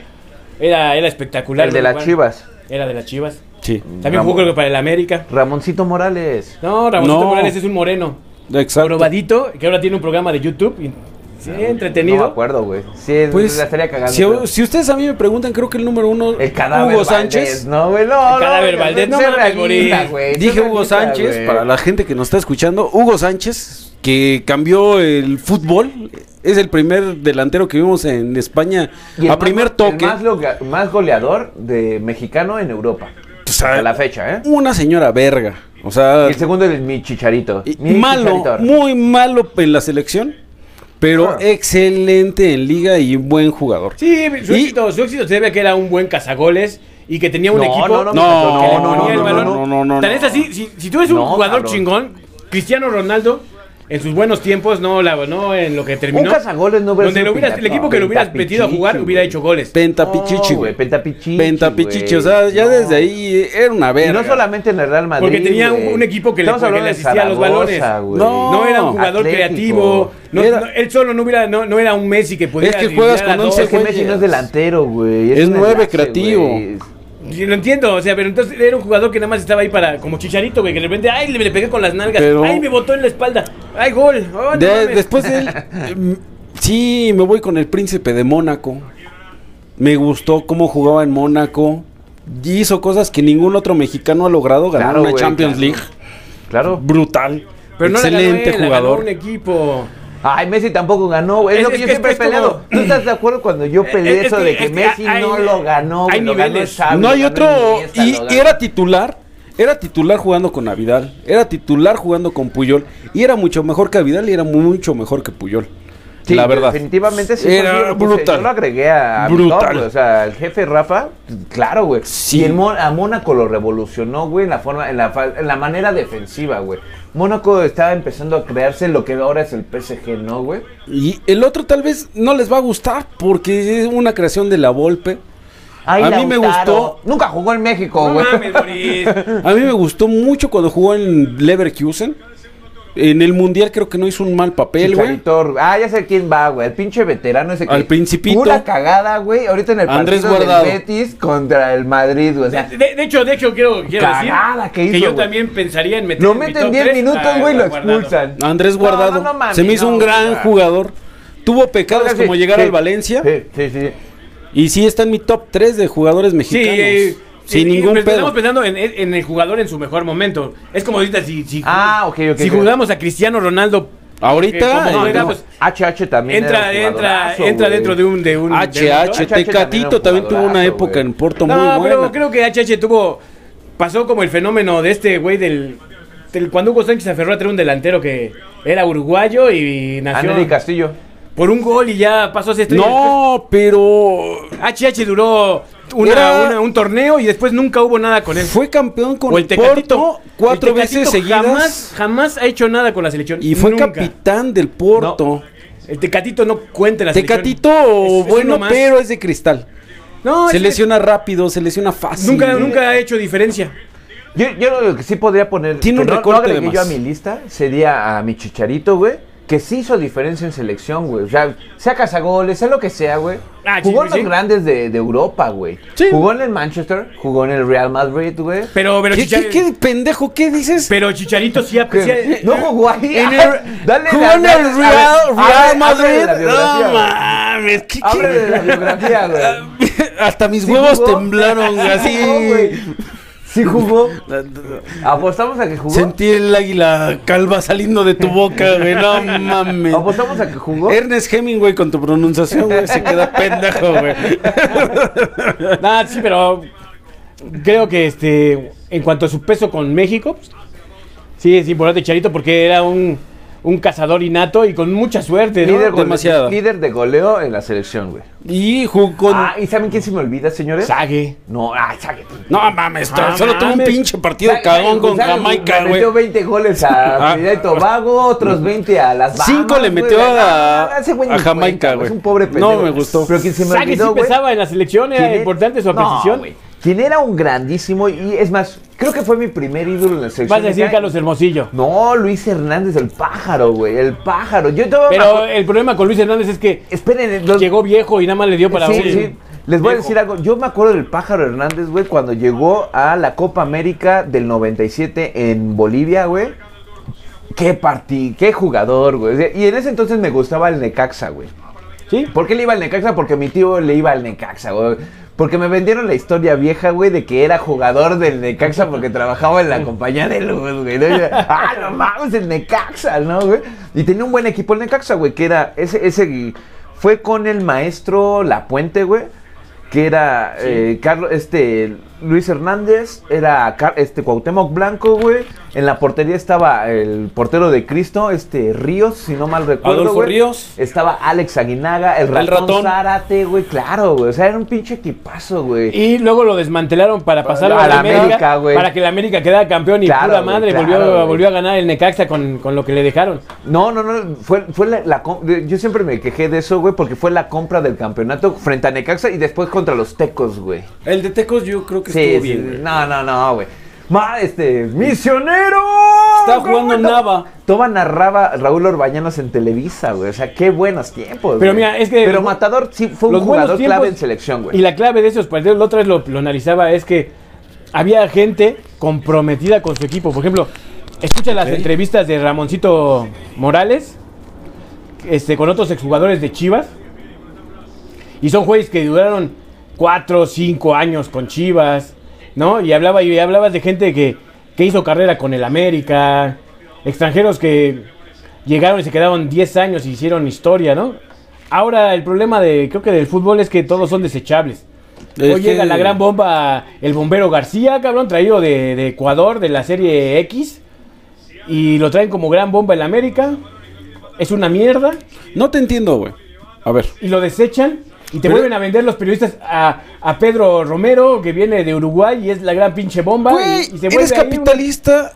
[SPEAKER 2] Era, era espectacular.
[SPEAKER 1] El de las
[SPEAKER 2] Juan.
[SPEAKER 1] Chivas.
[SPEAKER 2] Era de las Chivas.
[SPEAKER 3] Sí,
[SPEAKER 2] También jugó creo que para el América.
[SPEAKER 1] Ramoncito Morales.
[SPEAKER 2] No, Ramoncito
[SPEAKER 3] No.
[SPEAKER 2] Morales es un moreno.
[SPEAKER 3] exacto.
[SPEAKER 2] Jorobadito, que ahora tiene un programa de YouTube. y- sí, entretenido.
[SPEAKER 1] Ah, No me acuerdo, güey. Sí,
[SPEAKER 3] Pues,
[SPEAKER 1] la estaría cagando.
[SPEAKER 3] si,
[SPEAKER 1] pero-
[SPEAKER 3] si ustedes a mí me preguntan, creo que el número uno,
[SPEAKER 1] el cadáver
[SPEAKER 3] Hugo
[SPEAKER 1] Valdés,
[SPEAKER 3] Sánchez.
[SPEAKER 1] No, güey, no,
[SPEAKER 2] El
[SPEAKER 1] no,
[SPEAKER 2] cadáver
[SPEAKER 1] no,
[SPEAKER 2] Valdés,
[SPEAKER 1] no
[SPEAKER 2] no
[SPEAKER 1] se
[SPEAKER 2] mames,
[SPEAKER 1] realista,
[SPEAKER 2] morí.
[SPEAKER 1] güey,
[SPEAKER 3] Dije
[SPEAKER 1] no se
[SPEAKER 3] Hugo
[SPEAKER 1] realista,
[SPEAKER 3] Sánchez,
[SPEAKER 1] güey.
[SPEAKER 3] para la gente que nos está escuchando, Hugo Sánchez, que cambió el fútbol, es el primer delantero que vimos en España
[SPEAKER 1] Y el
[SPEAKER 3] a
[SPEAKER 1] más-
[SPEAKER 3] primer
[SPEAKER 1] el
[SPEAKER 3] toque.
[SPEAKER 1] más, loga- más goleador de mexicano en Europa.
[SPEAKER 3] Pues,
[SPEAKER 1] A
[SPEAKER 3] ah,
[SPEAKER 1] la fecha, ¿eh?
[SPEAKER 3] Una señora verga. O sea,
[SPEAKER 1] Y el segundo es mi chicharito.
[SPEAKER 3] y-
[SPEAKER 1] Mi
[SPEAKER 3] malo,
[SPEAKER 1] Chicharito.
[SPEAKER 3] muy malo en la selección, pero
[SPEAKER 1] Ah.
[SPEAKER 3] excelente en liga y buen jugador.
[SPEAKER 2] Sí, su,
[SPEAKER 3] Y-
[SPEAKER 2] éxito, su éxito se debe a que era un buen cazagoles y que tenía un
[SPEAKER 1] No,
[SPEAKER 2] equipo.
[SPEAKER 1] no, no,
[SPEAKER 3] No,
[SPEAKER 2] que le
[SPEAKER 3] no,
[SPEAKER 2] ponía el
[SPEAKER 3] no,
[SPEAKER 2] balón.
[SPEAKER 3] no, no, no, no.
[SPEAKER 2] Tan es así, si, si tú eres un
[SPEAKER 1] No,
[SPEAKER 2] jugador
[SPEAKER 1] cabrón.
[SPEAKER 2] chingón, Cristiano Ronaldo en sus buenos tiempos, no, la, no en lo que terminó.
[SPEAKER 1] Un cazagoles no hubiera
[SPEAKER 2] Donde
[SPEAKER 1] sido
[SPEAKER 2] lo hubieras-
[SPEAKER 1] Penta-
[SPEAKER 2] el equipo que
[SPEAKER 1] no,
[SPEAKER 2] lo hubieras
[SPEAKER 1] Pentapichichi,
[SPEAKER 2] metido a jugar
[SPEAKER 1] güey.
[SPEAKER 2] hubiera hecho goles.
[SPEAKER 3] Pentapichichi,
[SPEAKER 1] No,
[SPEAKER 3] güey.
[SPEAKER 1] Pentapichichi.
[SPEAKER 3] Pentapichichi,
[SPEAKER 1] güey.
[SPEAKER 3] o sea, ya
[SPEAKER 1] No.
[SPEAKER 3] desde ahí era una
[SPEAKER 1] Y
[SPEAKER 3] verga.
[SPEAKER 1] no solamente en el Real Madrid.
[SPEAKER 2] Porque tenía un-
[SPEAKER 1] güey.
[SPEAKER 2] un equipo que le-
[SPEAKER 1] Estamos
[SPEAKER 2] que le
[SPEAKER 1] hablando de
[SPEAKER 2] asistía a los
[SPEAKER 1] Zaragoza,
[SPEAKER 2] balones.
[SPEAKER 1] güey.
[SPEAKER 3] No,
[SPEAKER 2] No era un jugador
[SPEAKER 1] Atlético.
[SPEAKER 2] creativo. No,
[SPEAKER 3] Era-
[SPEAKER 2] no, él solo no, hubiera, no, no era un Messi que podía.
[SPEAKER 3] Es que juegas
[SPEAKER 2] driblar a
[SPEAKER 3] con
[SPEAKER 2] dos.
[SPEAKER 1] Es que Messi no es delantero, güey.
[SPEAKER 3] Es
[SPEAKER 1] un
[SPEAKER 3] nueve
[SPEAKER 1] enlace,
[SPEAKER 3] creativo.
[SPEAKER 1] güey.
[SPEAKER 2] Yo lo entiendo, o sea, pero entonces era un jugador que nada más estaba ahí para, como chicharito, güey, que de repente, ay, le, le pegué con las nalgas,
[SPEAKER 3] Pero-
[SPEAKER 2] ay, me botó en la espalda, ay, gol, oh, no
[SPEAKER 3] De-
[SPEAKER 2] mames.
[SPEAKER 3] después de él, mm, sí, me voy con el príncipe de Mónaco. Me gustó cómo jugaba en Mónaco. Y hizo cosas que ningún otro mexicano ha logrado ganar
[SPEAKER 1] Claro,
[SPEAKER 3] una
[SPEAKER 1] güey,
[SPEAKER 3] Champions
[SPEAKER 1] claro.
[SPEAKER 3] League.
[SPEAKER 1] Claro.
[SPEAKER 3] Brutal.
[SPEAKER 2] pero no la ganó
[SPEAKER 3] Excelente
[SPEAKER 2] él, la ganó
[SPEAKER 3] jugador.
[SPEAKER 2] un equipo.
[SPEAKER 1] Ay, Messi tampoco ganó, güey. Es,
[SPEAKER 2] Es-
[SPEAKER 1] lo que
[SPEAKER 2] es
[SPEAKER 1] yo
[SPEAKER 2] que
[SPEAKER 1] siempre he
[SPEAKER 2] es como- Eh,
[SPEAKER 1] peleado. ¿Tú estás de acuerdo cuando yo peleé
[SPEAKER 2] Es- es
[SPEAKER 1] eso
[SPEAKER 2] que-
[SPEAKER 1] de que
[SPEAKER 2] es que
[SPEAKER 1] Messi
[SPEAKER 2] hay-
[SPEAKER 1] no lo ganó, güey?
[SPEAKER 2] hay
[SPEAKER 1] Lo ganó
[SPEAKER 2] niveles.
[SPEAKER 1] Xavi,
[SPEAKER 3] no hay
[SPEAKER 1] lo ganó
[SPEAKER 3] otro.
[SPEAKER 1] Iniesta, lo
[SPEAKER 3] Y, y
[SPEAKER 1] ganó-
[SPEAKER 3] era titular. Era titular jugando con Avidal. Era titular jugando con Puyol. Y era mucho mejor que Avidal y era mucho mejor que Puyol.
[SPEAKER 1] Sí,
[SPEAKER 3] la verdad.
[SPEAKER 1] Definitivamente sí.
[SPEAKER 3] Era
[SPEAKER 1] pues, yo lo puse,
[SPEAKER 3] brutal.
[SPEAKER 1] Yo lo agregué a, a mi
[SPEAKER 3] Brutal.
[SPEAKER 1] top, güey, o sea, el jefe Rafa, claro, güey.
[SPEAKER 3] Sí.
[SPEAKER 1] Y el Mon- a Mónaco lo revolucionó, güey, en la forma, en la, fa- en la manera defensiva, güey. Mónaco estaba empezando a crearse lo que ahora es el PSG, ¿no, güey?
[SPEAKER 3] Y el otro tal vez no les va a gustar porque es una creación de la Volpe.
[SPEAKER 1] Ay,
[SPEAKER 3] A mí me
[SPEAKER 1] Lautaro.
[SPEAKER 3] gustó-
[SPEAKER 1] Nunca jugó en México,
[SPEAKER 2] No
[SPEAKER 1] güey.
[SPEAKER 2] mames, Boris.
[SPEAKER 3] A mí me gustó mucho cuando jugó en Leverkusen. En el Mundial creo que no hizo un mal papel, güey.
[SPEAKER 1] Chicharito, ah, ya sé quién va, güey. El pinche veterano ese que.
[SPEAKER 3] Al Principito.
[SPEAKER 1] Pura cagada, güey. Ahorita en el
[SPEAKER 3] Andrés
[SPEAKER 1] partido
[SPEAKER 3] Guardado.
[SPEAKER 1] del Betis contra el Madrid, güey. O sea,
[SPEAKER 2] De, de hecho, de hecho, quiero, quiero decir
[SPEAKER 1] Cagada que hizo,
[SPEAKER 2] yo
[SPEAKER 1] güey.
[SPEAKER 2] también pensaría en meter
[SPEAKER 1] lo
[SPEAKER 2] en mi
[SPEAKER 1] meten
[SPEAKER 2] top
[SPEAKER 1] 10
[SPEAKER 2] tres Ah,
[SPEAKER 1] minutos,
[SPEAKER 2] a-
[SPEAKER 1] güey, y
[SPEAKER 2] a
[SPEAKER 1] lo
[SPEAKER 2] Guardado.
[SPEAKER 1] expulsan.
[SPEAKER 3] Andrés
[SPEAKER 1] No,
[SPEAKER 3] Guardado.
[SPEAKER 1] no, no mames,
[SPEAKER 3] Se me hizo
[SPEAKER 1] no,
[SPEAKER 3] un gran
[SPEAKER 1] güey.
[SPEAKER 3] jugador. Tuvo pecados
[SPEAKER 1] Ahora sí,
[SPEAKER 3] como llegar
[SPEAKER 1] sí,
[SPEAKER 3] al Valencia.
[SPEAKER 1] Sí, sí, sí.
[SPEAKER 3] Y sí está en mi top 3 de jugadores
[SPEAKER 2] Sí,
[SPEAKER 3] mexicanos.
[SPEAKER 2] eh,
[SPEAKER 3] sin
[SPEAKER 2] y- y
[SPEAKER 3] ningún
[SPEAKER 2] pues Estamos
[SPEAKER 3] pedo.
[SPEAKER 2] pensando en, en el jugador en su mejor momento. Es como ahorita si, si,
[SPEAKER 1] Ah, ok, ok,
[SPEAKER 2] si
[SPEAKER 1] ok.
[SPEAKER 2] jugamos a Cristiano Ronaldo.
[SPEAKER 3] Ahorita,
[SPEAKER 2] que como
[SPEAKER 3] eh,
[SPEAKER 2] juega,
[SPEAKER 3] no.
[SPEAKER 2] pues,
[SPEAKER 1] HH también.
[SPEAKER 2] entra,
[SPEAKER 1] era un
[SPEAKER 2] entra,
[SPEAKER 1] jugadorazo,
[SPEAKER 2] entra
[SPEAKER 1] güey.
[SPEAKER 2] dentro de un... De un de un-
[SPEAKER 3] HH,
[SPEAKER 1] también era
[SPEAKER 3] Tecatito
[SPEAKER 1] un
[SPEAKER 3] también tuvo una
[SPEAKER 1] jugadorazo,
[SPEAKER 3] época
[SPEAKER 1] güey.
[SPEAKER 3] en Porto
[SPEAKER 2] No,
[SPEAKER 3] muy
[SPEAKER 2] pero
[SPEAKER 3] buena.
[SPEAKER 2] creo que HH tuvo. Pasó como el fenómeno de este güey del. del- cuando Hugo Sánchez se aferró a tener un delantero que era uruguayo y nació
[SPEAKER 1] Andy Castillo.
[SPEAKER 2] por un gol y ya pasó a ser estrella.
[SPEAKER 3] No, pero
[SPEAKER 2] HH duró una-
[SPEAKER 3] Era-
[SPEAKER 2] una- un torneo y después nunca hubo nada con él.
[SPEAKER 3] fue campeón con
[SPEAKER 2] O el
[SPEAKER 3] el
[SPEAKER 2] Tecatito.
[SPEAKER 3] Porto cuatro
[SPEAKER 2] el Tecatito
[SPEAKER 3] veces seguidas.
[SPEAKER 2] Jamás, jamás ha hecho nada con la selección.
[SPEAKER 3] Y fue
[SPEAKER 2] Nunca.
[SPEAKER 3] capitán del Porto.
[SPEAKER 2] El Tecatito no cuenta en la
[SPEAKER 3] Tecatito,
[SPEAKER 2] selección. Es- es
[SPEAKER 3] bueno,
[SPEAKER 2] uno más.
[SPEAKER 3] pero es de cristal.
[SPEAKER 2] No,
[SPEAKER 3] se
[SPEAKER 2] es que
[SPEAKER 3] lesiona rápido, se lesiona fácil.
[SPEAKER 2] Nunca, nunca ha hecho diferencia.
[SPEAKER 1] Yo, yo lo que sí podría poner.
[SPEAKER 3] Tiene
[SPEAKER 1] que
[SPEAKER 3] un
[SPEAKER 1] no-
[SPEAKER 3] recorte
[SPEAKER 1] no
[SPEAKER 3] de
[SPEAKER 1] agregué
[SPEAKER 3] más.
[SPEAKER 1] yo a mi lista sería a mi chicharito, güey. Que sí hizo diferencia en selección, güey. O sea, sea cazagoles, sea lo que sea, güey.
[SPEAKER 2] Ah, sí,
[SPEAKER 1] jugó en
[SPEAKER 2] sí,
[SPEAKER 1] los
[SPEAKER 2] sí.
[SPEAKER 1] grandes de, de Europa, güey.
[SPEAKER 3] Sí.
[SPEAKER 1] Jugó en el Manchester, jugó en el Real Madrid, güey.
[SPEAKER 2] Pero, pero
[SPEAKER 3] ¿Qué,
[SPEAKER 2] Chichar-
[SPEAKER 3] qué- qué pendejo? ¿Qué dices?
[SPEAKER 2] Pero Chicharito sí, eh, ha-
[SPEAKER 1] Que-
[SPEAKER 2] sí ha-
[SPEAKER 1] no jugó ahí.
[SPEAKER 3] En el- jugó en el Real, Real Madrid. No mames, ¿qué- qué-
[SPEAKER 1] Abre de la biografía, güey.
[SPEAKER 3] Hasta mis
[SPEAKER 1] Sí
[SPEAKER 3] huevos
[SPEAKER 1] jugó.
[SPEAKER 3] temblaron así.
[SPEAKER 1] No, güey. Sí jugó. Apostamos a que jugó.
[SPEAKER 3] Sentí el águila calva saliendo de tu boca, güey. No mames.
[SPEAKER 1] Apostamos a que jugó.
[SPEAKER 3] Ernest Hemingway con tu pronunciación, güey, se queda pendejo, güey.
[SPEAKER 2] Nah, sí, pero creo que este en cuanto a su peso con México, pues, sí es importante Charito porque era un, un cazador innato y con mucha suerte, ¿no?
[SPEAKER 1] líder, goleo-
[SPEAKER 3] demasiado.
[SPEAKER 1] líder de goleo en la selección, güey.
[SPEAKER 3] Y jugó con...
[SPEAKER 1] Ah, ¿y saben quién se me olvida, señores?
[SPEAKER 2] Sague.
[SPEAKER 1] No, ah, Sague.
[SPEAKER 3] No mames,
[SPEAKER 2] Ah,
[SPEAKER 3] solo tuvo un
[SPEAKER 2] mames.
[SPEAKER 3] pinche partido
[SPEAKER 1] Sague-
[SPEAKER 3] cagón con
[SPEAKER 1] Sague le
[SPEAKER 3] Jamaica, güey. Ah.
[SPEAKER 1] Metió 20 goles a Trinidad y Tobago, otros 20 a las Bahamas.
[SPEAKER 3] Cinco le
[SPEAKER 1] güey.
[SPEAKER 3] metió
[SPEAKER 1] Ah,
[SPEAKER 3] a-
[SPEAKER 1] ese güey
[SPEAKER 3] a
[SPEAKER 1] ni
[SPEAKER 3] Jamaica,
[SPEAKER 1] cuenta,
[SPEAKER 3] güey.
[SPEAKER 1] Es un pobre
[SPEAKER 3] No,
[SPEAKER 1] pendejo.
[SPEAKER 3] me gustó.
[SPEAKER 1] Pero quien se me
[SPEAKER 2] Sague sí
[SPEAKER 1] olvidó, güey,
[SPEAKER 2] pesaba en la selección, era
[SPEAKER 1] ¿Quién es?
[SPEAKER 2] importante su
[SPEAKER 1] No,
[SPEAKER 2] apreciación.
[SPEAKER 1] güey. quien era un grandísimo, y es más, creo que fue mi primer ídolo en la selección.
[SPEAKER 2] Vas a decir
[SPEAKER 1] mexicana.
[SPEAKER 2] Carlos Hermosillo.
[SPEAKER 1] No, Luis Hernández, el pájaro, güey, el pájaro. Yo todavía me
[SPEAKER 2] Pero
[SPEAKER 1] acuerdo-
[SPEAKER 2] el problema con Luis Hernández es que
[SPEAKER 1] Esperen, eh, los-
[SPEAKER 2] llegó viejo y nada más le dio para
[SPEAKER 1] sí,
[SPEAKER 2] un-
[SPEAKER 1] sí. Les voy a decir algo. Yo me acuerdo del pájaro Hernández, güey, cuando llegó a la Copa América del 97 en Bolivia, güey. Qué partí, qué jugador, güey. O sea, Y en ese entonces me gustaba el Necaxa, güey.
[SPEAKER 2] Sí.
[SPEAKER 1] ¿Por qué le iba al Necaxa? Porque mi tío le iba al Necaxa, güey. Porque me vendieron la historia vieja, güey, de que era jugador del Necaxa porque trabajaba en la compañía de luz, güey. ¿no? Y yo, Ah, no mames, el Necaxa, ¿no, güey? Y tenía un buen equipo el Necaxa, güey, que era ese, ese, fue con el maestro La Puente, güey, que era eh, Carlos, este, Luis Hernández, era Car- este Cuauhtémoc Blanco, güey, En la portería estaba el portero de Cristo, este Ríos, si no mal recuerdo.
[SPEAKER 3] Adolfo
[SPEAKER 1] güey.
[SPEAKER 3] Ríos.
[SPEAKER 1] Estaba Alex Aguinaga, el
[SPEAKER 3] El
[SPEAKER 1] ratón,
[SPEAKER 3] ratón.
[SPEAKER 1] Zárate, güey, claro, güey. O sea, era un pinche equipazo, güey.
[SPEAKER 2] Y luego lo desmantelaron para pasarlo
[SPEAKER 1] a
[SPEAKER 2] a la
[SPEAKER 1] la
[SPEAKER 2] América,
[SPEAKER 1] América, güey.
[SPEAKER 2] para que la América quedara campeón y
[SPEAKER 1] Claro,
[SPEAKER 2] pura
[SPEAKER 1] güey,
[SPEAKER 2] madre
[SPEAKER 1] claro,
[SPEAKER 2] volvió,
[SPEAKER 1] güey.
[SPEAKER 2] volvió a ganar el Necaxa con, con lo que le dejaron.
[SPEAKER 1] No, no, no, fue, fue la, la com- de- Yo siempre me quejé de eso, güey, porque fue la compra del campeonato frente a Necaxa y después contra los Tecos, güey.
[SPEAKER 3] El de Tecos yo creo que
[SPEAKER 1] Sí,
[SPEAKER 3] estuvo
[SPEAKER 1] sí,
[SPEAKER 3] bien, güey.
[SPEAKER 1] no, no, no, güey. Ma, este, misionero.
[SPEAKER 3] Estaba
[SPEAKER 1] ¿Cómo
[SPEAKER 3] jugando
[SPEAKER 1] to-
[SPEAKER 3] Nava.
[SPEAKER 1] Toba narraba Raúl Orbañanos en Televisa, güey. O sea, qué buenos tiempos.
[SPEAKER 2] Pero
[SPEAKER 1] güey.
[SPEAKER 2] mira, es que-
[SPEAKER 1] Pero Matador sí fue un
[SPEAKER 2] Los buenos
[SPEAKER 1] jugador
[SPEAKER 2] tiempos-
[SPEAKER 1] clave en selección, güey.
[SPEAKER 2] Y la clave de esos partidos, la otra vez lo, lo analizaba, es que había gente comprometida con su equipo. Por ejemplo, escucha las
[SPEAKER 3] Ok.
[SPEAKER 2] entrevistas de Ramoncito Morales este, con otros exjugadores de Chivas. Y son jueces que duraron 4 o 5 años con Chivas, ¿no? Y hablaba y hablabas de gente que, que hizo carrera con el América, extranjeros que llegaron y se quedaron 10 años y hicieron historia, ¿no? Ahora el problema de creo que del fútbol es que todos son desechables.
[SPEAKER 3] Es
[SPEAKER 2] Hoy llega
[SPEAKER 3] que-
[SPEAKER 2] la gran bomba el bombero García, cabrón, traído de, de Ecuador, de la serie X. Y lo traen como gran bomba en América. Es una mierda
[SPEAKER 3] No te entiendo, güey. A ver.
[SPEAKER 2] y lo desechan y te
[SPEAKER 3] Pero-
[SPEAKER 2] vuelven a vender los periodistas a, a Pedro Romero, que viene de Uruguay y es la gran pinche bomba. y,
[SPEAKER 3] Güey,
[SPEAKER 2] y se vuelve
[SPEAKER 3] eres
[SPEAKER 2] ahí
[SPEAKER 3] capitalista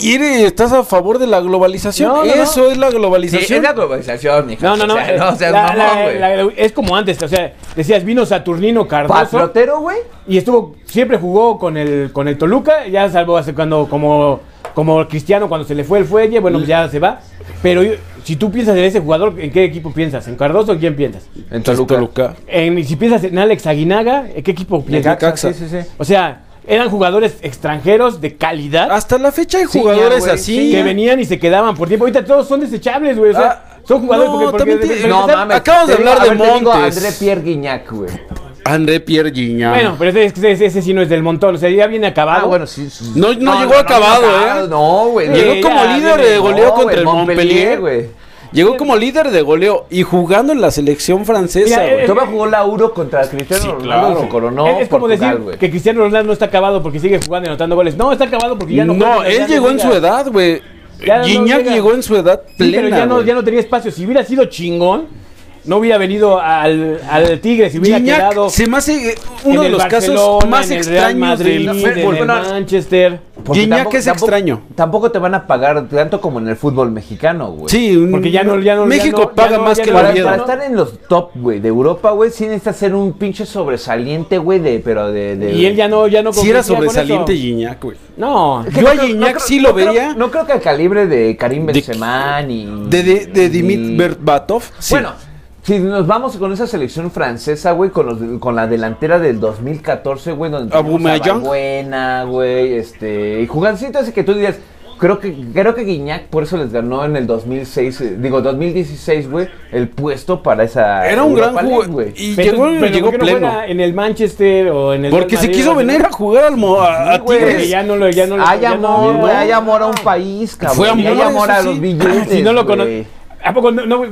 [SPEAKER 3] y eres- estás a favor de la globalización.
[SPEAKER 2] No, no, no.
[SPEAKER 3] Eso es la
[SPEAKER 1] Sí,
[SPEAKER 3] globalización.
[SPEAKER 1] es la globalización, mijo.
[SPEAKER 2] una- No, no, no.
[SPEAKER 1] O sea, no seas
[SPEAKER 2] la-
[SPEAKER 1] mamón,
[SPEAKER 2] la-
[SPEAKER 1] güey.
[SPEAKER 2] la- es como antes, o sea, decías, vino Saturnino Cardoso
[SPEAKER 1] Patriotero, güey.
[SPEAKER 2] y estuvo, siempre jugó con el, con el Toluca, ya salvo hace cuando, como, como Cristiano, cuando se le fue el fuelle, bueno, pues ya se va. Pero yo- si tú piensas en ese jugador, ¿en qué equipo piensas? ¿En Cardoso o en quién piensas?
[SPEAKER 1] En
[SPEAKER 3] Toluca.
[SPEAKER 2] En, y si piensas en Alex Aguinaga, ¿en qué equipo piensas?
[SPEAKER 3] Necaxa. Eh,
[SPEAKER 1] Sí, sí, sí.
[SPEAKER 2] O sea, eran jugadores extranjeros de calidad
[SPEAKER 3] Hasta la fecha hay
[SPEAKER 1] Sí, ya,
[SPEAKER 3] jugadores
[SPEAKER 1] güey,
[SPEAKER 3] así.
[SPEAKER 1] Ah, sí.
[SPEAKER 2] que venían y se quedaban por tiempo. Ahorita todos son desechables, güey. O sea,
[SPEAKER 3] Ah,
[SPEAKER 2] son jugadores
[SPEAKER 3] no,
[SPEAKER 2] porque, porque
[SPEAKER 3] también
[SPEAKER 2] de-
[SPEAKER 3] tiene-
[SPEAKER 2] de-
[SPEAKER 1] No
[SPEAKER 2] de-
[SPEAKER 1] mames.
[SPEAKER 3] acabas de
[SPEAKER 1] Te digo-
[SPEAKER 3] hablar
[SPEAKER 1] a
[SPEAKER 3] de
[SPEAKER 1] ver, te digo
[SPEAKER 3] Montes.
[SPEAKER 1] André Pierre Guignac, güey.
[SPEAKER 3] André Pierre Gignac.
[SPEAKER 2] Bueno, pero ese, ese- ese- ese sí no es del montón. O sea, ya viene acabado.
[SPEAKER 1] Ah, bueno, sí. sí.
[SPEAKER 3] No- no llegó acabado, ¿eh?
[SPEAKER 1] No, güey.
[SPEAKER 2] Sí,
[SPEAKER 3] Llegó como
[SPEAKER 2] ya,
[SPEAKER 3] líder
[SPEAKER 2] viene-
[SPEAKER 3] de goleo
[SPEAKER 1] No,
[SPEAKER 3] contra
[SPEAKER 1] güey,
[SPEAKER 3] el Montpellier.
[SPEAKER 1] güey.
[SPEAKER 3] Llegó como líder de goleo y jugando en la selección francesa,
[SPEAKER 2] Mira,
[SPEAKER 3] güey.
[SPEAKER 2] eh,
[SPEAKER 1] Todavía jugó la Euro contra Cristiano
[SPEAKER 3] Sí,
[SPEAKER 1] Ronaldo
[SPEAKER 3] claro.
[SPEAKER 1] y se coronó
[SPEAKER 2] es, es como
[SPEAKER 1] Portugal,
[SPEAKER 2] decir
[SPEAKER 1] güey.
[SPEAKER 2] que Cristiano Ronaldo no está acabado porque sigue jugando y anotando goles. No, está acabado porque ya no.
[SPEAKER 3] no,
[SPEAKER 2] juega las
[SPEAKER 3] él
[SPEAKER 2] grandes
[SPEAKER 3] llegó en
[SPEAKER 2] ligas.
[SPEAKER 3] su edad, güey.
[SPEAKER 2] Ya no
[SPEAKER 3] Gignac
[SPEAKER 2] llega.
[SPEAKER 3] llegó en su edad
[SPEAKER 2] Sí,
[SPEAKER 3] plena.
[SPEAKER 2] pero ya no,
[SPEAKER 3] güey.
[SPEAKER 2] ya no tenía espacio. Si hubiera sido chingón, no hubiera venido al, al Tigre. Si hubiera
[SPEAKER 3] Gignac
[SPEAKER 2] quedado
[SPEAKER 3] se me hace eh,
[SPEAKER 2] en
[SPEAKER 3] uno de
[SPEAKER 2] el
[SPEAKER 3] los casos
[SPEAKER 2] Barcelona,
[SPEAKER 3] más
[SPEAKER 2] en el Real
[SPEAKER 3] extraños
[SPEAKER 2] Madrid,
[SPEAKER 3] del
[SPEAKER 2] en
[SPEAKER 3] fútbol.
[SPEAKER 2] el Manchester.
[SPEAKER 1] Porque
[SPEAKER 3] Guiñac es extraño.
[SPEAKER 1] Tampoco te van a pagar tanto como en el fútbol mexicano, güey.
[SPEAKER 3] Sí, un-
[SPEAKER 2] Porque ya no- ya no-
[SPEAKER 3] México
[SPEAKER 2] ya no-
[SPEAKER 3] paga
[SPEAKER 2] ya no-
[SPEAKER 3] más
[SPEAKER 2] ya
[SPEAKER 3] que
[SPEAKER 2] no-
[SPEAKER 3] la
[SPEAKER 1] Para,
[SPEAKER 2] Oviedo,
[SPEAKER 1] para
[SPEAKER 2] ¿no?
[SPEAKER 1] estar en los top, güey, de Europa, güey, sí necesitas ser un pinche sobresaliente, güey, de, pero de, de-
[SPEAKER 2] Y él ya no, ya no.
[SPEAKER 3] Si
[SPEAKER 2] competía
[SPEAKER 3] era
[SPEAKER 2] con eso.
[SPEAKER 3] sobresaliente Gignac, güey.
[SPEAKER 2] No,
[SPEAKER 1] Que
[SPEAKER 3] Yo
[SPEAKER 1] no
[SPEAKER 3] a
[SPEAKER 1] creo-
[SPEAKER 3] Gignac
[SPEAKER 1] no creo-
[SPEAKER 3] sí lo
[SPEAKER 1] no creo-
[SPEAKER 3] veía.
[SPEAKER 1] no creo que al calibre de Karim
[SPEAKER 3] De-
[SPEAKER 1] Benzema ni...
[SPEAKER 3] De, de, de Dimit
[SPEAKER 1] ni-
[SPEAKER 3] Berbatov. sí.
[SPEAKER 1] Bueno, si nos vamos con esa selección francesa, güey, con, los- con la delantera del 2014, güey, donde
[SPEAKER 3] Aubameyang.
[SPEAKER 1] buena, güey, este, y jugancitas así que tú dirías, creo que creo que Guiñac por eso les ganó en el 2006, eh, digo 2016, güey, el puesto para esa
[SPEAKER 3] Era un gran
[SPEAKER 1] Europa League,
[SPEAKER 3] jugador. Y llegó,
[SPEAKER 2] pero
[SPEAKER 3] llegó
[SPEAKER 2] ¿por qué no
[SPEAKER 3] pleno.
[SPEAKER 2] juega en el Manchester o en el
[SPEAKER 3] porque se
[SPEAKER 2] Real Madrid
[SPEAKER 3] quiso
[SPEAKER 2] o en-
[SPEAKER 3] venir a jugar al mo- a, a
[SPEAKER 1] Sí, güey.
[SPEAKER 2] Porque
[SPEAKER 3] Tigres.
[SPEAKER 2] ya no lo ya no lo-
[SPEAKER 1] Hay
[SPEAKER 2] ya no lo
[SPEAKER 1] amor,
[SPEAKER 2] vieron.
[SPEAKER 1] güey, hay amor a un país, cabrón.
[SPEAKER 3] Fue
[SPEAKER 1] y hay
[SPEAKER 3] amor,
[SPEAKER 1] amor
[SPEAKER 3] eso
[SPEAKER 1] a los
[SPEAKER 3] sí.
[SPEAKER 1] billetes.
[SPEAKER 2] Ah, si no lo conoce
[SPEAKER 1] güey.
[SPEAKER 2] a poco no, no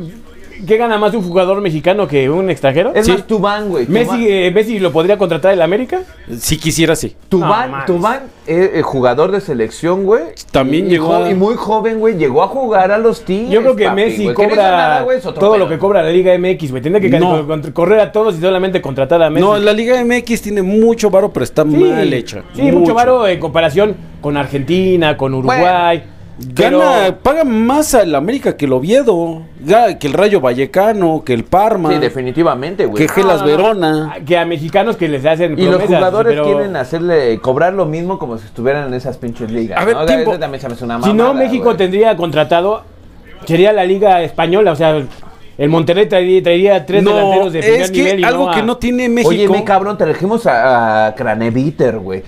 [SPEAKER 2] qué gana más un jugador mexicano que un extranjero?
[SPEAKER 1] Es
[SPEAKER 3] Sí.
[SPEAKER 1] más, Tubán, güey. Tubán-
[SPEAKER 2] Messi eh, Messi lo podría contratar el América?
[SPEAKER 3] Si quisiera, sí.
[SPEAKER 1] Tubán,
[SPEAKER 2] No, mames.
[SPEAKER 1] Tubán, eh, eh, jugador de selección, güey.
[SPEAKER 3] También
[SPEAKER 1] Y- y
[SPEAKER 3] llegó
[SPEAKER 1] jo-
[SPEAKER 3] a-
[SPEAKER 1] Y muy joven, güey. Llegó a jugar a los Tigres.
[SPEAKER 2] Yo creo que
[SPEAKER 1] papi,
[SPEAKER 2] Messi
[SPEAKER 1] güey.
[SPEAKER 2] cobra
[SPEAKER 1] no hizo nada, güey, es otro
[SPEAKER 2] todo
[SPEAKER 1] pedo.
[SPEAKER 2] lo que cobra la Liga MX, güey. Tendría que
[SPEAKER 3] No.
[SPEAKER 2] con- correr a todos y solamente contratar a Messi.
[SPEAKER 3] No, la Liga MX tiene mucho varo, pero está
[SPEAKER 2] Sí,
[SPEAKER 3] mal hecha.
[SPEAKER 2] Sí, mucho, varo en comparación con Argentina, con Uruguay. pero-
[SPEAKER 3] Gana, paga más al América que el Oviedo, ga- que el Rayo Vallecano, que el Parma,
[SPEAKER 1] Sí, definitivamente, güey.
[SPEAKER 3] que Gelas
[SPEAKER 2] no, no.
[SPEAKER 3] Verona.
[SPEAKER 2] Ah, que a mexicanos que les hacen
[SPEAKER 1] Y los
[SPEAKER 2] promesas,
[SPEAKER 1] jugadores
[SPEAKER 2] pero-
[SPEAKER 1] quieren hacerle cobrar lo mismo como si estuvieran en esas pinches ligas.
[SPEAKER 3] A ver,
[SPEAKER 1] ¿no?
[SPEAKER 3] tiempo.
[SPEAKER 1] Eso también se me hace una
[SPEAKER 2] Si no,
[SPEAKER 1] mamada,
[SPEAKER 2] México
[SPEAKER 1] güey.
[SPEAKER 2] tendría contratado, sería la liga española, o sea, el Monterrey traería, traería tres
[SPEAKER 3] No,
[SPEAKER 2] delanteros de primer
[SPEAKER 3] es
[SPEAKER 2] nivel
[SPEAKER 3] que
[SPEAKER 2] y
[SPEAKER 3] algo
[SPEAKER 2] a-
[SPEAKER 3] que no tiene México.
[SPEAKER 1] Oye, mi cabrón, trajimos a, a Craneviter, güey.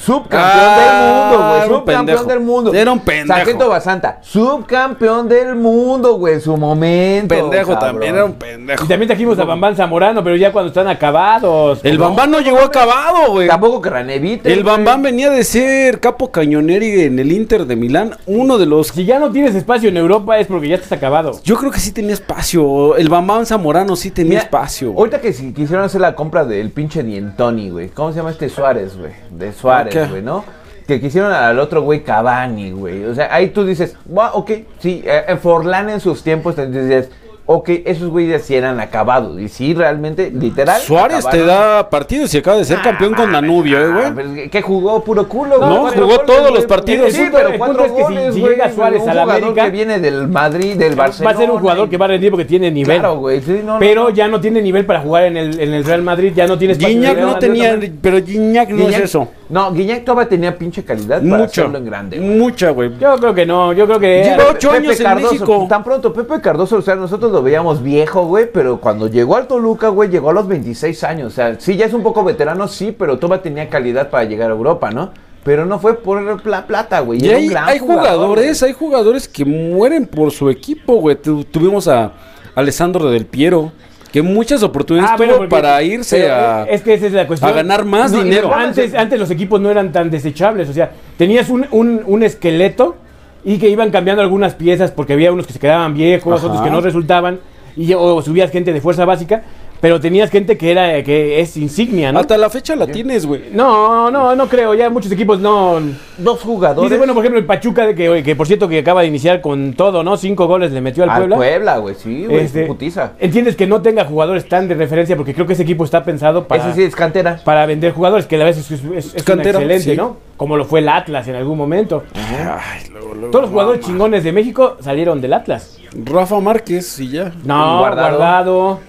[SPEAKER 1] Subcampeón
[SPEAKER 3] Ah,
[SPEAKER 1] del mundo, güey.
[SPEAKER 3] era un
[SPEAKER 1] Subcampeón
[SPEAKER 3] pendejo.
[SPEAKER 1] del mundo.
[SPEAKER 3] Era un pendejo.
[SPEAKER 1] Sargento Basanta. Subcampeón del mundo, güey. En su momento.
[SPEAKER 3] pendejo
[SPEAKER 1] cabrón.
[SPEAKER 3] también, era un pendejo.
[SPEAKER 2] Y también trajimos a Bambán Zamorano, pero ya cuando están acabados.
[SPEAKER 3] El
[SPEAKER 2] ¿no?
[SPEAKER 3] Bambán no llegó acabado, güey.
[SPEAKER 1] Tampoco Craneviter.
[SPEAKER 3] El Bambán venía de ser capo cañoneri en el Inter de Milán, uno de los...
[SPEAKER 2] Si ya no tienes espacio en Europa es porque ya estás acabado.
[SPEAKER 3] Yo creo que sí tenía espacio, el Bambán Zamorano sí tenía
[SPEAKER 1] Mira,
[SPEAKER 3] espacio. güey.
[SPEAKER 1] Ahorita que si quisieron hacer la compra del pinche Dientoni, güey. ¿Cómo se llama este Suárez, güey? De Suárez,
[SPEAKER 3] Ok.
[SPEAKER 1] güey, ¿no? que quisieron al otro güey Cavani, güey. O sea, ahí tú dices, "Buah, ok, sí, eh, eh, Forlán en sus tiempos, te dices, ok, esos güeyes sí eran acabados. Y sí, realmente, literal.
[SPEAKER 3] Suárez te
[SPEAKER 1] acabaron.
[SPEAKER 3] da partidos y acaba de
[SPEAKER 2] Ah,
[SPEAKER 3] ser campeón con Danubio, eh,
[SPEAKER 1] Ah,
[SPEAKER 3] güey.
[SPEAKER 1] pero es que jugó puro culo,
[SPEAKER 3] No,
[SPEAKER 1] Cuatro
[SPEAKER 3] jugó todos
[SPEAKER 1] güey.
[SPEAKER 3] los partidos.
[SPEAKER 1] Sí,
[SPEAKER 2] El punto-
[SPEAKER 1] pero
[SPEAKER 2] el
[SPEAKER 1] cuatro
[SPEAKER 2] punto es que si-
[SPEAKER 1] goles,
[SPEAKER 2] si
[SPEAKER 1] güey,
[SPEAKER 2] llega Suárez
[SPEAKER 1] un
[SPEAKER 2] a la
[SPEAKER 1] jugador
[SPEAKER 2] América,
[SPEAKER 1] que viene del Madrid, del
[SPEAKER 2] Va
[SPEAKER 1] Barcelona.
[SPEAKER 2] a ser un jugador que va a rendir porque tiene nivel.
[SPEAKER 1] Claro, güey. sí, no, no,
[SPEAKER 2] pero ya no tiene nivel para jugar en el, en el Real Madrid, ya no tiene espacio en el
[SPEAKER 3] Guiñac
[SPEAKER 2] Real
[SPEAKER 3] no
[SPEAKER 2] Madrid,
[SPEAKER 3] tenía,
[SPEAKER 2] ¿no?
[SPEAKER 3] pero Guiñac no es
[SPEAKER 1] Guiñac-
[SPEAKER 3] eso.
[SPEAKER 1] No, Guiñac todavía tenía pinche calidad para
[SPEAKER 3] Mucho.
[SPEAKER 1] hacerlo en grande. güey.
[SPEAKER 3] Mucha, güey.
[SPEAKER 2] Yo creo que no, yo creo que.
[SPEAKER 3] Lleva ocho años en
[SPEAKER 1] Cardoso,
[SPEAKER 3] México.
[SPEAKER 1] Tan pronto, Pepe Cardoso, o sea, nosotros lo veíamos viejo, güey, pero cuando llegó al Toluca, güey, llegó a los 26 años. O sea, sí, ya es un poco veterano, sí, pero Toba tenía calidad para llegar a Europa, ¿no? Pero no fue por la plata, güey.
[SPEAKER 3] Y
[SPEAKER 1] era un
[SPEAKER 3] hay,
[SPEAKER 1] gran
[SPEAKER 3] hay
[SPEAKER 1] jugador,
[SPEAKER 3] jugadores, hay jugadores que mueren por su equipo, güey. Tu- tuvimos a Alessandro del Piero, que muchas oportunidades
[SPEAKER 2] Ah,
[SPEAKER 3] tuvo
[SPEAKER 2] bueno, porque-
[SPEAKER 3] para irse
[SPEAKER 2] pero,
[SPEAKER 3] a...
[SPEAKER 2] Es que esa es la cuestión.
[SPEAKER 3] a ganar más
[SPEAKER 2] y
[SPEAKER 3] dinero.
[SPEAKER 2] Antes, antes los equipos no eran tan desechables. O sea, tenías un, un- un esqueleto y que iban cambiando algunas piezas porque había unos que se quedaban viejos,
[SPEAKER 3] Ajá.
[SPEAKER 2] otros que no resultaban. Y, o subías gente de fuerza básica, pero tenías gente que era eh, que es insignia, ¿no?
[SPEAKER 3] Hasta la fecha la tienes, güey.
[SPEAKER 2] No, no, no creo. Ya muchos equipos no.
[SPEAKER 1] Dos jugadores.
[SPEAKER 2] Dice, bueno, por ejemplo, el Pachuca, de que, que por cierto que acaba de iniciar con todo, ¿no? Cinco goles le metió al
[SPEAKER 1] al
[SPEAKER 2] Puebla.
[SPEAKER 1] Puebla, güey, sí, güey,
[SPEAKER 2] Este,
[SPEAKER 1] putiza.
[SPEAKER 2] Entiendes que no tenga jugadores tan de referencia porque creo que ese equipo está pensado para
[SPEAKER 1] Ese sí es cantera.
[SPEAKER 2] para vender jugadores, que a veces es, es- es un
[SPEAKER 3] Cantera,
[SPEAKER 2] excelente,
[SPEAKER 3] sí.
[SPEAKER 2] ¿no? Como lo fue el Atlas en algún momento.
[SPEAKER 3] Ay, luego, luego,
[SPEAKER 2] Todos los jugadores
[SPEAKER 3] mamá.
[SPEAKER 2] chingones de México salieron del Atlas.
[SPEAKER 3] Rafa Márquez y ya.
[SPEAKER 2] No,
[SPEAKER 1] Guardado.
[SPEAKER 2] Guardado.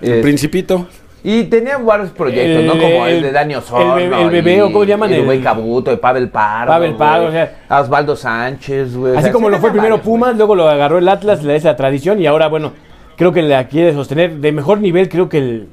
[SPEAKER 3] El
[SPEAKER 1] Eh,
[SPEAKER 3] Principito.
[SPEAKER 1] Y tenían varios proyectos,
[SPEAKER 2] El-
[SPEAKER 1] ¿no? Como el,
[SPEAKER 2] el-
[SPEAKER 1] de Dani Osorno.
[SPEAKER 2] el bebé- el bebé, ¿o cómo llaman?
[SPEAKER 1] El
[SPEAKER 2] El-
[SPEAKER 1] güey Cabuto, el Pavel Pardo.
[SPEAKER 2] Pavel Pardo,
[SPEAKER 1] güey.
[SPEAKER 2] o sea-
[SPEAKER 1] Osvaldo Sánchez, güey. O
[SPEAKER 2] Así
[SPEAKER 1] sea,
[SPEAKER 2] como
[SPEAKER 1] sí
[SPEAKER 2] lo fue
[SPEAKER 1] tenían
[SPEAKER 2] primero
[SPEAKER 1] varios,
[SPEAKER 2] Pumas, luego lo agarró el Atlas, le da esa tradición y ahora, bueno, creo que la quiere sostener de mejor nivel, creo que el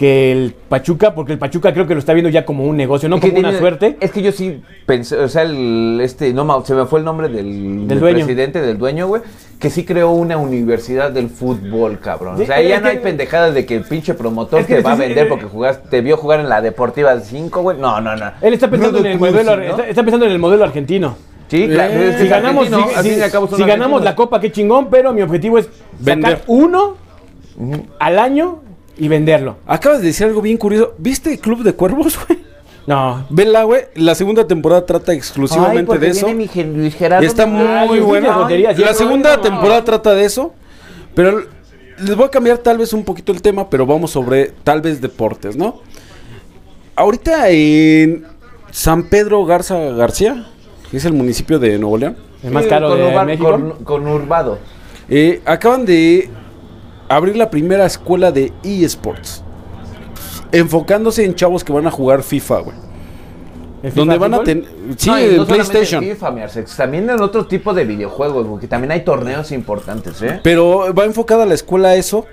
[SPEAKER 2] que el Pachuca, porque el Pachuca creo que lo está viendo ya como un negocio, no
[SPEAKER 1] Es que
[SPEAKER 2] como una
[SPEAKER 1] tiene-
[SPEAKER 2] suerte.
[SPEAKER 1] Es que yo sí pensé, o sea, el, este, no, ma- se me fue el nombre del, del
[SPEAKER 2] dueño.
[SPEAKER 1] presidente, del dueño, güey, que sí creó una universidad del fútbol, cabrón. O
[SPEAKER 2] Sí,
[SPEAKER 1] sea, ya
[SPEAKER 2] es
[SPEAKER 1] no hay
[SPEAKER 2] que-
[SPEAKER 1] pendejadas de que el pinche promotor
[SPEAKER 2] Es que
[SPEAKER 1] te va a
[SPEAKER 2] sí, sí,
[SPEAKER 1] vender
[SPEAKER 2] eh,
[SPEAKER 1] porque jugaste, te vio jugar en la Deportiva 5, güey. No, no, no.
[SPEAKER 2] Él está pensando en el
[SPEAKER 1] Rudo
[SPEAKER 2] modelo,
[SPEAKER 1] Cursi, ¿no?
[SPEAKER 2] está, está pensando en el modelo argentino.
[SPEAKER 1] Sí, claro.
[SPEAKER 3] Eh,
[SPEAKER 2] Si ganamos, si,
[SPEAKER 1] argentino, al
[SPEAKER 2] si-
[SPEAKER 1] fin y al cabo son
[SPEAKER 2] si ganamos
[SPEAKER 1] argentinos.
[SPEAKER 2] la copa, qué chingón, pero mi objetivo es
[SPEAKER 3] Vender.
[SPEAKER 2] sacar uno al año y venderlo.
[SPEAKER 3] Acabas de decir algo bien curioso. ¿Viste Club de Cuervos, güey?
[SPEAKER 2] No.
[SPEAKER 3] Vela, güey. La segunda temporada trata exclusivamente de eso.
[SPEAKER 1] mi Gen- Luis Gerardo.
[SPEAKER 3] Y está
[SPEAKER 2] Ay,
[SPEAKER 3] muy
[SPEAKER 2] yo
[SPEAKER 3] buena.
[SPEAKER 2] dije tonterías,
[SPEAKER 3] La
[SPEAKER 2] yo-
[SPEAKER 3] segunda
[SPEAKER 2] no.
[SPEAKER 3] temporada trata de eso. Pero les voy a cambiar tal vez un poquito el tema, pero vamos sobre tal vez deportes, ¿no? Ahorita en San Pedro Garza García, que es el municipio de Nuevo León,
[SPEAKER 2] El más caro de
[SPEAKER 1] Urban-
[SPEAKER 2] México.
[SPEAKER 1] con- con Urbado.
[SPEAKER 3] eh, acaban de abrir la primera escuela de eSports. Enfocándose en chavos que van a jugar FIFA, güey.
[SPEAKER 2] ¿El
[SPEAKER 3] Donde
[SPEAKER 2] FIFA
[SPEAKER 3] van a
[SPEAKER 2] fútbol?
[SPEAKER 3] tener... Sí,
[SPEAKER 1] No, y
[SPEAKER 3] en
[SPEAKER 1] no solamente
[SPEAKER 3] PlayStation.
[SPEAKER 1] en FIFA, mi Arsex, también en otro tipo de videojuegos, porque también hay torneos importantes, ¿eh?
[SPEAKER 3] Pero va enfocada la escuela a eso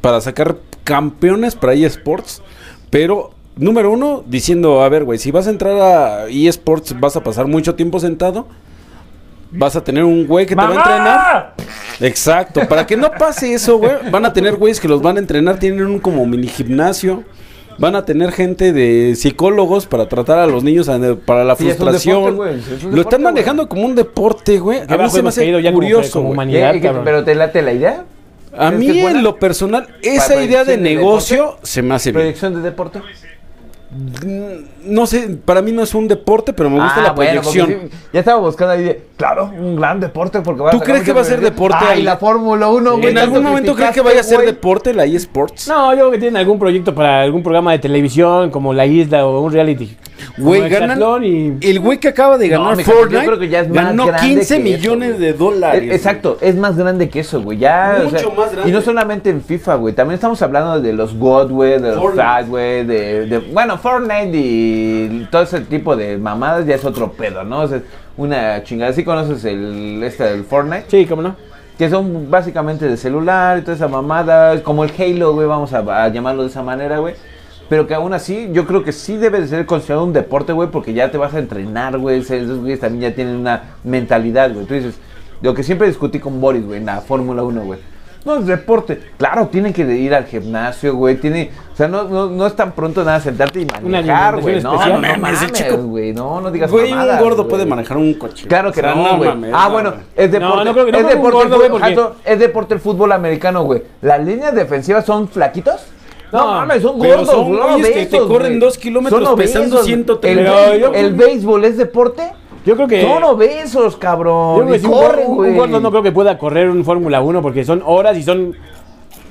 [SPEAKER 3] para sacar campeones para eSports. Pero, número uno, diciendo, a ver, güey, si vas a entrar a eSports, vas a pasar mucho tiempo sentado. Vas a tener un güey que te va a entrenar.
[SPEAKER 2] ¡Mamá!
[SPEAKER 3] Exacto. Para que no pase eso, güey, van a tener güeyes que los van a entrenar. Tienen un como mini gimnasio. Van a tener gente de psicólogos para tratar a los niños ane- para la
[SPEAKER 1] Sí, es un
[SPEAKER 3] frustración.
[SPEAKER 1] deporte, güey, es un
[SPEAKER 3] Lo
[SPEAKER 1] deporte,
[SPEAKER 3] están
[SPEAKER 1] güey.
[SPEAKER 3] manejando como un deporte, güey. A mí
[SPEAKER 2] abajo
[SPEAKER 3] se me
[SPEAKER 2] hemos caído
[SPEAKER 3] hace
[SPEAKER 2] ya como-
[SPEAKER 3] curioso,
[SPEAKER 2] como
[SPEAKER 3] güey.
[SPEAKER 2] humanidad,
[SPEAKER 1] ¿Qué- qué-
[SPEAKER 2] cabrón.
[SPEAKER 1] pero te late la idea?
[SPEAKER 3] A
[SPEAKER 1] ¿Crees
[SPEAKER 3] mí,
[SPEAKER 1] que es buena?
[SPEAKER 3] en lo personal, esa
[SPEAKER 1] ¿Para
[SPEAKER 3] idea de
[SPEAKER 1] proyección de
[SPEAKER 3] negocio se me hace bien.
[SPEAKER 1] ¿Proyección de deporte?
[SPEAKER 3] No sé, para mí no es un deporte, pero me gusta
[SPEAKER 1] Ah,
[SPEAKER 3] la
[SPEAKER 1] bueno, porque
[SPEAKER 3] proyección.
[SPEAKER 1] sí, ya estaba buscando ahí de, claro, un gran deporte porque va
[SPEAKER 3] ¿Tú
[SPEAKER 1] sacar
[SPEAKER 3] crees que
[SPEAKER 1] muchas
[SPEAKER 3] va a ser
[SPEAKER 1] medallas.
[SPEAKER 3] deporte
[SPEAKER 1] Ay,
[SPEAKER 3] ahí?
[SPEAKER 1] Ah, la Fórmula 1, güey.
[SPEAKER 3] ¿En
[SPEAKER 1] tanto
[SPEAKER 3] algún momento crees
[SPEAKER 1] criticaste,
[SPEAKER 3] que vaya a ser
[SPEAKER 1] güey.
[SPEAKER 3] deporte la eSports?
[SPEAKER 2] No, yo creo que tienen algún proyecto para algún programa de televisión, como La Isla o un reality.
[SPEAKER 3] Güey,
[SPEAKER 2] Como
[SPEAKER 3] ganan.
[SPEAKER 2] Hexatlón y-
[SPEAKER 3] El güey que acaba de
[SPEAKER 1] No,
[SPEAKER 3] ganar
[SPEAKER 1] mijo, yo
[SPEAKER 3] Fortnite
[SPEAKER 1] creo que ya es más
[SPEAKER 3] ganó
[SPEAKER 1] grande
[SPEAKER 3] 15
[SPEAKER 1] que eso,
[SPEAKER 3] millones
[SPEAKER 1] güey.
[SPEAKER 3] de dólares.
[SPEAKER 1] Eh, Exacto, es más grande que eso, güey. Ya,
[SPEAKER 3] Mucho más grande.
[SPEAKER 1] Y no solamente en FIFA, güey. También estamos hablando de los God, güey, de los
[SPEAKER 3] Fortnite.
[SPEAKER 1] Fat, güey, de, de- Bueno, Fortnite y todo ese tipo de mamadas ya es otro pedo, ¿no? O sea, es una chingada. ¿Sí conoces el, este del Fortnite?
[SPEAKER 2] Sí, cómo no.
[SPEAKER 1] Que son básicamente de celular y toda esa mamada, como el Halo, güey, vamos a, a llamarlo de esa manera, güey. Pero que aún así, yo creo que sí debe de ser considerado un deporte, güey, porque ya te vas a entrenar, güey. Esos güeyes también ya tienen una mentalidad, güey. Tú dices, lo que siempre discutí con Boris, güey, en la Fórmula 1, güey. No es deporte. Claro, tienen que ir al gimnasio, güey. Tiene, o sea, no, no, no es tan pronto nada sentarte y manejar,
[SPEAKER 2] alimentación
[SPEAKER 1] güey. No, no,
[SPEAKER 2] especial.
[SPEAKER 1] no
[SPEAKER 3] Mames, el
[SPEAKER 1] mames,
[SPEAKER 3] chico-
[SPEAKER 1] güey. No, no digas
[SPEAKER 3] Güey, un
[SPEAKER 1] mamadas,
[SPEAKER 3] gordo
[SPEAKER 1] güey.
[SPEAKER 3] puede manejar un coche.
[SPEAKER 1] Claro que
[SPEAKER 3] O sea,
[SPEAKER 1] no, güey.
[SPEAKER 3] mames,
[SPEAKER 1] ah,
[SPEAKER 3] no
[SPEAKER 1] bueno,
[SPEAKER 3] mames.
[SPEAKER 1] es deporte.
[SPEAKER 2] No, no creo que- no
[SPEAKER 1] es
[SPEAKER 2] creo que un
[SPEAKER 1] deporte,
[SPEAKER 2] gordo,
[SPEAKER 1] güey,
[SPEAKER 2] güey, porque-
[SPEAKER 1] Jato, es deporte el fútbol americano, güey. Las líneas defensivas son flaquitos No, mames, son
[SPEAKER 3] Pero
[SPEAKER 1] gordos,
[SPEAKER 3] son
[SPEAKER 1] son
[SPEAKER 3] güeyes que te
[SPEAKER 1] obesos,
[SPEAKER 3] corren
[SPEAKER 1] güey.
[SPEAKER 3] dos kilómetros
[SPEAKER 1] Son
[SPEAKER 3] pesando
[SPEAKER 1] obesos.
[SPEAKER 3] 130.
[SPEAKER 1] ¿El,
[SPEAKER 2] Pero yo-
[SPEAKER 1] el béisbol es deporte?
[SPEAKER 2] Yo creo que.
[SPEAKER 1] Son obesos,
[SPEAKER 2] Yo
[SPEAKER 1] cabrón.
[SPEAKER 2] creo que
[SPEAKER 1] y
[SPEAKER 2] sí, un,
[SPEAKER 1] corren,
[SPEAKER 2] un- un
[SPEAKER 1] güey.
[SPEAKER 2] gordo no creo que pueda correr un Fórmula 1 porque son horas y son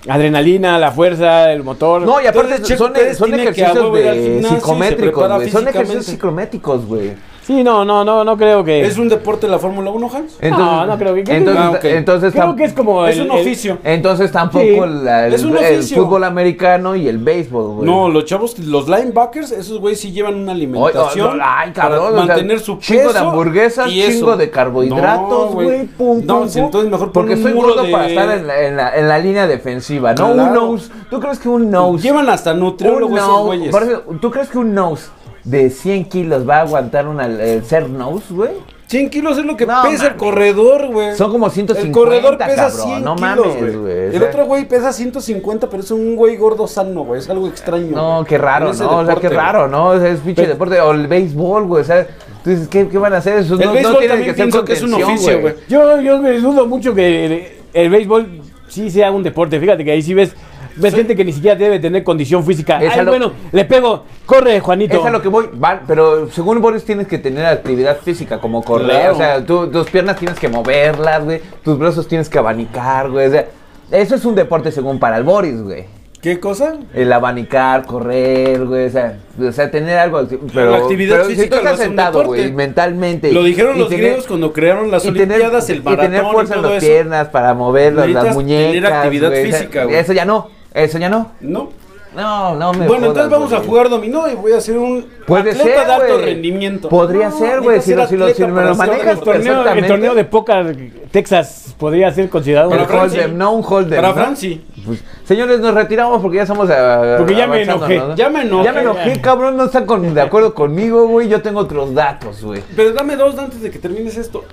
[SPEAKER 2] adrenalina, la fuerza, el motor.
[SPEAKER 1] No, y aparte
[SPEAKER 3] Entonces, Checo
[SPEAKER 1] son,
[SPEAKER 3] Pérez
[SPEAKER 1] son
[SPEAKER 3] tiene que
[SPEAKER 1] ejercicios
[SPEAKER 3] volver al
[SPEAKER 1] de
[SPEAKER 3] gimnasio y se
[SPEAKER 1] psicométricos,
[SPEAKER 3] prepara
[SPEAKER 1] güey. Son ejercicios
[SPEAKER 3] físicamente.
[SPEAKER 1] psicométricos, güey.
[SPEAKER 2] Sí, no, no, no, no creo que.
[SPEAKER 3] ¿Es un deporte la Fórmula 1, Hans?
[SPEAKER 2] No, no creo que- creo que-
[SPEAKER 1] Entonces,
[SPEAKER 3] Ah, ok.
[SPEAKER 1] entonces,
[SPEAKER 2] creo
[SPEAKER 1] tam-
[SPEAKER 2] que es como.
[SPEAKER 3] Es
[SPEAKER 2] el-
[SPEAKER 3] un
[SPEAKER 2] el-
[SPEAKER 3] oficio.
[SPEAKER 1] entonces tampoco
[SPEAKER 2] Sí.
[SPEAKER 1] la- el,
[SPEAKER 3] Es un
[SPEAKER 1] el
[SPEAKER 3] oficio.
[SPEAKER 1] fútbol americano y el béisbol, güey.
[SPEAKER 3] No, los chavos, los linebackers, esos güeyes sí llevan una
[SPEAKER 1] Oy, oh,
[SPEAKER 3] alimentación.
[SPEAKER 1] no, ay, cabrón,
[SPEAKER 3] para
[SPEAKER 1] o sea,
[SPEAKER 3] mantener su peso.
[SPEAKER 1] chingo de hamburguesas,
[SPEAKER 3] y eso.
[SPEAKER 1] chingo de carbohidratos,
[SPEAKER 3] No,
[SPEAKER 1] güey, pum,
[SPEAKER 3] No,
[SPEAKER 1] pum,
[SPEAKER 3] si
[SPEAKER 1] pum.
[SPEAKER 3] entonces mejor pon
[SPEAKER 1] Porque
[SPEAKER 3] un
[SPEAKER 1] soy
[SPEAKER 3] muro
[SPEAKER 1] gordo
[SPEAKER 3] de-
[SPEAKER 1] para estar en la, en la- en la línea defensiva, ¿no? Un
[SPEAKER 3] Claro.
[SPEAKER 1] nose. ¿Tú crees que un nose?
[SPEAKER 3] Llevan hasta nutriólogo
[SPEAKER 1] un
[SPEAKER 3] esos
[SPEAKER 1] nose-
[SPEAKER 3] güeyes.
[SPEAKER 1] parece- ¿Tú crees que un nose de 100 kilos va a aguantar una, el ser nose, güey?
[SPEAKER 3] 100 kilos es lo que
[SPEAKER 1] No,
[SPEAKER 3] pesa el
[SPEAKER 1] mames.
[SPEAKER 3] corredor, güey.
[SPEAKER 1] Son como 150,
[SPEAKER 3] El corredor pesa
[SPEAKER 1] cabrón,
[SPEAKER 3] 100
[SPEAKER 1] no
[SPEAKER 3] kilos,
[SPEAKER 1] mames, güey.
[SPEAKER 3] güey. El
[SPEAKER 1] O sea-
[SPEAKER 3] otro güey pesa 150, pero es un güey gordo sano, güey. Es algo extraño.
[SPEAKER 1] No,
[SPEAKER 3] güey,
[SPEAKER 1] qué raro, ¿no?
[SPEAKER 3] en ese
[SPEAKER 1] o sea,
[SPEAKER 3] deporte,
[SPEAKER 1] qué
[SPEAKER 3] güey.
[SPEAKER 1] raro, ¿no? O sea, es pinche
[SPEAKER 3] Pero-
[SPEAKER 1] deporte. O el béisbol, güey. O sea, tú dices, ¿qué, qué van a hacer? Eso
[SPEAKER 3] El
[SPEAKER 1] no,
[SPEAKER 3] béisbol
[SPEAKER 1] no tiene que
[SPEAKER 3] también
[SPEAKER 1] ser
[SPEAKER 3] pienso que es un
[SPEAKER 1] contención,
[SPEAKER 3] oficio, güey.
[SPEAKER 2] Yo, yo me dudo mucho que el, el béisbol sí sea un deporte. Fíjate que ahí sí ves, ves gente que ni siquiera debe tener condición física.
[SPEAKER 1] Es a
[SPEAKER 2] Ay,
[SPEAKER 1] lo-
[SPEAKER 2] bueno, le pego, corre, Juanito.
[SPEAKER 1] Es a lo que voy, van, pero según Boris tienes que tener actividad física, como correr,
[SPEAKER 3] Claro.
[SPEAKER 1] o sea, tú- tus piernas tienes que moverlas, güey, tus brazos tienes que abanicar, güey, o sea, eso es un deporte según para el Boris, güey.
[SPEAKER 3] ¿Qué cosa?
[SPEAKER 1] El abanicar, correr, güey, o sea, o sea, tener algo, acti- pero,
[SPEAKER 3] La actividad
[SPEAKER 1] pero si
[SPEAKER 3] física
[SPEAKER 1] tú
[SPEAKER 3] lo
[SPEAKER 1] estás
[SPEAKER 3] hace un
[SPEAKER 1] sentado,
[SPEAKER 3] deporte.
[SPEAKER 1] güey, mentalmente.
[SPEAKER 3] Lo dijeron
[SPEAKER 1] y
[SPEAKER 3] los
[SPEAKER 1] tener-
[SPEAKER 3] griegos cuando crearon las
[SPEAKER 1] y tener-
[SPEAKER 3] olimpiadas, el maratón
[SPEAKER 1] Y tener fuerza en
[SPEAKER 3] todo
[SPEAKER 1] las
[SPEAKER 3] eso.
[SPEAKER 1] piernas para mover las, las
[SPEAKER 3] Necesitas
[SPEAKER 1] muñecas.
[SPEAKER 3] tener actividad
[SPEAKER 1] güey, o sea,
[SPEAKER 3] física, güey.
[SPEAKER 1] Eso ya no, eso ya no.
[SPEAKER 3] No.
[SPEAKER 1] No, no me
[SPEAKER 3] Bueno, entonces
[SPEAKER 1] jodas,
[SPEAKER 3] vamos a
[SPEAKER 1] güey.
[SPEAKER 3] jugar dominó y voy a hacer un
[SPEAKER 1] Puede
[SPEAKER 3] atleta
[SPEAKER 1] ser,
[SPEAKER 3] de alto
[SPEAKER 1] güey.
[SPEAKER 3] rendimiento.
[SPEAKER 1] Podría ser, güey,
[SPEAKER 3] necesitas
[SPEAKER 1] si lo-
[SPEAKER 3] ser
[SPEAKER 1] si lo- si
[SPEAKER 3] atleta
[SPEAKER 1] me
[SPEAKER 3] para
[SPEAKER 1] lo
[SPEAKER 3] ser
[SPEAKER 1] manejas
[SPEAKER 2] el
[SPEAKER 3] deporte.
[SPEAKER 2] torneo, el
[SPEAKER 1] Exactamente.
[SPEAKER 2] torneo de póker Texas podría ser considerado
[SPEAKER 1] El
[SPEAKER 3] Para Fran,
[SPEAKER 1] hold'em,
[SPEAKER 3] sí.
[SPEAKER 1] no un hold'em.
[SPEAKER 3] Para
[SPEAKER 1] ¿no?
[SPEAKER 3] Fran, sí.
[SPEAKER 1] Pues, señores, nos retiramos porque ya estamos a-
[SPEAKER 2] Porque ya me
[SPEAKER 1] avanzando,
[SPEAKER 2] enojé,
[SPEAKER 1] ¿no?
[SPEAKER 3] ya me enojé.
[SPEAKER 1] Ya me enojé, cabrón, no está con- de acuerdo conmigo, güey. Yo tengo otros datos, güey.
[SPEAKER 3] Pero dame dos antes de que termines esto.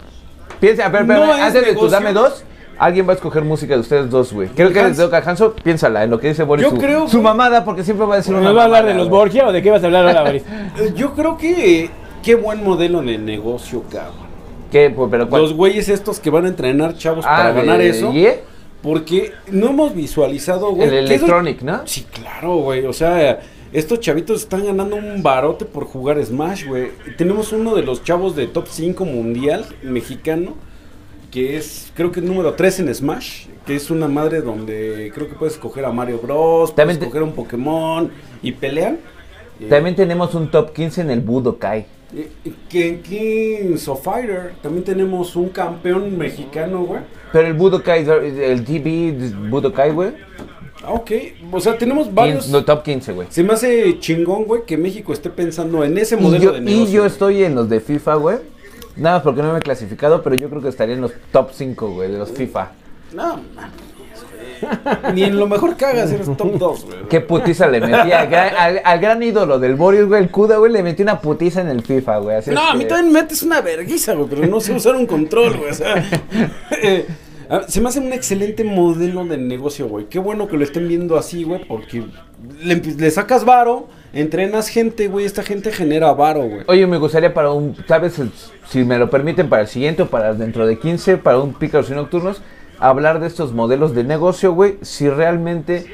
[SPEAKER 1] Piensa, a ver, espérame,
[SPEAKER 3] No es
[SPEAKER 1] antes de
[SPEAKER 3] negocio.
[SPEAKER 1] tus dame dos, alguien va a escoger música de ustedes dos, güey. Creo que les
[SPEAKER 3] Hans.
[SPEAKER 1] toca a Hanso, piénsala en lo que dice Boris.
[SPEAKER 3] Yo
[SPEAKER 1] su,
[SPEAKER 3] creo,
[SPEAKER 1] su
[SPEAKER 3] güey.
[SPEAKER 1] mamada, porque siempre va a decir una
[SPEAKER 2] ¿Nos va a hablar
[SPEAKER 1] mamada,
[SPEAKER 2] de los
[SPEAKER 1] güey.
[SPEAKER 2] Borgia o de qué vas a hablar ahora, Boris?
[SPEAKER 3] Eh, Yo creo que qué buen modelo de negocio, cabrón.
[SPEAKER 1] ¿Qué? Pues, ¿Pero cuál?
[SPEAKER 3] Los güeyes estos que van a entrenar chavos
[SPEAKER 1] Ah,
[SPEAKER 3] para
[SPEAKER 1] de-
[SPEAKER 3] ganar eso.
[SPEAKER 1] ¿y, eh?
[SPEAKER 3] Porque no hemos visualizado, güey.
[SPEAKER 1] El
[SPEAKER 3] que esos-
[SPEAKER 1] electronic, ¿no?
[SPEAKER 3] Sí, claro, güey. O sea, estos chavitos están ganando un barote por jugar Smash, güey. Tenemos uno de los chavos de top 5 mundial mexicano, que es, creo que el número 3 en Smash, que es una madre donde creo que puedes escoger a Mario Bros,
[SPEAKER 1] También
[SPEAKER 3] puedes
[SPEAKER 1] te-
[SPEAKER 3] escoger un Pokémon y pelean. Eh,
[SPEAKER 1] También tenemos un top 15 en el Budokai.
[SPEAKER 3] eh, Que en Kings of Fighter también tenemos un campeón mexicano, güey.
[SPEAKER 1] Pero el Budokai, el DB Budokai, güey.
[SPEAKER 3] Ah, ok. O sea, tenemos varios.
[SPEAKER 1] quince- No, top 15, güey.
[SPEAKER 3] Se me hace chingón, güey, que México esté pensando en ese
[SPEAKER 1] Y
[SPEAKER 3] modelo
[SPEAKER 1] yo,
[SPEAKER 3] de
[SPEAKER 1] y
[SPEAKER 3] negocio.
[SPEAKER 1] yo
[SPEAKER 3] güey.
[SPEAKER 1] estoy en los de FIFA, güey. Nada más porque no me he clasificado, pero yo creo que estaría en los top 5, güey, de los FIFA.
[SPEAKER 3] No, mames, güey. Ni en lo mejor cagas eres top 2, güey.
[SPEAKER 1] Qué putiza le metí al gran, al- al gran ídolo del Boris, güey, el Kuda, güey, le metí una putiza en el FIFA, güey. así
[SPEAKER 3] No,
[SPEAKER 1] es
[SPEAKER 3] a mí
[SPEAKER 1] que-
[SPEAKER 3] también me metes una verguiza, güey, pero no sé usar un control, güey. O sea, eh, a- se me hace un excelente modelo de negocio, güey. Qué bueno que lo estén viendo así, güey, porque le, empie- le sacas varo, entrenas gente, güey, esta gente genera varo, güey.
[SPEAKER 1] Oye, me gustaría para un, ¿sabes? Si me lo permiten, para el siguiente o para dentro de 15, para un Pícaros y Nocturnos, hablar de estos modelos de negocio, güey, si realmente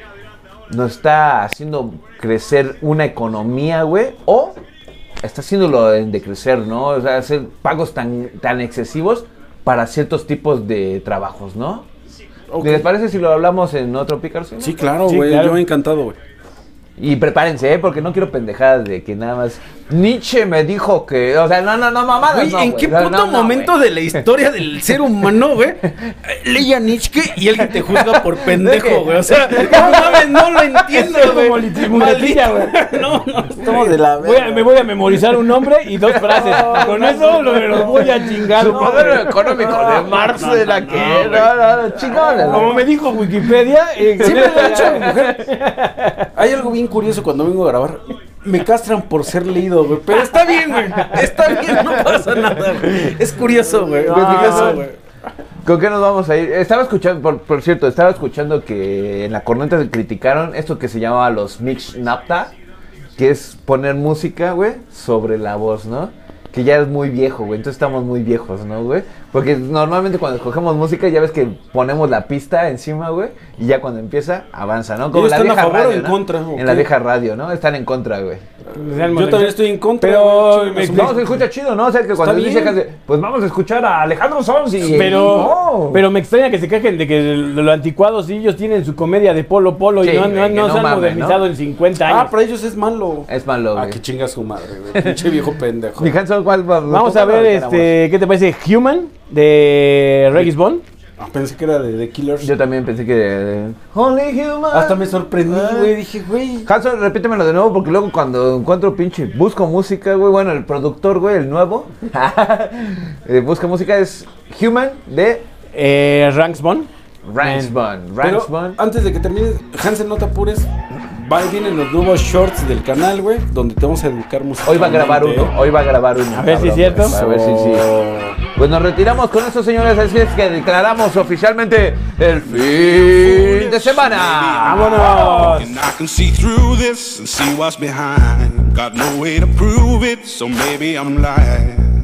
[SPEAKER 1] nos está haciendo crecer una economía, güey, o está haciéndolo en decrecer, ¿no? O sea, hacer pagos tan, tan excesivos para ciertos tipos de trabajos, ¿no?
[SPEAKER 3] Ok.
[SPEAKER 1] ¿Les parece si lo hablamos en otro Pícaros? y
[SPEAKER 3] Sí, claro,
[SPEAKER 2] Sí,
[SPEAKER 3] güey,
[SPEAKER 2] claro.
[SPEAKER 3] yo encantado, güey.
[SPEAKER 1] y prepárense, ¿eh? porque no quiero pendejadas de que nada más. Nietzsche me dijo que. O sea, no, no, no, mamadas.
[SPEAKER 3] Güey,
[SPEAKER 1] no,
[SPEAKER 3] ¿en
[SPEAKER 1] güey.
[SPEAKER 3] qué
[SPEAKER 1] No,
[SPEAKER 3] puto
[SPEAKER 1] no, no,
[SPEAKER 3] momento
[SPEAKER 1] güey.
[SPEAKER 3] de la historia del ser humano, güey? Leía Nietzsche y alguien te juzga por pendejo, güey. O sea, no mames, no lo entiendo,
[SPEAKER 2] Estoy como
[SPEAKER 3] güey.
[SPEAKER 2] litimuletilla,
[SPEAKER 3] Maldito. No, no, estamos de la
[SPEAKER 2] Voy a- me voy a memorizar un nombre y dos frases. Con eso lo, me los voy a chingar.
[SPEAKER 1] Su
[SPEAKER 2] No,
[SPEAKER 1] modelo económico de Marx de la que. No, no, no, chingones,
[SPEAKER 2] Como
[SPEAKER 1] güey.
[SPEAKER 2] me dijo Wikipedia, eh,
[SPEAKER 3] Sí, me lo ha dicho mi Hay algo bien curioso cuando vengo a grabar. Me castran por ser leído, güey. Pero está bien, güey. Está bien, no pasa nada, güey. Es curioso, güey.
[SPEAKER 1] No,
[SPEAKER 3] es curioso,
[SPEAKER 1] no.
[SPEAKER 3] güey.
[SPEAKER 1] ¿Con qué nos vamos a ir? Estaba escuchando, por, por cierto, estaba escuchando que en la corneta se criticaron esto que se llamaba los mix napta, que es poner música, güey, sobre la voz, ¿no? que ya es muy viejo, güey. Entonces estamos muy viejos, ¿no, güey? Porque normalmente cuando escogemos música ya ves que ponemos la pista encima, güey. Y ya cuando empieza, avanza, ¿no? Como
[SPEAKER 3] ¿Ellos
[SPEAKER 1] la
[SPEAKER 3] están a
[SPEAKER 1] vieja
[SPEAKER 3] favor o
[SPEAKER 1] radio,
[SPEAKER 3] en
[SPEAKER 1] ¿no?
[SPEAKER 3] contra, o
[SPEAKER 1] En la
[SPEAKER 3] qué?
[SPEAKER 1] vieja radio, ¿no? Están en contra, güey.
[SPEAKER 3] Yo también estoy en contra.
[SPEAKER 2] Pero,
[SPEAKER 3] güey, chingas,
[SPEAKER 1] No, se escucha chido, ¿no? O sea, que cuando
[SPEAKER 3] bien.
[SPEAKER 1] dice que pues vamos a escuchar a Alejandro Sons y...
[SPEAKER 2] Pero,
[SPEAKER 1] no.
[SPEAKER 2] pero me extraña que se quejen de que el- lo anticuado, sí, ellos tienen su comedia de Polo Polo
[SPEAKER 1] Sí,
[SPEAKER 2] y no, han-
[SPEAKER 1] güey, que
[SPEAKER 2] no
[SPEAKER 1] no
[SPEAKER 2] se han
[SPEAKER 1] mames,
[SPEAKER 2] modernizado
[SPEAKER 1] ¿no?
[SPEAKER 2] en 50 años.
[SPEAKER 3] Ah, para ellos es malo.
[SPEAKER 1] Es malo,
[SPEAKER 3] Ah,
[SPEAKER 1] güey.
[SPEAKER 3] que chinga su madre, güey. Pinche viejo pendejo.
[SPEAKER 1] Mi Hanson, ¿cuál va-
[SPEAKER 2] Vamos
[SPEAKER 1] cómo
[SPEAKER 2] a ver,
[SPEAKER 1] lo dijéramos?
[SPEAKER 2] este, ¿qué te parece? Human de Regis Bond.
[SPEAKER 3] Ah, pensé que era de The Killers.
[SPEAKER 1] Yo también pensé que... eh, Only human.
[SPEAKER 3] Hasta me sorprendí,
[SPEAKER 1] Ah.
[SPEAKER 3] güey. Dije, güey.
[SPEAKER 1] Hanson, repítemelo de nuevo porque luego cuando encuentro pinche busco música, güey, bueno, el productor, güey, el nuevo, eh, busca música es Human de
[SPEAKER 2] Eh, Ranks Bond.
[SPEAKER 1] Ransbun.
[SPEAKER 3] Pero
[SPEAKER 1] Ransbun.
[SPEAKER 3] antes de que termines, Hansen, no te apures. Va y vienen los nuevos shorts del canal, güey, donde te vamos a educar música.
[SPEAKER 1] Hoy va a grabar uno, hoy va a grabar uno.
[SPEAKER 2] A ver si es
[SPEAKER 1] cabrón,
[SPEAKER 2] cierto.
[SPEAKER 1] güey, A ver si sí.
[SPEAKER 3] Oh.
[SPEAKER 1] Pues nos retiramos con esto, señores, así es que declaramos oficialmente el fin de semana.
[SPEAKER 2] ¡Vámonos!
[SPEAKER 5] And I can see through this and see what's behind. Got no way to prove it, so maybe I'm lying.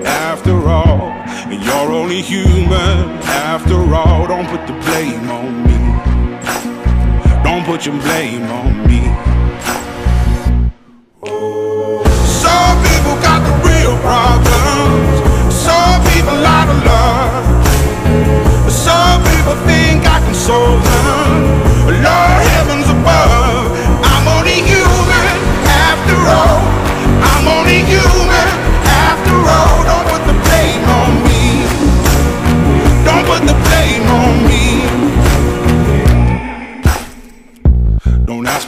[SPEAKER 5] after all, and you're only human after all. Don't put the blame on me. Don't put your blame on me. Some people got the real problems. Some people out of love. Some people think I can solve them. Lord, heavens above, I'm only human after all. I'm only human after all. Don't put the blame on me. Don't put the blame on me. Don't ask